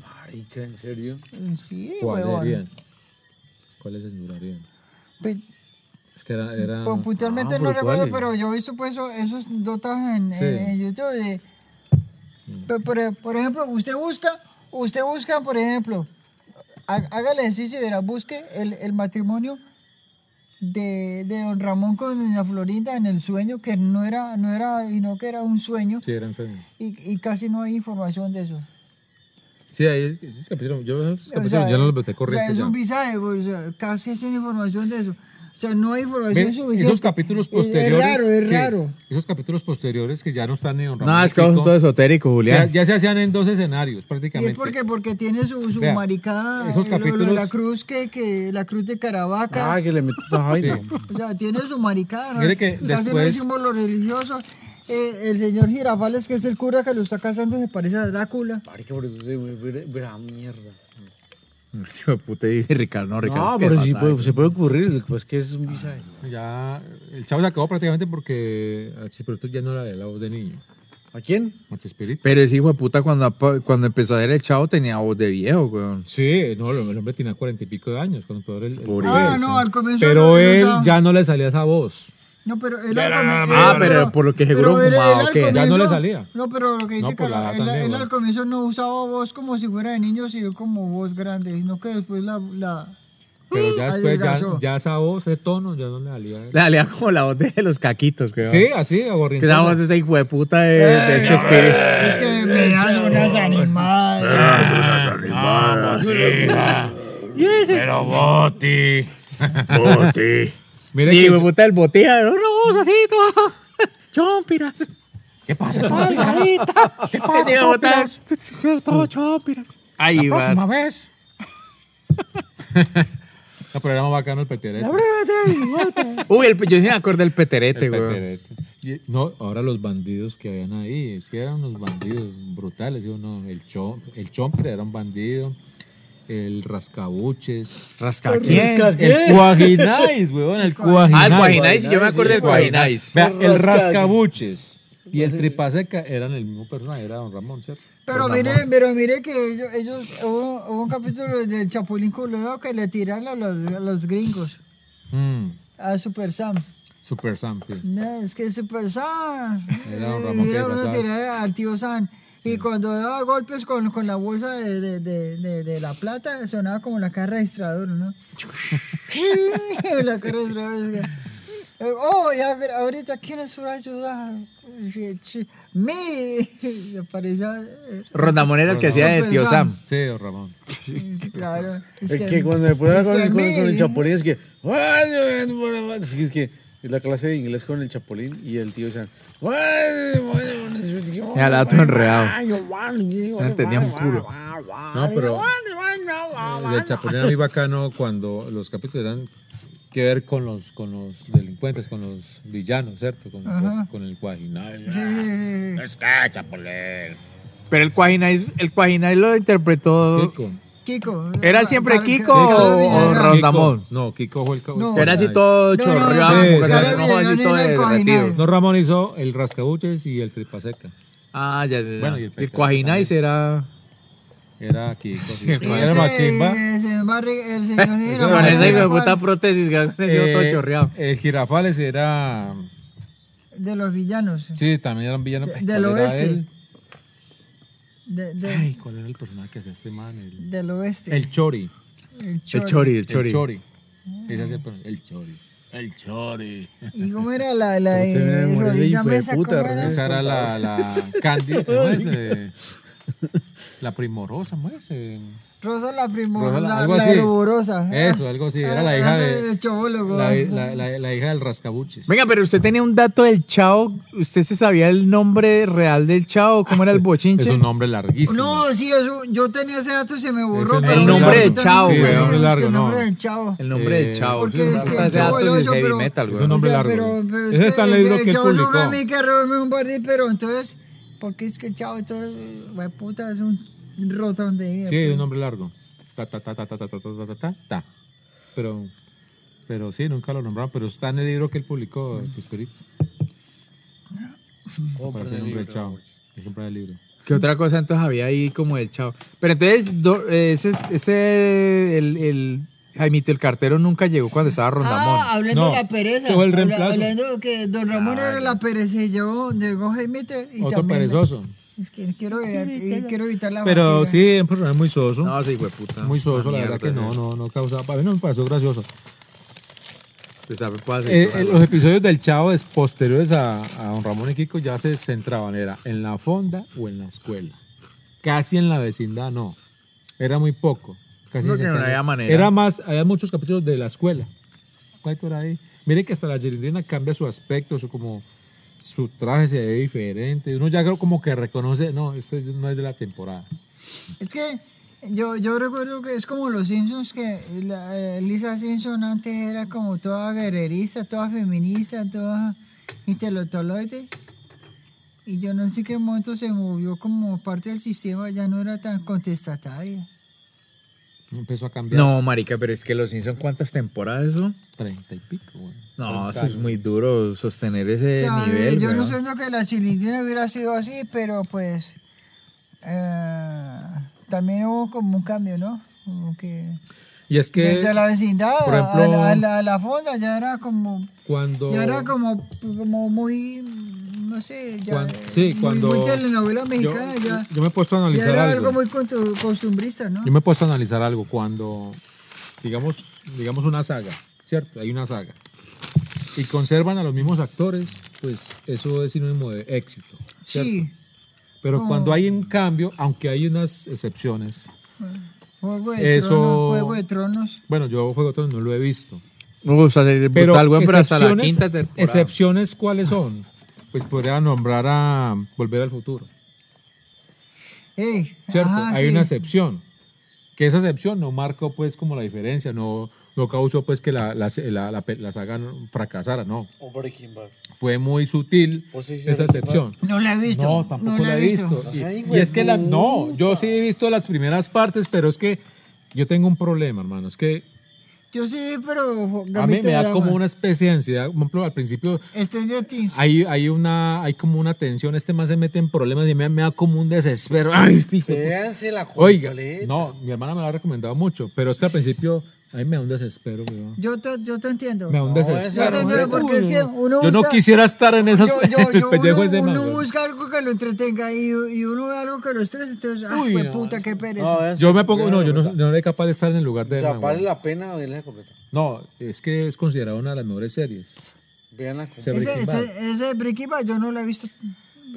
Marica, en serio. Eh, Sí, ¿Cuáles huevón. serían? ¿Cuáles censurarían? Pues, Es que era. era- pues, puntualmente Ah, no recuerdo, ¿cuáles? pero yo he visto pues, eso- esos dotas en, en- Sí. Mm. en YouTube. de- por, por- por ejemplo, usted busca, usted busca, por ejemplo, há- hágale ejercicio y verá, busque el, el matrimonio de, de don Ramón con doña Florinda en el sueño, que no era, no era, y no que era un sueño. Sí, era enfermo. Y, y casi no hay información de eso. Sí, ahí es- esos capítulos- yo, esos O capítulos sea, yo no los metí o sea, corriente es ya. un visaje, o sea, casi sin información de eso. O sea, no hay información Ven, suficiente. esos capítulos Es- Es, posteriores. raro, es que- raro. Esos capítulos posteriores que ya no están ni don Ramón. No, es que vos Pico, sos todo esotérico, ya, Julián. ya se hacían en dos escenarios, Y prácticamente. es porque, porque tiene su, su Vea, maricada, esos eh, lo- lo de la capítulos- cruz que, que la cruz de Caravaca. Ah, que le meto esa vaina. O sea, tiene su maricada. ¿no? Mire que Está haciendo después- el símbolo religioso. Eh, el señor Girafales, que es el cura que lo está casando, se parece a Drácula. Marica, pero eso es muy bra- bra- mierda. Sí, hijo de puta, y Ricardo, no, Ricardo. No, ¿qué pero pasa, sí güey? puede- se puede ocurrir. Lo que pasa es que es un visaje. Ya, el chavo se acabó prácticamente porque ah, a Chespirito ya no era de la voz de niño. ¿A quién? A Chespirito. Pero ese hijo de puta cuando, apa- cuando empezó a ver el chavo tenía voz de viejo, weón. Sí, no, el el hombre tenía cuarenta y pico de años cuando todo era el, el- Por el- Ah, no, al comienzo no, Pero no él usaba. ya no le salía esa voz. No, pero él Ya al era comi- nada él- más. Ah, pero por lo que pero seguro él- él fumaba, al ¿o qué? Ya no le comienzo- salía. No, pero lo que dice No, por la Carlos, edad él, también, él güey. al comienzo no usaba voz como si fuera de niño, sino como voz grande, sino que después la... la... Mm, Pero ya después, ya, Adelgazó. ya esa voz, ese tono, ya no le salía. Le salía como la voz de los caquitos, weón. Sí, así, Que esa voz aguardiente. de ese hijo de puta de, de Chespirito. Es que eh, me das unas animadas. Vamos, hija. Pero Boti. Boti. Mire Y que- hijo de puta el botija, una voz así, toda. Chompiras. ¿Qué pasa? Toda delgadita. ¿Qué pasa, Todo chompiras. Ahí va. vez. No, pero era más bacano el ¿eh? peterete. Uy, el, yo sí me acuerdo del peterete, El weón. peterete. Y- No, ahora los bandidos que habían ahí, es que eran unos bandidos brutales. Digo, no, el, chom, el Chompre era un bandido, el Rascabuches, ¿Rasca quién? el Cuajinais, weón, el Cuajinais. Ah, el Guajinais, yo me acuerdo del Guajinais. Vea, el Rascabuches y el Tripaseca eran el mismo personaje, era Don Ramón, ¿cierto? Pero Don Ramón. mire, pero mire que ellos, ellos- hubo, hubo un capítulo del Chapulín Colorado que le tiraron a los, a los gringos, Mm, a Super Sam. Super Sam, sí. No, es que Super Sam. Era eh, un Ramón que era uno pasaba. tirar al tío Sam. Y cuando daba golpes con, con la bolsa de, de, de, de, de la plata, sonaba como la caja registradora, ¿no? la caja registradora. Eh, Oh, ya, ver, ahorita, ¿quién nos va a ayudar? Me. Se parecía. eh, Rondamón era el que hacía de Super tío Sam. Sam. Sí, Don Ramón. Sí, Claro. Es, que, cuando me puedo es hablar con, que a con- mí- con el chapulín es que... Es que, es que la clase de inglés con el chapulín y el tío San... Me Ya hablaba todo enredado. No entendía un culo. No, pero eh, del Chapulín era muy bacano cuando los capítulos eran que ver con los, con los delincuentes, con los villanos, ¿cierto? Con, los- con el guajinal. Eh, Pero el Cuajinais, el Cuajinais lo interpretó. Kiko. Kiko. ¿Era siempre Car- Kiko Car- Carlos o- o Villarán. Ron- Rondamón. Kiko. No, Kiko fue el ca- No. Era así todo No, no, no, chorreado, no, como que Carlos tenía un Villarán ojito era el de- Cuajinais. derretido. No, Ramón hizo el rascabuches y el tripaseca. Ah, ya, ya, ya. Bueno, y el el peterete Cuajinais era. Era Kiko. sí. el Y Era ese- machimba. ese barri- el señor Girafales Con esa hijo de era puta cual- prótesis, que Eh, todo chorreado. El jirafales era... De los villanos. Sí, también era un villano. De- ¿Cuál del era oeste. él? De- de- Ay, ¿cuál era el personaje que hacía este man? El, del oeste. el Chori. El El Chori. chori, el El chori. Chori. Ese hacía el personaje, el Chori. El Chori. ¿Y cómo era la, la de Usted me murió, Rolita hijo de Mesa? puta, ¿Cómo era? René. Esa era la, la Candy, ¿cómo es? Eh, la primorosa, ¿cómo es? Eh, Rosa la primorosa, Rosa la- la, algo la Ah, así. ruborosa. Eso, algo así. Era la hija de. Chobólogo. La, la- la- la hija del rascabuches. Venga, pero usted tenía un dato del chao. ¿Usted se sabía el nombre real del chao? ¿Cómo era el Ah, Es bochinche? un nombre larguísimo. No, sí, eso, yo tenía ese dato y se me borró. el pero nombre ahorita de no sé Chao, qué weón. es, El nombre largo, el no. nombre de Chao. El nombre Eh, del chao. porque Eso es es que una el puta de Chavo datos el y ocho, heavy pero- metal, es güey. un nombre largo. Pero, pero Ese está ley lo ese que él Chao es un publicó. amigo que robó un barril, pero entonces, ¿por qué es que el Chao entonces, güey, puta, es un rotón de vida? Sí, es pues? un nombre largo. Ta, ta, ta, ta, ta, ta, ta, ta, ta, ta, ta. Pero, pero sí, nunca lo nombraron. Pero está en el libro que él publicó, Chespirito. Ah. Aparece el nombre del chavo. Yo compré el libro. ¿Qué otra cosa entonces había ahí como el chao? Pero entonces, do- eh, ese, ese- el, el Jaimito el cartero nunca llegó cuando estaba Rondamón. Ah, hablando No, de la pereza. ese fue el habla- reemplazo. Hablando que Don Ramón era la pereza y yo llegó Jaimite y Otro también. perezoso. Es que quiero, eh, quiero evitar la Pero fatiga. sí, un personaje muy soso. no, sí, güey, puta. Muy soso, la Una verdad que mierda, no, eh. no, no causaba. A mí no me pareció gracioso. Ah, Te sabe, puede hacer Eh, todo, eh, güey. los episodios del Chavo des- posteriores a, a Don Ramón y Kiko ya se centraban, era en la fonda o en la escuela. Casi en la vecindad no. Era muy poco. Casi Creo se que no centraban. había manera. Era más, había muchos capítulos de la escuela. aspecto era ahí. Miren que hasta la chilindrina cambia su aspecto, su, como, su traje se ve diferente. Uno ya creo como que reconoce, no, este no es de la temporada. Es que yo, yo recuerdo que es como los Simpsons, que la, eh, Lisa Simpson antes era como toda guerrerista, toda feminista, toda intelectualoide. Y yo no sé qué momento se movió como parte del sistema, ya no era tan contestataria. Empezó a cambiar. No, marica, pero es que los Simpson cuántas temporadas son? Treinta y pico, güey. No, eso Treinta es muy duro sostener ese O sea, nivel. yo no weón. siento que la chilindrina hubiera sido así, pero pues eh, también hubo como un cambio, ¿no? Como que Y es que desde la vecindad por a- ejemplo, a, la, a la- a la fonda ya era como cuando... ya era como, como muy no sé, ya Cuan- eh, sí, muy- cuando- muy, telenovela yo, mexicana ya, yo me he puesto a ya analizar era algo. algo muy contu- costumbrista, ¿no? Yo me he puesto a analizar algo cuando, digamos, digamos una saga, ¿cierto? Hay una saga. Y conservan a los mismos actores, pues eso es sinónimo de éxito. ¿cierto? Sí, Pero como- cuando hay un cambio, aunque hay unas excepciones. Juego de Eso- Tronos, Juego de Tronos. Bueno, yo Juego de Tronos no lo he visto. No, o sea, es Pero, brutal, weón, pero hasta la excepciones- quinta temporada. ¿Excepciones cuáles son? Pues podría nombrar a Volver al Futuro, Ey, ¿cierto? ajá, hay Ah, sí. una excepción. Que esa excepción no marcó, pues, como la diferencia, no, no causó, pues, que la, la, la- la pe- la saga fracasara, no. O Breaking Bad. fue muy sutil Pues sí, sí, esa excepción. No la he visto. No, tampoco no la he visto. Y, Ay, y es que la, no, yo sí he visto las primeras partes, pero es que yo tengo un problema, hermano. Es que Yo sí, pero a mí Gambito me de da Dama. como una especie de ansiedad. Por ejemplo, al principio Este es de Teens. hay, hay, una, hay como una tensión, este más se mete en problemas y me, me da como un desespero. Ay, este hijo de puta. Véanse la Oiga, completa. no, mi hermana me lo ha recomendado mucho, pero es que al principio a mí me da un desespero, weón. Yo te, yo te entiendo. Me da un No, desespero. ese- weón. porque es que uno yo no usa- quisiera estar en esas Yo, yo, en el yo, pellejo uno, ese man, uno weón. busca algo que lo entretenga y, y uno ve algo que lo estrese, entonces, ah, Uy, pues no. puta, qué pereza. No, véanse Yo me pongo, la no, yo no, completa. no era capaz de estar en el lugar de O sea, Edman, vale güey. la pena verla completa. No, es que es considerada una de las mejores series. Vean la completa. Se- ese, Breaking Bad. ese, ese de Breaking Bad yo no lo he visto.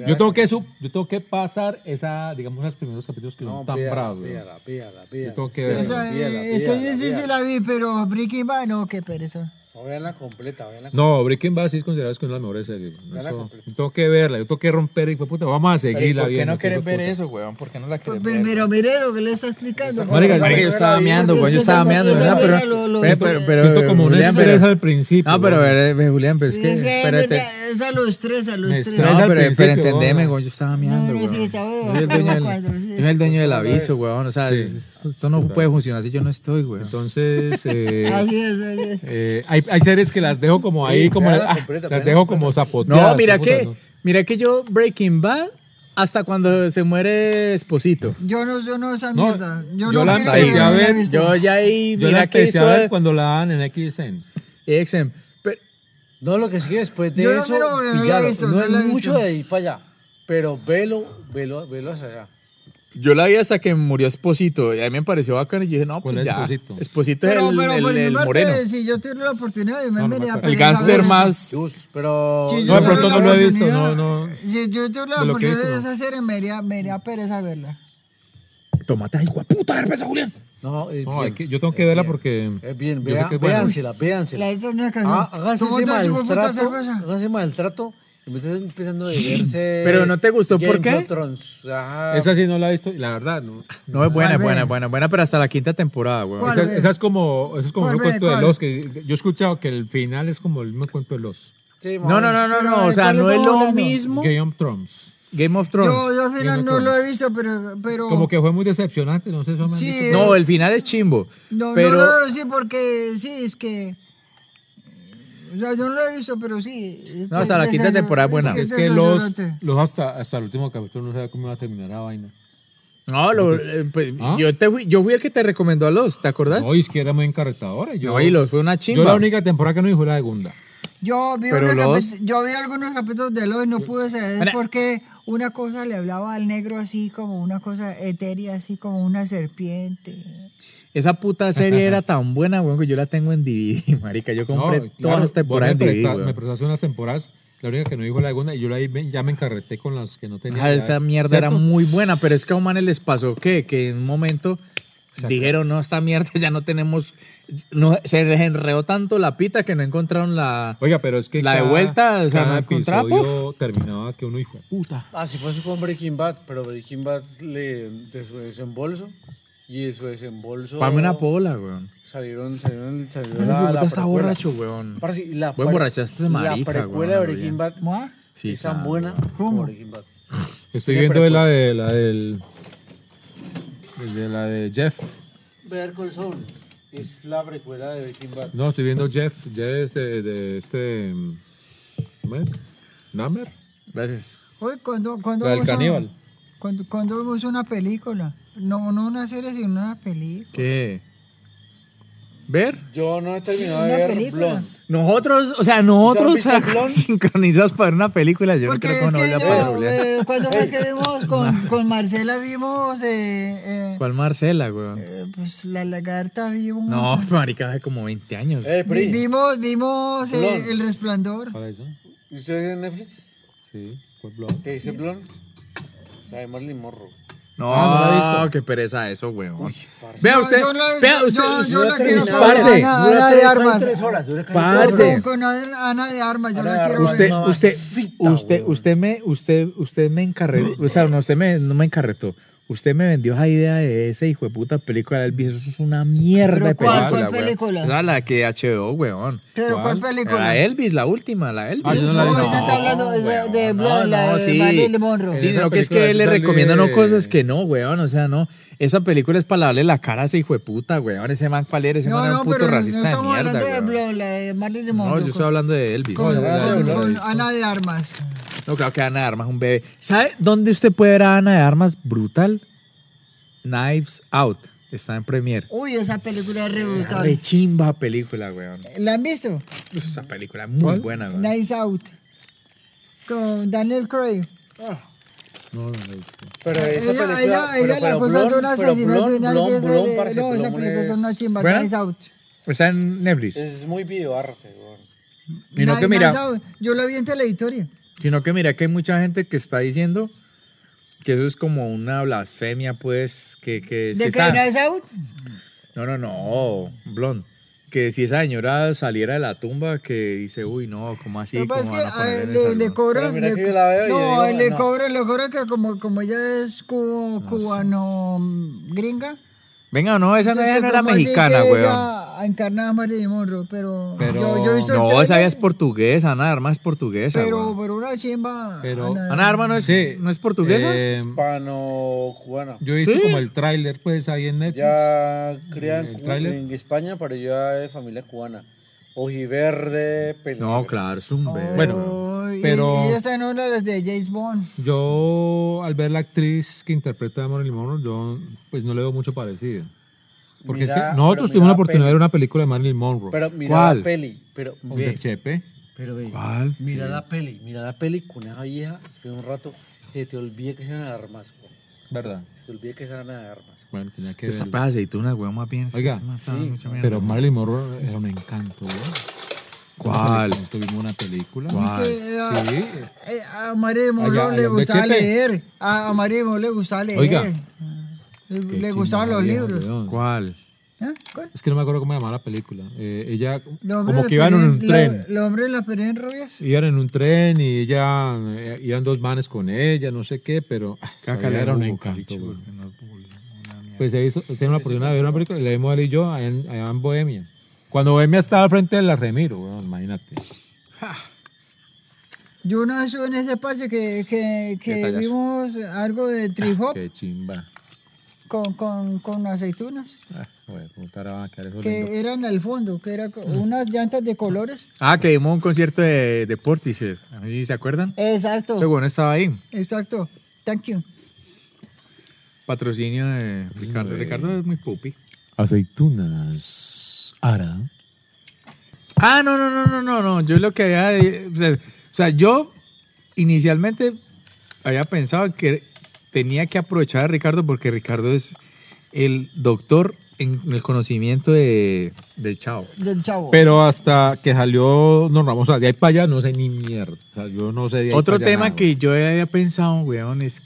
Yo tengo que sub- yo tengo que pasar esa, digamos, esos primeros capítulos que No, son tan véala, bravos. güey. véala, véala, Yo tengo véala. que Pero- verla. Esa, pídala, eh, ese pídala, sí, sí pídala. la vi, pero Breaking Bad no, qué pereza. No, véanla completa, véanla No, Breaking Bad sí es considerada como una de las mejores series. güey. Véala Eso- completa. yo tengo que verla, yo tengo que romper y fue puta, vamos a seguirla ¿Por qué bien. no querés ver eso, weón? ¿por qué no la querés Pero, ver? pero mire lo que le está explicando. Marica, Porque- marica, yo estaba Porque meando, es weón, que yo estaba esa- meando, esa ¿verdad? vaina Pero, lo- lo- eh, pero, pero, Siento como una Julián, estrés pero- al principio. No, pero, güey. eh, ve, Julián, pero es que, es que, espérate. verdad, esa lo estresa, lo Me estresa. estresa. No, al pero, pero principio, entendeme, weón. weón, yo estaba meando, no, weón. sí, está bien, Yo soy el dueño del- cuando, sí. yo soy el dueño del aviso, weón. O sea, Sí. esto esto no puede funcionar si yo no estoy, weón. Entonces, eh, Así es, así es. eh, hay, hay series que las dejo como ahí, Sí, como véala ah, completa, las véala dejo como zapoteadas. No, mira puta, que, no. mira que yo Breaking Bad hasta cuando se muere Esposito. Yo no, yo no esa No, mierda. Yo, yo no la quiero empecé que a me ver, hayan visto. Yo ya ahí, Yo la mira que empecé a eso ver cuando la dan en XN. XM. Pero, No, lo que sí después de Yo no eso, quiero volver, no la he pillalo. visto, no, no es la he mucho visto. de ir para allá, pero velo, velo, velo hacia allá. yo la vi hasta que murió Esposito. Y a mí me pareció bacano. Y yo dije, no, ¿Cuál pues es ya. Esposito? Esposito es pero, el, pero pues, el- por mi el parte, moreno. si yo tuviera la oportunidad, me no me daría acuerdo. El pereza ver gánster eso. más. Dios, pero Si No, yo de pronto tuviera la no lo he visto, oportunidad- no, no. Si yo tuviera la De lo que he oportunidad de ver visto, esa serie, me daría, me daría pereza verla. Tomate al guaputa, pues, vergüenza, Julián. no, es No, hay bien, que- yo tengo que verla porque. Eh, es bien, yo vea, sé que es buena. véansela, véansela. La hizo una canción. Ah, hágase ¿Cómo ese te hace, puta, maltrato, cerveza? hágase maltrato, y me estás empezando a verse... Pero no te gustó, ¿por Game qué? of Thrones, Ah, ajá. Esa sí no la he visto, y la verdad, no. No, es buena, Ay, es buena, ve. es buena, es buena, pero hasta la quinta temporada, weón. ¿Cuál? Esa, ve? esa es como, eso es como ¿Cuál un ve? cuento de ¿Cuál? los que yo he escuchado que el final es como el mismo cuento de los Sí, más No, o no, menos. no, no, Pero, no. O ¿de sea, cuál no es estamos lo hablando? mismo. Game of Thrones. Game of Thrones. Yo, yo al final no lo he visto, pero. pero Como que fue muy decepcionante, no sé si me han Sí, dicho. eh, No, el final es chimbo. No, pero no lo veo así porque sí, es que. O sea, yo no lo he visto, pero sí. No, o sea, la quinta desayu- temporada es buena. Es que los, desayorante. los hasta, hasta el último capítulo no sabía cómo iba a terminar la vaina. no, lo- eh, pues, ¿Ah? yo, te fui, yo fui el que te recomendó a los, ¿te acordás? No, y es que era muy encarretadora. Yo, No, y los fue una yo chimba. la única temporada que no vi fue la segunda. Yo vi, Pero unos los- capi- yo vi algunos capítulos de Lois, no pude saber por qué una cosa le hablaba al negro así como una cosa etérea, así como una serpiente. Esa puta serie era tan buena, weón, que yo la tengo en DVD, marica. Yo No, compré claro, todas las temporadas en vos me, DVD, presta- me weón. prestaste unas temporadas, la única que no vi fue la segunda, y yo ahí me- ya me encarreté con las que no tenía. Ah, ya, esa mierda era ¿cierto? muy buena, pero es que a humanes les pasó que, que en un momento Dijeron, no, esta mierda ya no tenemos. No, se les enredó tanto la pita que no encontraron la. Oiga, pero es que. La de vuelta, o sea, cada no encontraba, episodio terminaba que uno hijo de puta. Así fue su Ah, con Breaking Bad, pero Breaking Bad le, de su desembolso y de su desembolso. Pame Oh. una pola, weón. Salieron, salieron, salieron. Hijo de La, puta, la está precuela. borracho, weón. Parce, y la Voy a pre- emborracharse ese La marica, precuela weón, de Breaking Bad ¿Mua? Sí, es tan claro, buena como Breaking Bad. Estoy Siempre viendo fue. pues- la de la del. De la de Jeff. Better Call Saul es la precuela de Breaking Bad. No, estoy viendo Jeff. Jeff de, de este. mm, ¿Cómo es? ¿Number? Gracias. Oye, cuando, cuando La del vemos una- caníbal. Cuando, cuando vemos una película, no, no una serie, sino una película. ¿Qué? ¿Ver? Yo no he terminado Una de ver película. Blonde. Nosotros, o sea, nosotros ¿Se han visto Blonde? sincronizados para ver una película, yo Porque no creo es que uno que vaya yo, para rolear. eh, cuando fue que vimos con, con Marcela, vimos eh, eh, ¿Cuál Marcela, weón? eh, pues, la lagarta, vimos, No, marica, hace como 20 años. Eh, vi- Pri, vimos, vimos eh, Blonde. El Resplandor. ¿Para eso? ¿ustedes en Netflix? Sí. ¿Cuál blog? ¿Qué dice Blonde? La de Marley Morro. No, Ah, qué pereza eso, weón. Vea No, usted, yo la- vea yo- usted. yo- yo la quiero terminado. con Parce. Ana, Ana de Armas. tres horas, dura casi Parce. tres horas. Con, con Ana Ana de Armas, yo Ana de la quiero Armas. Usted, ver. usted, mamacita, usted, weón. usted me, usted, usted me encarretó, o sea, no, usted me, no me encarretó. Usted me vendió esa idea de ese hijo de puta película del viejo. Eso es una mierda ¿Pero de cuál- película, cuál weón. película? Esa es la que HBO, weón. Pero ¿cuál La película? Elvis, la última, la Elvis. Ah, yo no la he visto. ella está hablando de- weón, de Blood, la de Marilyn Monroe. Sí, En esa sino que es película que él le sale- recomienda no cosas que no, weón. O sea, no. Esa película es para darle la cara a ese hijo de puta, weón. Ese man, ¿cuál era? Ese No, man era no, un puto pero no racista estamos de hablando de mierda, weón. Blonde, la de Marilyn No, Monroe. yo estoy hablando de Elvis. con, No, la de con- Blonde. con Ana de Armas. No, claro que Ana de Armas es un bebé. ¿Sabe dónde usted puede ver a Ana de Armas brutal? Knives Out. Está en Premiere. Uy, esa película es re brutal. Rechimba película, weón. ¿La han visto? Esa película es muy buena, weón. Nice Out. Con Daniel Craig. Pero esa Ella, película, ella, pero- ella la pero acusan de un Blonde- pero asesinato de Blonde- una Blonde- vez. Blonde, parce, No, esa Blonde película es una chimba. ¿Fuera? Nice Out. Está en Netflix. Es muy videoarte, weón. Sino Ni- que Nice mira, Out. Yo la vi en Televitoria. sino que mira que hay mucha gente que está diciendo que eso es como una blasfemia, pues, que, que si ¿De qué? está- Nice Out? No, no, no, blond. Que si esa señora saliera de la tumba, que dice, uy, no, ¿cómo así? Lo que pasa ¿Cómo es que van a a poner él en le, esa le luz? cobran. mira le- que yo la veo y yo no, digo, él le no. cobran, le cobran que como, como ella es cu- cubano-gringa. Venga, no, esa no, Entonces, ella no que era como así mexicana, que weón. Ella encarnaba a Marilyn Monroe, pero, Pero- yo, yo hice el No, trailer, esa ya es portuguesa, Ana de Armas es portuguesa, Pero, weón. pero una chimba. Ah, Pero- Ana- Ana de Armas no es, Sí. ¿no es portuguesa. Eh, Hispano-cubana. yo he visto Sí. como el tráiler, pues, ahí en Netflix. Ya crean ¿El cu- tráiler? en España, pero ya de familia cubana. Ojiverde, no, película. claro, es un bebé. weón. Bueno, Ay, y- pero- Y, esta no era las de James Bond. Yo, al ver la actriz que interpreta a Marilyn Monroe, yo pues no le veo mucho parecido. Porque es Mira, que nosotros pero tuvimos mira la la oportunidad de peli. ver una película de Marilyn Monroe. Pero mira ¿Cuál? la peli. Pero Con ve, Def Chepe. pero ve. ¿Cuál? Mira la peli, mira la peli con esa vieja. Espera un rato, se te olvide que sean armas, güey. ¿Verdad? Se te olvide que sean armas. Bueno, tenía que Esa ver. paz de aceitunas, weón, más bien. es que Oiga, este man estaba mucha mierda. Pero Marilyn Monroe era un encanto, ¿verdad? ¿Cuál? Tuvimos una película. ¿Cuál? Que, eh, a- Sí. eh, a Marilyn Monroe Allá- allá le en gustaba Bechepe. leer. A, a Marilyn Monroe le gustaba leer. Oiga. Le, Qué le chimba, gustaban los viejo, libros. weón. ¿Cuál? ¿Eh? ¿Cuál? Es que no me acuerdo cómo llamaba la película. Eh, ella, Los hombres como de que iban en las un peren- tren. la- Los hombres de las perenes rubias. Iban en un tren y ella, eh, iban dos manes con ella, no sé qué, pero ah, esa Caca vieja le era un hubo, encanto. caricho, güey. porque no pudo, una mierda. Pues se hizo, tiene la oportunidad de ver una película, la vimos él y yo allá en, allá en Bohemia. Cuando Bohemia estaba al frente de la Remiro, weón, imagínate. Yo una vez estuve en ese parche que, que, que tallazo. Ah, vimos algo de trihop Qué chimba. con, con, con aceitunas. Ah, güey, puta, ahora van a quedar eso lindo. Ah. Que eran al fondo, que eran co- unas llantas de colores. Ah, que vimos un concierto de, de Portishead. ¿Sí ¿Se acuerdan? Exacto. Ese weón estaba ahí. Exacto. Thank you. Patrocinio de Ricardo. Ricardo es muy pupi. Aceitunas. Ara. Ah, no, no, no, no, no, no. Yo lo que había. eh, O sea, o sea, yo inicialmente había pensado que tenía que aprovechar a Ricardo porque Ricardo es el doctor en el conocimiento de, del chavo. Del chavo. Pero hasta que salió Don Ramón, o sea, de ahí para allá no sé ni mierda. O sea, yo no sé de ahí Otro para allá tema nada, que güey. yo había pensado, weón, es.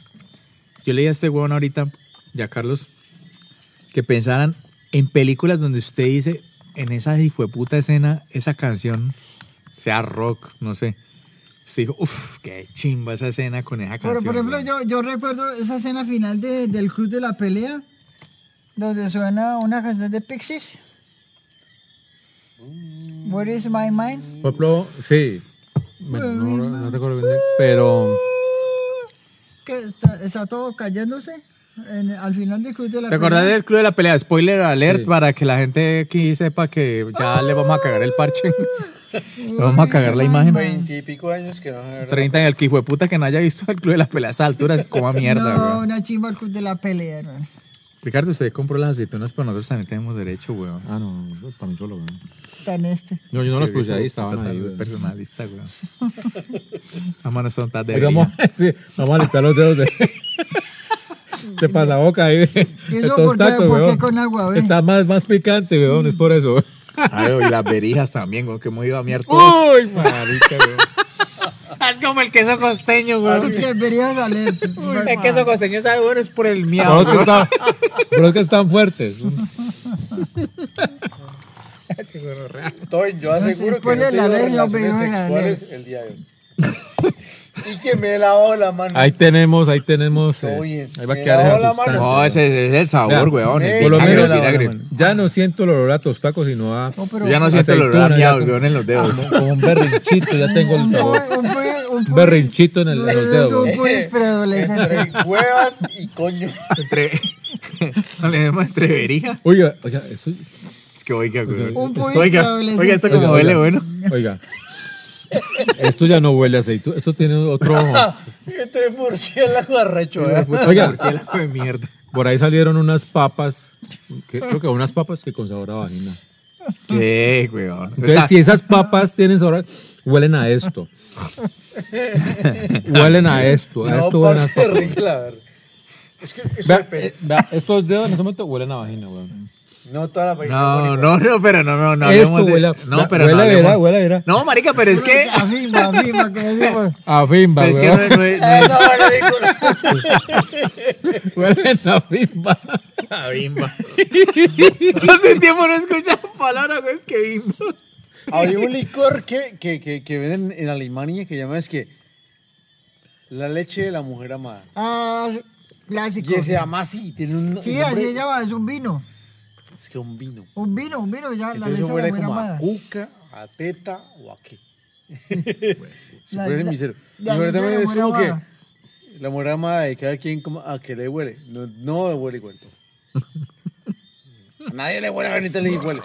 Yo leía a este weón ahorita, ya Carlos, que pensaran en películas donde usted dice, en esa puta escena, esa canción, sea rock, no sé. Usted dijo, uff, qué chimba esa escena con esa Por, canción. por ejemplo, weón". yo, yo recuerdo esa escena final de- del Club de la Pelea, donde suena una canción de Pixies. Where is my mind? Por ejemplo, sí. Bueno, no, no recuerdo bien, pero Que está, está todo cayéndose en- al final del Club de la Pelea. ¿Te acordás del Club de la Pelea? Spoiler alert para que la gente aquí sepa que ya le vamos a cagar el parche. le vamos a cagar la imagen. Típico años que no van a ver. 30 en el que hijo de puta que no haya visto el Club de la Pelea a esta altura, se coma mierda, No, weón. una chimba al Club de la Pelea, hermano. Ricardo, usted compró las aceitunas, pero nosotros también tenemos derecho, weón. ah no, eso para mí solo, weón. Tan este. No, yo no los puse ahí, Oh, Total, estaban ahí. weón. Personalista, weón. Las manos son tan de Oiga, vamos, brillo. sí, vamos a limpiar los dedos de, de pasaboca ahí. De, ¿Y de eso todos por qué? tacos, ¿Por qué weón. con agua, ve? Está más, más picante, weón, es por eso. Ay, Ah, y las berijas también, weón, que hemos ido a miar todos. marica, weón. es como el queso costeño, weón. Es que deberías valer. El queso costeño sabe, bueno, es por el Por miau. eso que está- por eso que están fuertes. Estoy, yo aseguro que no he ponle Pues tenido la ley, no, relaciones pero la sexuales el día de hoy. y que me he lavado la mano. Ahí tenemos, ahí tenemos. eh, Oye, ahí va a me lavó quedar esa la sustancia. mano. No, ese es el sabor, Vea, weón. el Por lo vinagre, menos el vinagre. ya no siento el olor a tos tacos, sino a. pero- Ya no siento el olor a aceituna, ya miau, como- weón, en los dedos. Como, como un berrinchito, ya tengo el sabor. Un berrinchito en, el, en los Es dedos. un pues preadolescente. Entre huevas y coño. Entre... No le demos entre berija. Oiga, oiga, eso. Es que oiga, weón. Un Esto- poquito Oiga, adolescente. oiga, esto Oiga, como huele, oiga. bueno. Oiga. Esto ya no huele a aceite. Esto tiene otro. Entre murciélago arrecho, ¿eh? Oiga. Murciélago de mierda. Por ahí salieron unas papas. que- creo que unas papas que con sabor a vagina. ¿Qué, weón? Entonces, si esas papas tienen sabor, a- huelen a esto. huelen a esto. A No, esto huelen las parce, papas. rica la verdad. Es que eso Vea, depende. eh, vea, estos dedos en este momento huelen a vagina, weón. No toda la vaina. No, no, no, pero no, no, no. Esto hablemos de- huele a- No, pero huele no a vera, hablemos- huele a vera. No, marica, pero es que... Afirma, afirma, que decimos. A fimba, Pero es que no weón. es... no es- no es- Huelen a fimba. Ah, bimba. Hace tiempo no escuchaba palabra, güey, es que bimba. Había un licor que, que, que, que venden en Alemania que llama es que la leche de la mujer amada. Ah, clásico. Y se llama así, tiene un, Sí, un nombre- así se llama, es un vino. Es que un vino. Un vino, un vino, ya la Entonces leche eso de la huele mujer como a amada. cuca, a teta o a qué. Se La- pone en la- misero. Y la ahora leche de también la es mujer como que amada. la mujer amada de cada quien como a que le huele. No, no le huele cuento. A nadie le huele a Benito le huele.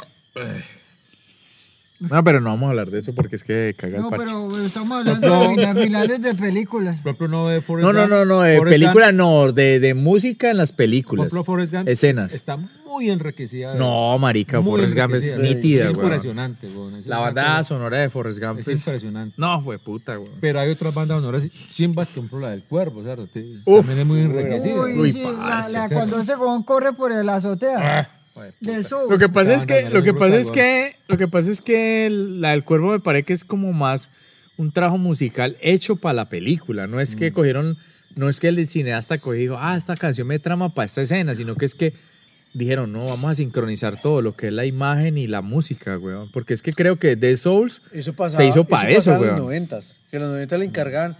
No, pero no vamos a hablar de eso porque es que caga el No, parche. pero estamos hablando de fina- finales de películas. Por ejemplo, no de Forrest No, no, Gump. no, no, eh, Forrest película Gump, no, de, de música en las Por películas. ejemplo, Forrest Gump Escenas. Está muy enriquecida. de- No, marica, muy Forrest Gump es enriquecida. nítida, Es güey. impresionante, weón. Es La una banda cosa- sonora de Forrest Gump Es impresionante. No, fue puta, güey. Pero hay otras bandas sonoras, chimbas, que ejemplo la del cuervo, ¿cierto? Uf. También es muy enriquecida. Uy, Uy, sí, la, parce, la- cuando ese cojón corre por la azotea. De eso. Lo que pasa es que, banda lo que sonora pasa es es que, lo que pasa es que el- la del cuervo me parece que es como más un trabajo musical hecho para la película. No es Mm. que cogieron, no es que el cineasta cogió y dijo, ah, esta canción me trama para esta escena, sino que es que dijeron, no, vamos a sincronizar todo lo que es la imagen y la música, weón. Porque es que creo que The Souls Eso pasaba, se hizo para eso, pasaba en los weón. 90, que en los 90 le encargaban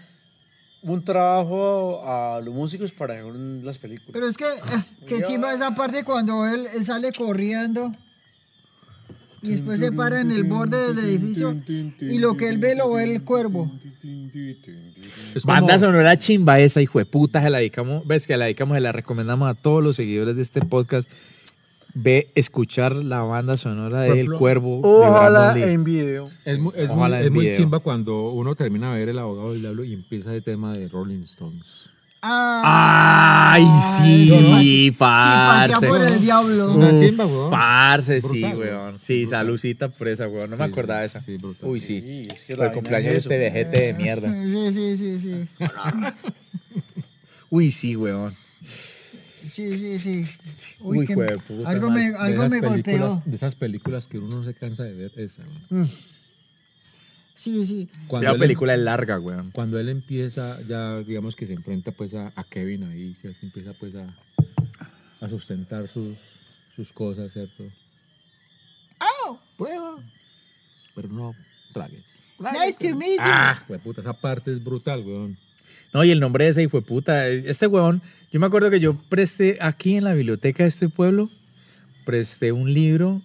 un trabajo a los músicos para hacer las películas. Pero es que, eh, que chimba esa parte cuando él, él sale corriendo y después se para en el borde del edificio y lo que él ve lo ve el cuervo. Es como- Banda sonora chimba esa, hijo de puta, se la dedicamos, ves que la dedicamos, se la recomendamos a todos los seguidores de este podcast. Ve escuchar la banda sonora de El Cuervo de Brandon Lee. video. Es muy, es muy- Ojalá en es muy video. chimba cuando uno termina de ver El abogado del diablo y empieza el tema de Rolling Stones. Ay, sí, Ah, Sí, parce. patea por el diablo. Una Uf, chimba, weón. Parce, sí, Brutal, weón. Sí, salucita por esa, weón. No me acordaba de esa. sí, brutal. Uy, sí. Sí, es que Por la el vaina cumpleaños de es este eso. vejete de mierda. Sí, sí, sí, sí. Uy, sí, weón. Sí, sí, sí. Uy, que- hijo de puta, Algo man. me, De algo esas me películas- golpeó. Mm. De esas películas que uno no se cansa de ver, esa. weón. Sí, sí. Cuando, La él, em- película es larga, weón. cuando él empieza, ya digamos que se enfrenta pues a, a Kevin ahí, ¿cierto? Empieza pues a, a sustentar sus, sus cosas, ¿cierto? ¡Oh! Prueba, pero no tragues. Nice to meet you. Ah, puta, esa parte es brutal, weón. No, y el nombre de ese hijo de puta, este huevón, yo me acuerdo que yo presté aquí en la biblioteca de este pueblo, presté un libro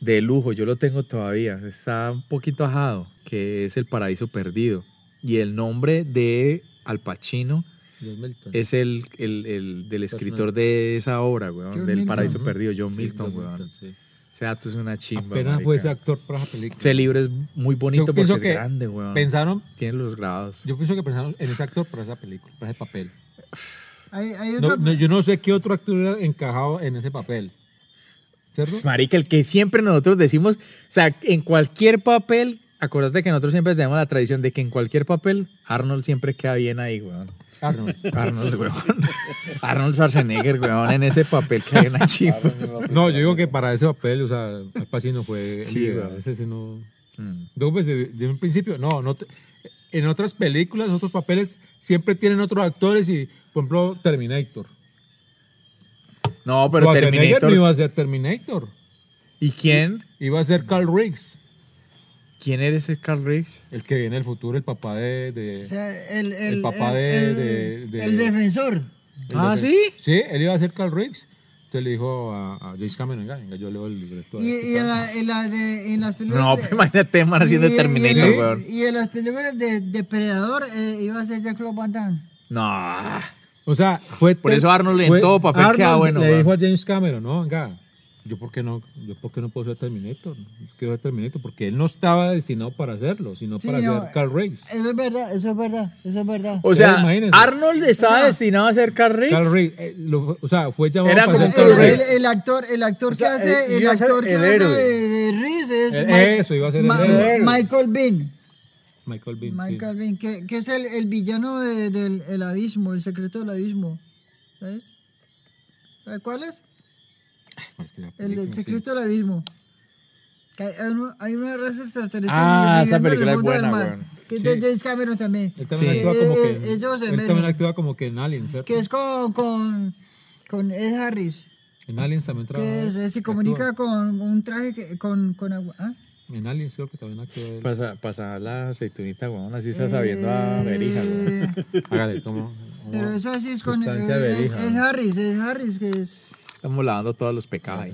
de lujo, yo lo tengo todavía, está un poquito ajado, que es El Paraíso Perdido. Y el nombre de Al Pacino Dios Milton. es el, el- el del escritor de esa obra, weón, John del Milton. Paraíso Perdido, John Milton, Dios weón. Milton, sí. Ese dato es una chimba. Apenas fue ese marica. actor para esa película. Ese libro es muy bonito Yo porque pienso es que grande, weón. Pensaron, Tiene los grabados. yo pienso que pensaron en ese actor para esa película, para ese papel. Hay, hay No, otro. no, yo no sé qué otro actor hubiera encajado en ese papel. ¿Cierto? Pues, marica, el que siempre nosotros decimos, o sea, en cualquier papel, acordate que nosotros siempre tenemos la tradición de que en cualquier papel, Arnold siempre queda bien ahí, weón. Arnold. Arnold, weón. Arnold Schwarzenegger, weón, en ese papel que hay una chiva. No, yo digo que para ese papel, o sea, Al Pacino fue pues, Sí, libre, weón. ese sí no... Mm. No, pues, de, de un principio, no, no te- en otras películas, otros papeles, siempre tienen otros actores y, por ejemplo, Terminator. No, pero Schwarzenegger no iba Terminator. a ser Terminator, ¿Y quién? iba a ser Carl Riggs, ¿Quién eres ese Carl Riggs? el que viene en el futuro, el papá de... de- O sea, el, el, El papá de- el- de- de- el defensor. el Ah, de- ¿sí? Sí, él iba a ser Carl Riggs. Entonces le dijo a, a James Cameron, venga, venga, yo leo el libreto. este a Y, ver qué y en, tal". la, en, la de, en las películas. No, de- pues, pero imagínate, man, haciendo y- y- Terminator, y en- weón. Y en las películas de Depredador eh, iba a ser Jack Van Damme. No. O sea, fue... Por eso Arnold en fue- todo papel Arnold queda bueno, Le weón. dijo a James Cameron, no, venga, yo por qué no, yo por qué no puedo ser Terminator, no quiero ser Terminator, porque él no estaba destinado para hacerlo, sino Sí, para no, ser Carl Riggs. Eso es verdad, eso es verdad, eso es verdad. O sea, imagínense. Arnold estaba destinado a ser Carl Riggs. Carl Riggs, eh, lo- o sea, fue llamado Era para como ser el, Carl Carl el- Riggs. Reeves. el actor, el actor que sea, hace, eh, el iba a ser actor que el hace héroe. de, de Reeves es Eh, Mike- eso, iba a ser el Ma- héroe. Michael Bean. Michael Bean. sí. Michael Bean, que, que es el, el villano de- del el abismo, el secreto del abismo. ¿Sabes? ¿Sabes cuál es? Ah, es que la El, película, del sí. secreto del abismo. Que hay, hay una- hay una raza extraterrestre viviendo Ah, esa en el película es mundo del buena, mar, weón. Que es de James Cameron también. Él también Sí. actúa como Eh, que. eh, ellos se él también emergen. actúa como que en Alien, ¿cierto? Que es con, con, con Ed Harris. En Aliens también Que eh, trabaja. se, se comunica con un traje que, con, con agua. ¿ah? actúa. En Aliens creo que también actúa. él. Pasa, pasa la aceitunita, weón. Así está sabiendo a Ah, verija, weón. Eh, Hágale, toma. Pero eso así es con. Sustancia eh, es, berija. es Harris, es Harris que es. Estamos lavando todos los pecados ahí.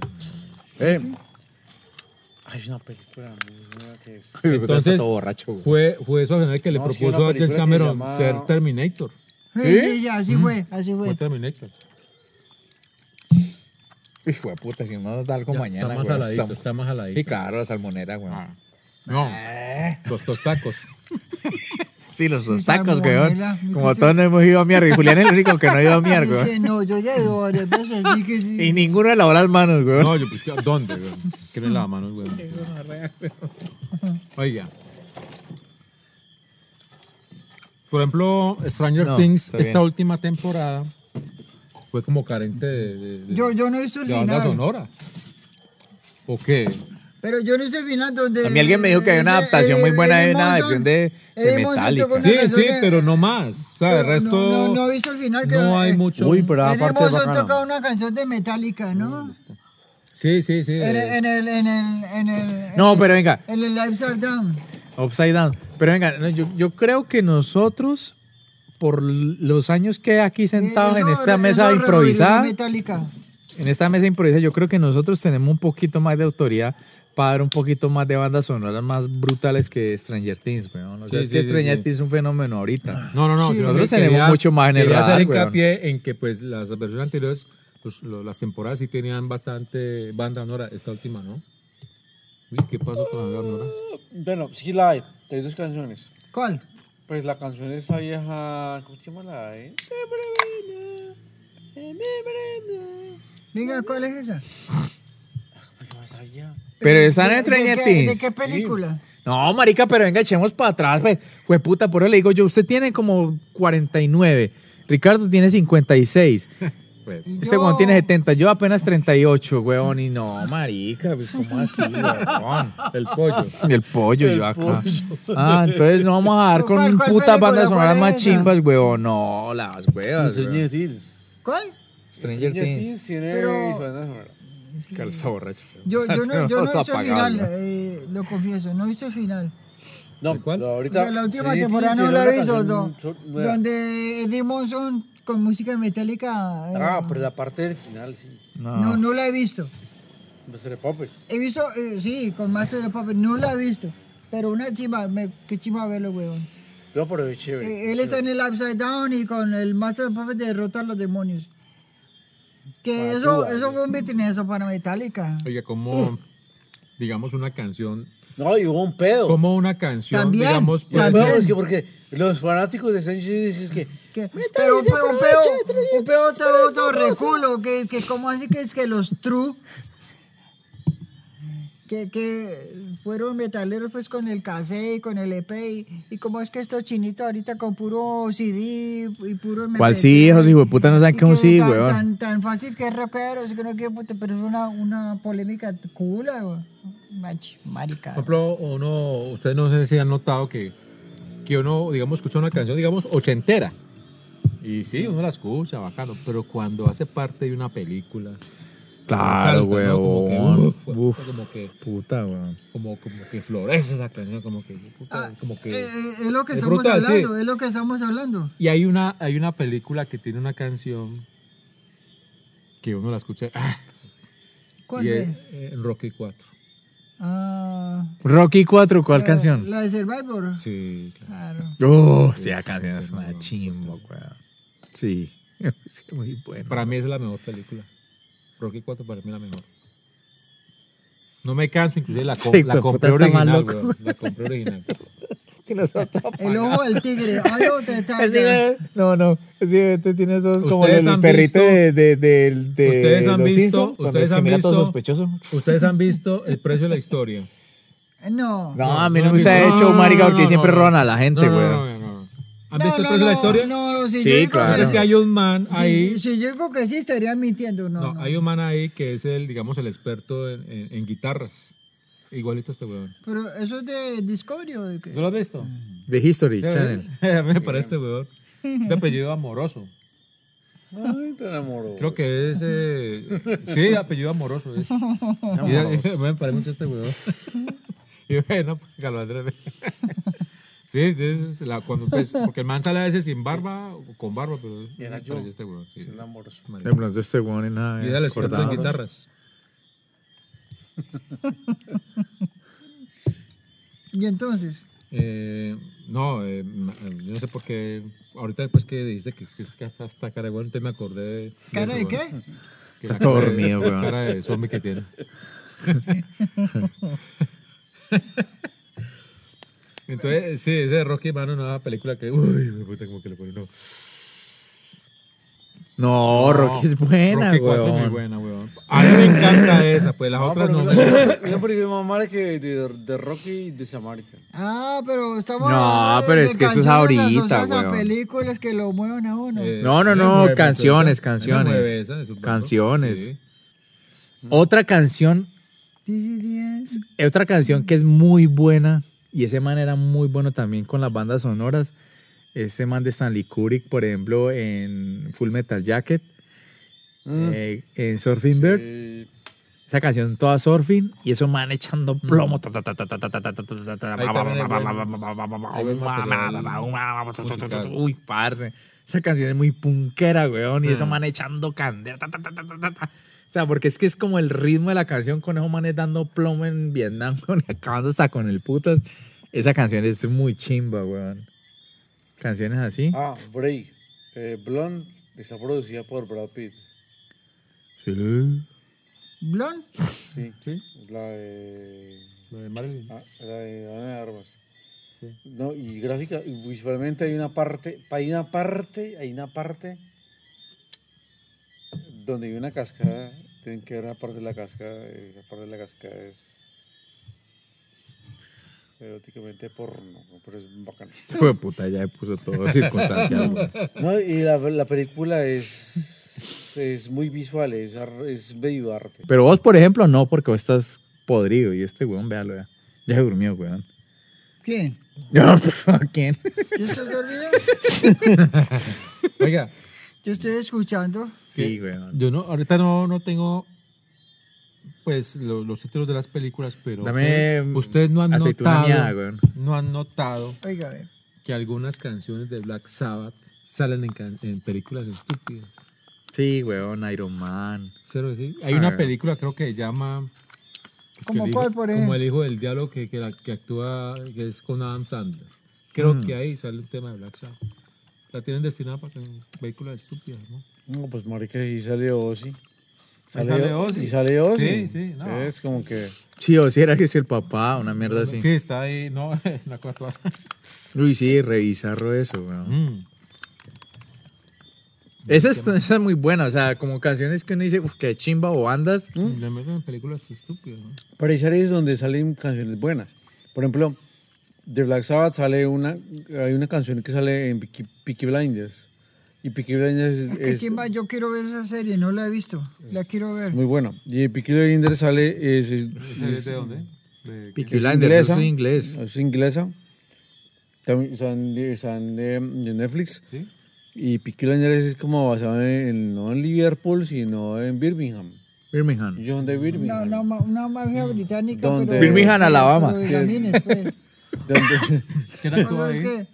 Hay una película muy buena que es. Entonces, todo borracho, güey. Fue, fue eso general que le No, es que propuso una a James película que Cameron llama- ser Terminator. Sí, sí, sí, Mm. así fue, así fue. Fue Terminator. Hijo de puta, si no nos da algo mañana, está más güey. jaladito, Estamos- está más Sí, jaladito. claro, la salmonera, güey. No, Eh. los dos tacos. Sí, los dos Sí, tacos, güey. salmonela, mi Como cosa. todos nos hemos ido a miar. Y Julián es el único que no ha ido a miar, Es güey. que no, yo ya he ido varias veces. Dije, Y sí. ninguno de lavó las manos, güey. No, yo pues, ¿dónde, güey? ¿Qué le lava manos, güey? Oiga. Por ejemplo, Stranger No, Things, está esta bien. última temporada fue como carente de, de- de- Yo, yo no hice el de banda final. sonora. ¿O qué? Pero yo no hice el final donde. A mí alguien me dijo que había una eh, adaptación muy Eddie buena de una Monson- versión de, de Eddie Monson tocó Metallica. una Sí, canción sí, de- pero no más. O sea, el pero resto No, no, no hizo el final. que- no hay eh, mucho. Eddie Monson toca una canción de Metallica, Mm, ¿no? Sí, sí, sí. En, eh, en el. En el, en el No, pero venga, En el Live Down. Upside Down. Pero venga, no, yo, yo creo que nosotros, por l- los años que aquí sentados en Eh, Eso- esta eso mesa revolvió improvisada, Metallica. en esta mesa improvisada, yo creo que nosotros tenemos un poquito más de autoridad para dar un poquito más de bandas sonoras más brutales que Stranger Things, weón. O sea, Sí, es que sí, sí, Stranger sí. Ah. Things es un fenómeno ahorita. No, no, no. sino Nosotros que tenemos mucho más en el quería radar, hacer weón. hincapié en que pues las versiones anteriores, pues, lo- las temporadas sí tenían bastante banda sonora. Esta última, ¿no? Uy, ¿qué pasó con la banda sonora? Bueno, sí la hay. Hay dos canciones. ¿Cuál? Pues la canción de esa vieja. ¿Cómo se llama la de? ¿Cómo Diga, ¿cuál es esa? se llama esa vieja? Pero están ¿De- en Stranger de qué- Things. ¿De qué película? No, marica, pero venga, echemos para atrás, pues. Jueputa, por eso le digo yo, usted tiene como 49. Ricardo tiene 56. Pues. Este Yo- weón tiene 70, yo apenas 38, weón. Y no, marica, pues ¿cómo así, weón? El pollo. El pollo, yo acá. Ah, entonces no vamos a dar con ¿Cuál- cuál putas película? bandas sonoras ¿Cuál más es esa? chimbas, weón. No, las weevas, weón. Stranger Things. ¿Cuál? Stranger Stranger Things. Things tiene Pero- su banda sonora. sí. Carlos está borracho. Yo, yo no, yo no he Está visto el apagado, final, ¿no? eh, lo confieso, no he visto el final. No, cuál? lo- O sea, ahorita. la última sí, temporada no hicieron la una he visto, canción no. so- nueva. donde Eddie Monson con música metálica. eh, Ah, pero la parte del final, sí. no, no la he visto. Master of Puppets. He visto, eh, sí, con Master of Puppets, no la he visto. Pero una chimba, me, qué chimba verlo, weón. No, pero es chévere. Eh, él está en el Upside Down y con el Master of Puppets derrota a los demonios. Ah, Que eso, eso fue un vitinazo para Metallica. Oiga, como, Mm. digamos, una canción. No, y hubo un pedo. Como una canción, También, digamos, pues, Y el también. pedo es que porque los fanáticos de Sanchez es que. Que- pero un peo, un peo, un peo te otro reculo, que, que como así que es que los true, que, que fueron metaleros pues con el cassette y con el EP, y, y como es que estos chinitos ahorita con puro CD y puro MP3, ¿Cuál sí, esos hijueputas no saben y qué es un que sí, tan, weón? Tan, tan fácil que es rockero, así que no quiero puta, pero es una, una polémica cula, weón. Mach- marica. Por ejemplo, uno, ustedes no sé si han notado que, que uno, digamos, escucha una canción, digamos, ochentera. Y sí, uno la escucha, bacano, pero cuando hace parte de una película. Claro, salta, ¿no? Como que, weón. uf, Uf. como que, Puta, weón. como, como que florece esa canción, como que, puta, como que. Eh, eh, es lo que Es estamos brutal, sí. hablando, es lo que estamos hablando. Y hay una, hay una película que tiene una canción que uno la escucha. ah, ¿Cuál y es es? eh, Rocky 4. Ah, Rocky 4, ¿cuál la- canción? La de Survivor. Sí, claro. Claro. Oh, sí, la canción es una chimba, weón. Sí. Sí, muy bueno. Para mí es la mejor película. Rocky 4 para mí es la mejor. No me canso, inclusive la, co- Sí, la hijo de compré puta, está más original, loco. weón, La compré original. El ojo del tigre. Ay, no, te está- Ese güey- No, no. Ese güey tiene esos como Ustedes el han perrito visto- de, de, de, de- Ustedes han los visto- Simpsons, cuando ustedes es que han mira todo visto- sospechoso. Ustedes han visto El precio de la historia. No. No, a mí no, han me se ha visto. hecho, No, no, marica, no, porque no, siempre no. roban a la gente, No, no, weón. no, no, no. ¿Han No, visto El no, precio de no, la historia? No, no, si Sí, yo digo claro. que Es que hay un man si- ahí. Si, yo digo que sí, estaría mintiendo. No, No, no. hay un man ahí que es el, digamos, el experto en, en- en guitarras. Igualito este weón. Pero eso es de Discovery. ¿o de qué? ¿No lo has visto? Mm, De History Channel. A mí me parece este weón. De apellido amoroso. Ay, tan amoroso. Creo que es. eh, sí, apellido amoroso es. Y- y- me parece mucho este weón. Y bueno, pues, Carlos Andrés. Sí, es la, cuando, pues, porque el man sale a veces sin barba o con barba, pero me parece este weón. sí. De pronto este weón es nada. Y era el experto en cortado. guitarras. Y entonces, Eh, no, eh, ma- yo no sé por qué. Ahorita después que dijiste que, que, que hasta, hasta cara de bueno, entonces me acordé. de- ¿cara de eso, qué? weón. Que la Está todo cara de- dormido, weón. Cara de zombie que tiene. Entonces, sí, ese de Rocky Mano, nueva película que. Uy, me puta, como que le pone. No. No, Oh, Rocky es buena, Rocky 4 es muy weón. buena, weón. A mí me encanta esa, pues las otras no. me- Una película más mala que de, de Rocky y de Samaritan. Ah, pero estamos. No, hablando de- pero de es que eso es canciones ahorita, asociadas a weón. películas que lo mueven a uno. Eh, No, no, a mí me no, mueve, canciones, entonces, a mí me mueve canciones. esa de su pronto. Canciones. Sí. Otra canción, Sí, sí, sí, es. otra canción que es muy buena, y ese man era muy bueno también con las bandas sonoras. Este man de Stanley Kubrick, por ejemplo, en Full Metal Jacket, eh, en Surfing Bird. Esa canción toda surfing y eso man echando plomo. ta, ta, ta, ta, ta, ta, ta, ta, ta, ta, ta, ta, Ahí también hay buen- hay buen material musical. Uy, parce. Esa canción es muy punquera, weón. Y eso man echando candela. ta, ta, ta, ta, ta, ta, ta. O sea, porque es que es como el ritmo de la canción con esos manes dando plomo en Vietnam, weón, y acabando hasta con el putas. Esa canción es muy chimba, weón. Canciones así. Ah, Break. Eh, Blonde está producida por Brad Pitt. Sí. Blon. Sí. La de. Lo de Marilyn. ah, la de Ana de Armas. No, y gráfica, y visualmente hay una parte, hay una parte, hay una parte donde hay una cascada, tienen que ver una parte de la cascada, esa parte de la cascada es eróticamente porno, pero es bacano. Hijo de puta, ya puso todo circunstancial, weón. No, y la, la película es, es muy visual, es, ar- es medio arte. Pero vos, por ejemplo, no, porque vos estás podrido. Y este weón, véalo, ya. Ya se durmió, weón. ¿Quién? No, pues, ¿a ¿quién? ¿Yo estoy dormido? Oiga, Yo estoy escuchando. Sí, weón. Yo no, ahorita no, no tengo pues lo- los títulos de las películas, pero Dame, usted- ustedes no han aceituna notado, miada, weón. no han notado Oiga, ve. que algunas canciones de Black Sabbath salen en, can- en películas estúpidas. Sí, weón, Iron Man. Cero decir. Hay Ah. una película, creo que se llama. es que ¿Cómo el cuál, hijo, por Como ejemplo? el hijo del diablo que, que, la- que actúa, que es con Adam Sandler. Creo Mm. que ahí sale un tema de Black Sabbath. La tienen destinada para vehículos estúpidos, ¿no? No, pues marica, y sale Ozzy. Sale, sale Ozzy. Ozzy. Y sale Ozzy. Sí, sí, no. Es como que... Sí, o si era que es el papá, una mierda así. Sí, está ahí, no, en la cuarta. Uy, sí, revisarlo eso, weón. Mm. Esa es, esa es muy buena, o sea, como canciones que uno dice, uff, qué chimba o bandas. Y Le meten en películas estúpidas, ¿no? Pero hay series donde salen canciones buenas. Por ejemplo, de Black Sabbath sale una... Hay una canción que sale en Peaky, Peaky Blinders. Y Peaky Blinders es- Qué Este, es, chimba, yo quiero ver esa serie, no la he visto. La quiero ver. muy buena. Y Peaky Blinders sale... Es, es- ¿De, de dónde? De- Peaky es Blinders, inglesa. eso es inglés. es inglesa. También están de, están de, de Netflix. ¿Sí? Y Peaky Blinders es como basado en, no en Liverpool, sino en Birmingham. Birmingham. Yo son de No, Birmingham. no, ma- una mafia británica. ¿Dónde? Pero, Birmingham, pero- Alabama. pero de Gamines, pues. Donde- ¿Quién O actúa sea, es ahí? que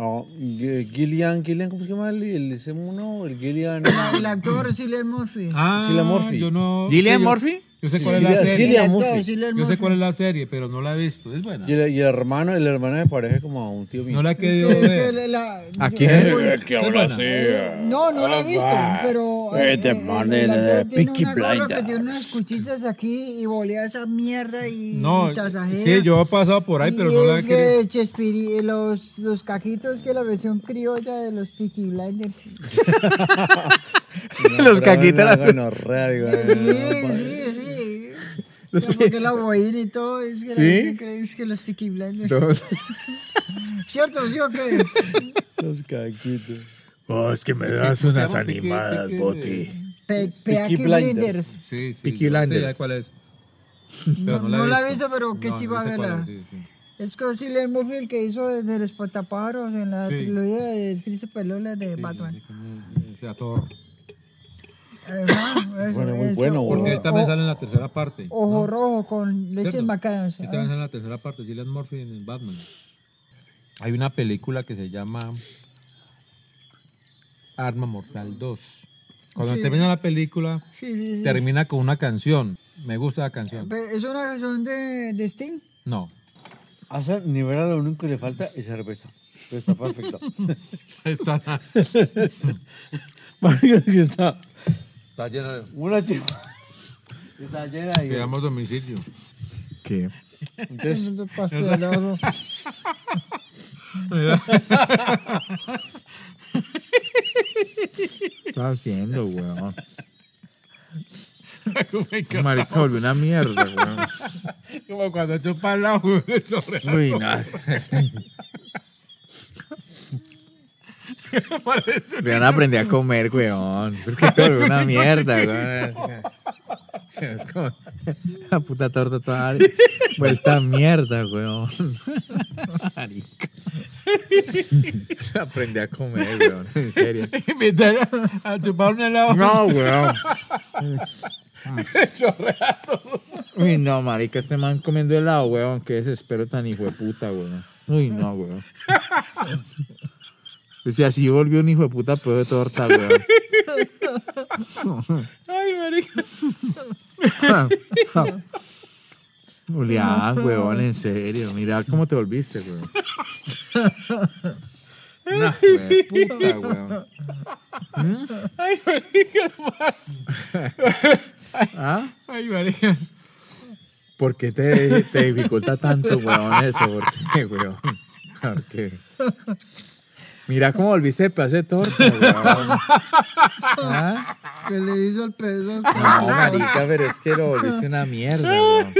Ah, Gu- Gillian, Gillian, ¿cómo se llama? El, el, ese mono, el Gillian. la- el actor Cillian Murphy. Ah, Cillian Murphy. Yo no, ¿Gillian sí, yo- Murphy? Yo sé cuál es Cillian, la serie. Cillian El actor Murphy. Cillian Yo sé Murphy. cuál es la serie, pero no la he visto. Es buena. Y el, y el hermano, el hermano me parece como a un tío mío. No la he Es querido que- es que ver. la- la- ¿A quién? Uy, Es que habla así. eh, no, no la he visto, pero eh, Este eh, man el de- actor de tiene Peaky una gorra Blinders. que tiene unas cuchitas aquí y volea esa mierda y, No, y tasajea. sí, yo he pasado por ahí, Y pero no la es he querido. que Chespiri, los, los cajitos que la versión criolla de los Peaky Blinders. Sí, Los caquitas. Bueno, radio. Ah, sí, sí. O sea, porque la boina y todo, es que, la ¿Sí? versión criolla es que los Peaky Blinders. ¿Cierto? ¿Sí o qué? Los caquitos. Oh, es que me das unas animadas, Piqui- Boti. Pe- Peaky Peaky Blinders. Blinders. Sí, sí. Peaky yo Blinders. sé ya cuál es. No, Pero no la he visto. visto, pero qué No, no chiva sé cuál verla. es, sí, sí. Es que Cillian Murphy el que hizo desde los Potaparos en la Sí. trilogía de Christopher Nolan de Batman. Ese actor. Ajá, Bueno, eso, muy eso. bueno, O- Porque él también o- sale en la tercera parte. ¿no? Ojo rojo con leche ¿Cierto? macadams. Sí, también sale en la tercera parte. Gillian Murphy en el Batman. Hay una película que se llama Arma Mortal 2. Cuando Sí. termina la película, Sí, sí, sí. termina con una canción. Me gusta la canción. Pero es una canción de, de Sting. No. A esa Nivera lo único que le falta es cerveza. Pero está perfecto. Está, Marica, que está. está llena de. Una chiva. Está llena ahí. Llegamos a domicilio. ¿Qué? Entonces, Pastelado. está haciendo, weón? Marica, volvió una mierda, weón. Como cuando chupa el agua sobre Uy, nada. Rihanna aprendió a comer, weón. Porque te volvió una mierda, weón. Es como- La puta torta toda vuelta a mierda, weón. Marica. Aprendí a comer, weón. En serio. Invitar a, a chupar un helado. No, weón. Uy, no, marica, este man comiendo helado, weón. Qué desespero tan hijo de puta, weón. Uy, no, weón. O sea, así volvió un hijo de puta pedo de torta, weón. Ay, marica. Julián, weón, en serio. Mira cómo te volviste, weón. Nah, weón, puta, weón. ¿Ah? Ay, marica. ¿Por qué te, te dificulta tanto, weón, eso? ¿Por qué, weón? ¿Por qué? Mira cómo volviste de pedazo de torta, weón. ¿Ah? que le hizo el pedo. No, marica, pero es que lo volviste una mierda, weón.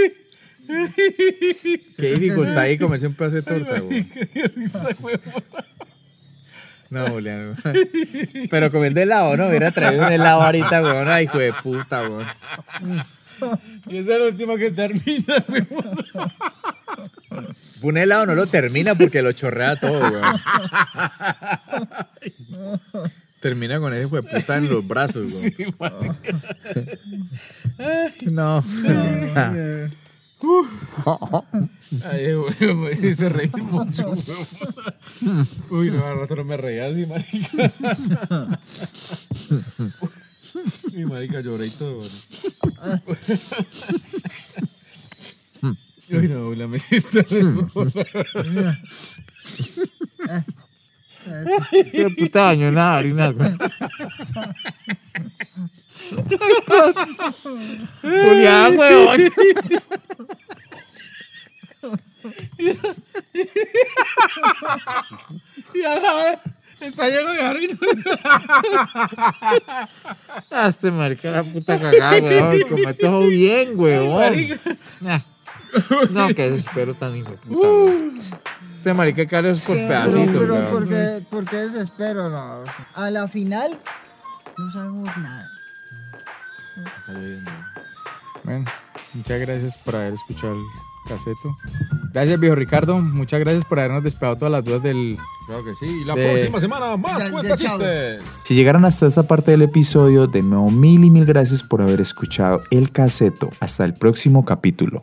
Qué dificultad ahí comerse un pedazo de torta, weón. No, Julián. weón. Pero comiendo helado, ¿no? Hubiera traído un helado ahorita, weón. Ay, hijo de puta, weón. Y esa es la última que termina, güey. Un helado no lo termina porque lo chorrea todo, weón. Termina con ese hijo de puta en los brazos, weón. No. Ay, güey, me hiciste reír mucho, güey. Uy, no, al rato no me reía así, marica. Y marica, lloré y todo, güey. Uy, no, la me hiciste reír. güey. Qué puta daño, nada, harina, güey. Julián, weón. Ya sabes, está lleno de harina. Ah, Este marica la puta cagada, weón. Come todo bien, weón. Ah, No, que desespero tan hijo de puta, weón. Este marica cale por pedacitos, pero, weón. porque, porque desespero, no. A la final, no sabemos nada. Bueno, muchas gracias por haber escuchado el caseto. Gracias, viejo Ricardo. Muchas gracias por habernos despejado todas las dudas del. Claro que sí. Y la De- próxima semana, más de- cuenta de chavo. chistes. Si llegaron hasta esta parte del episodio, de nuevo mil y mil gracias por haber escuchado el caseto. Hasta el próximo capítulo.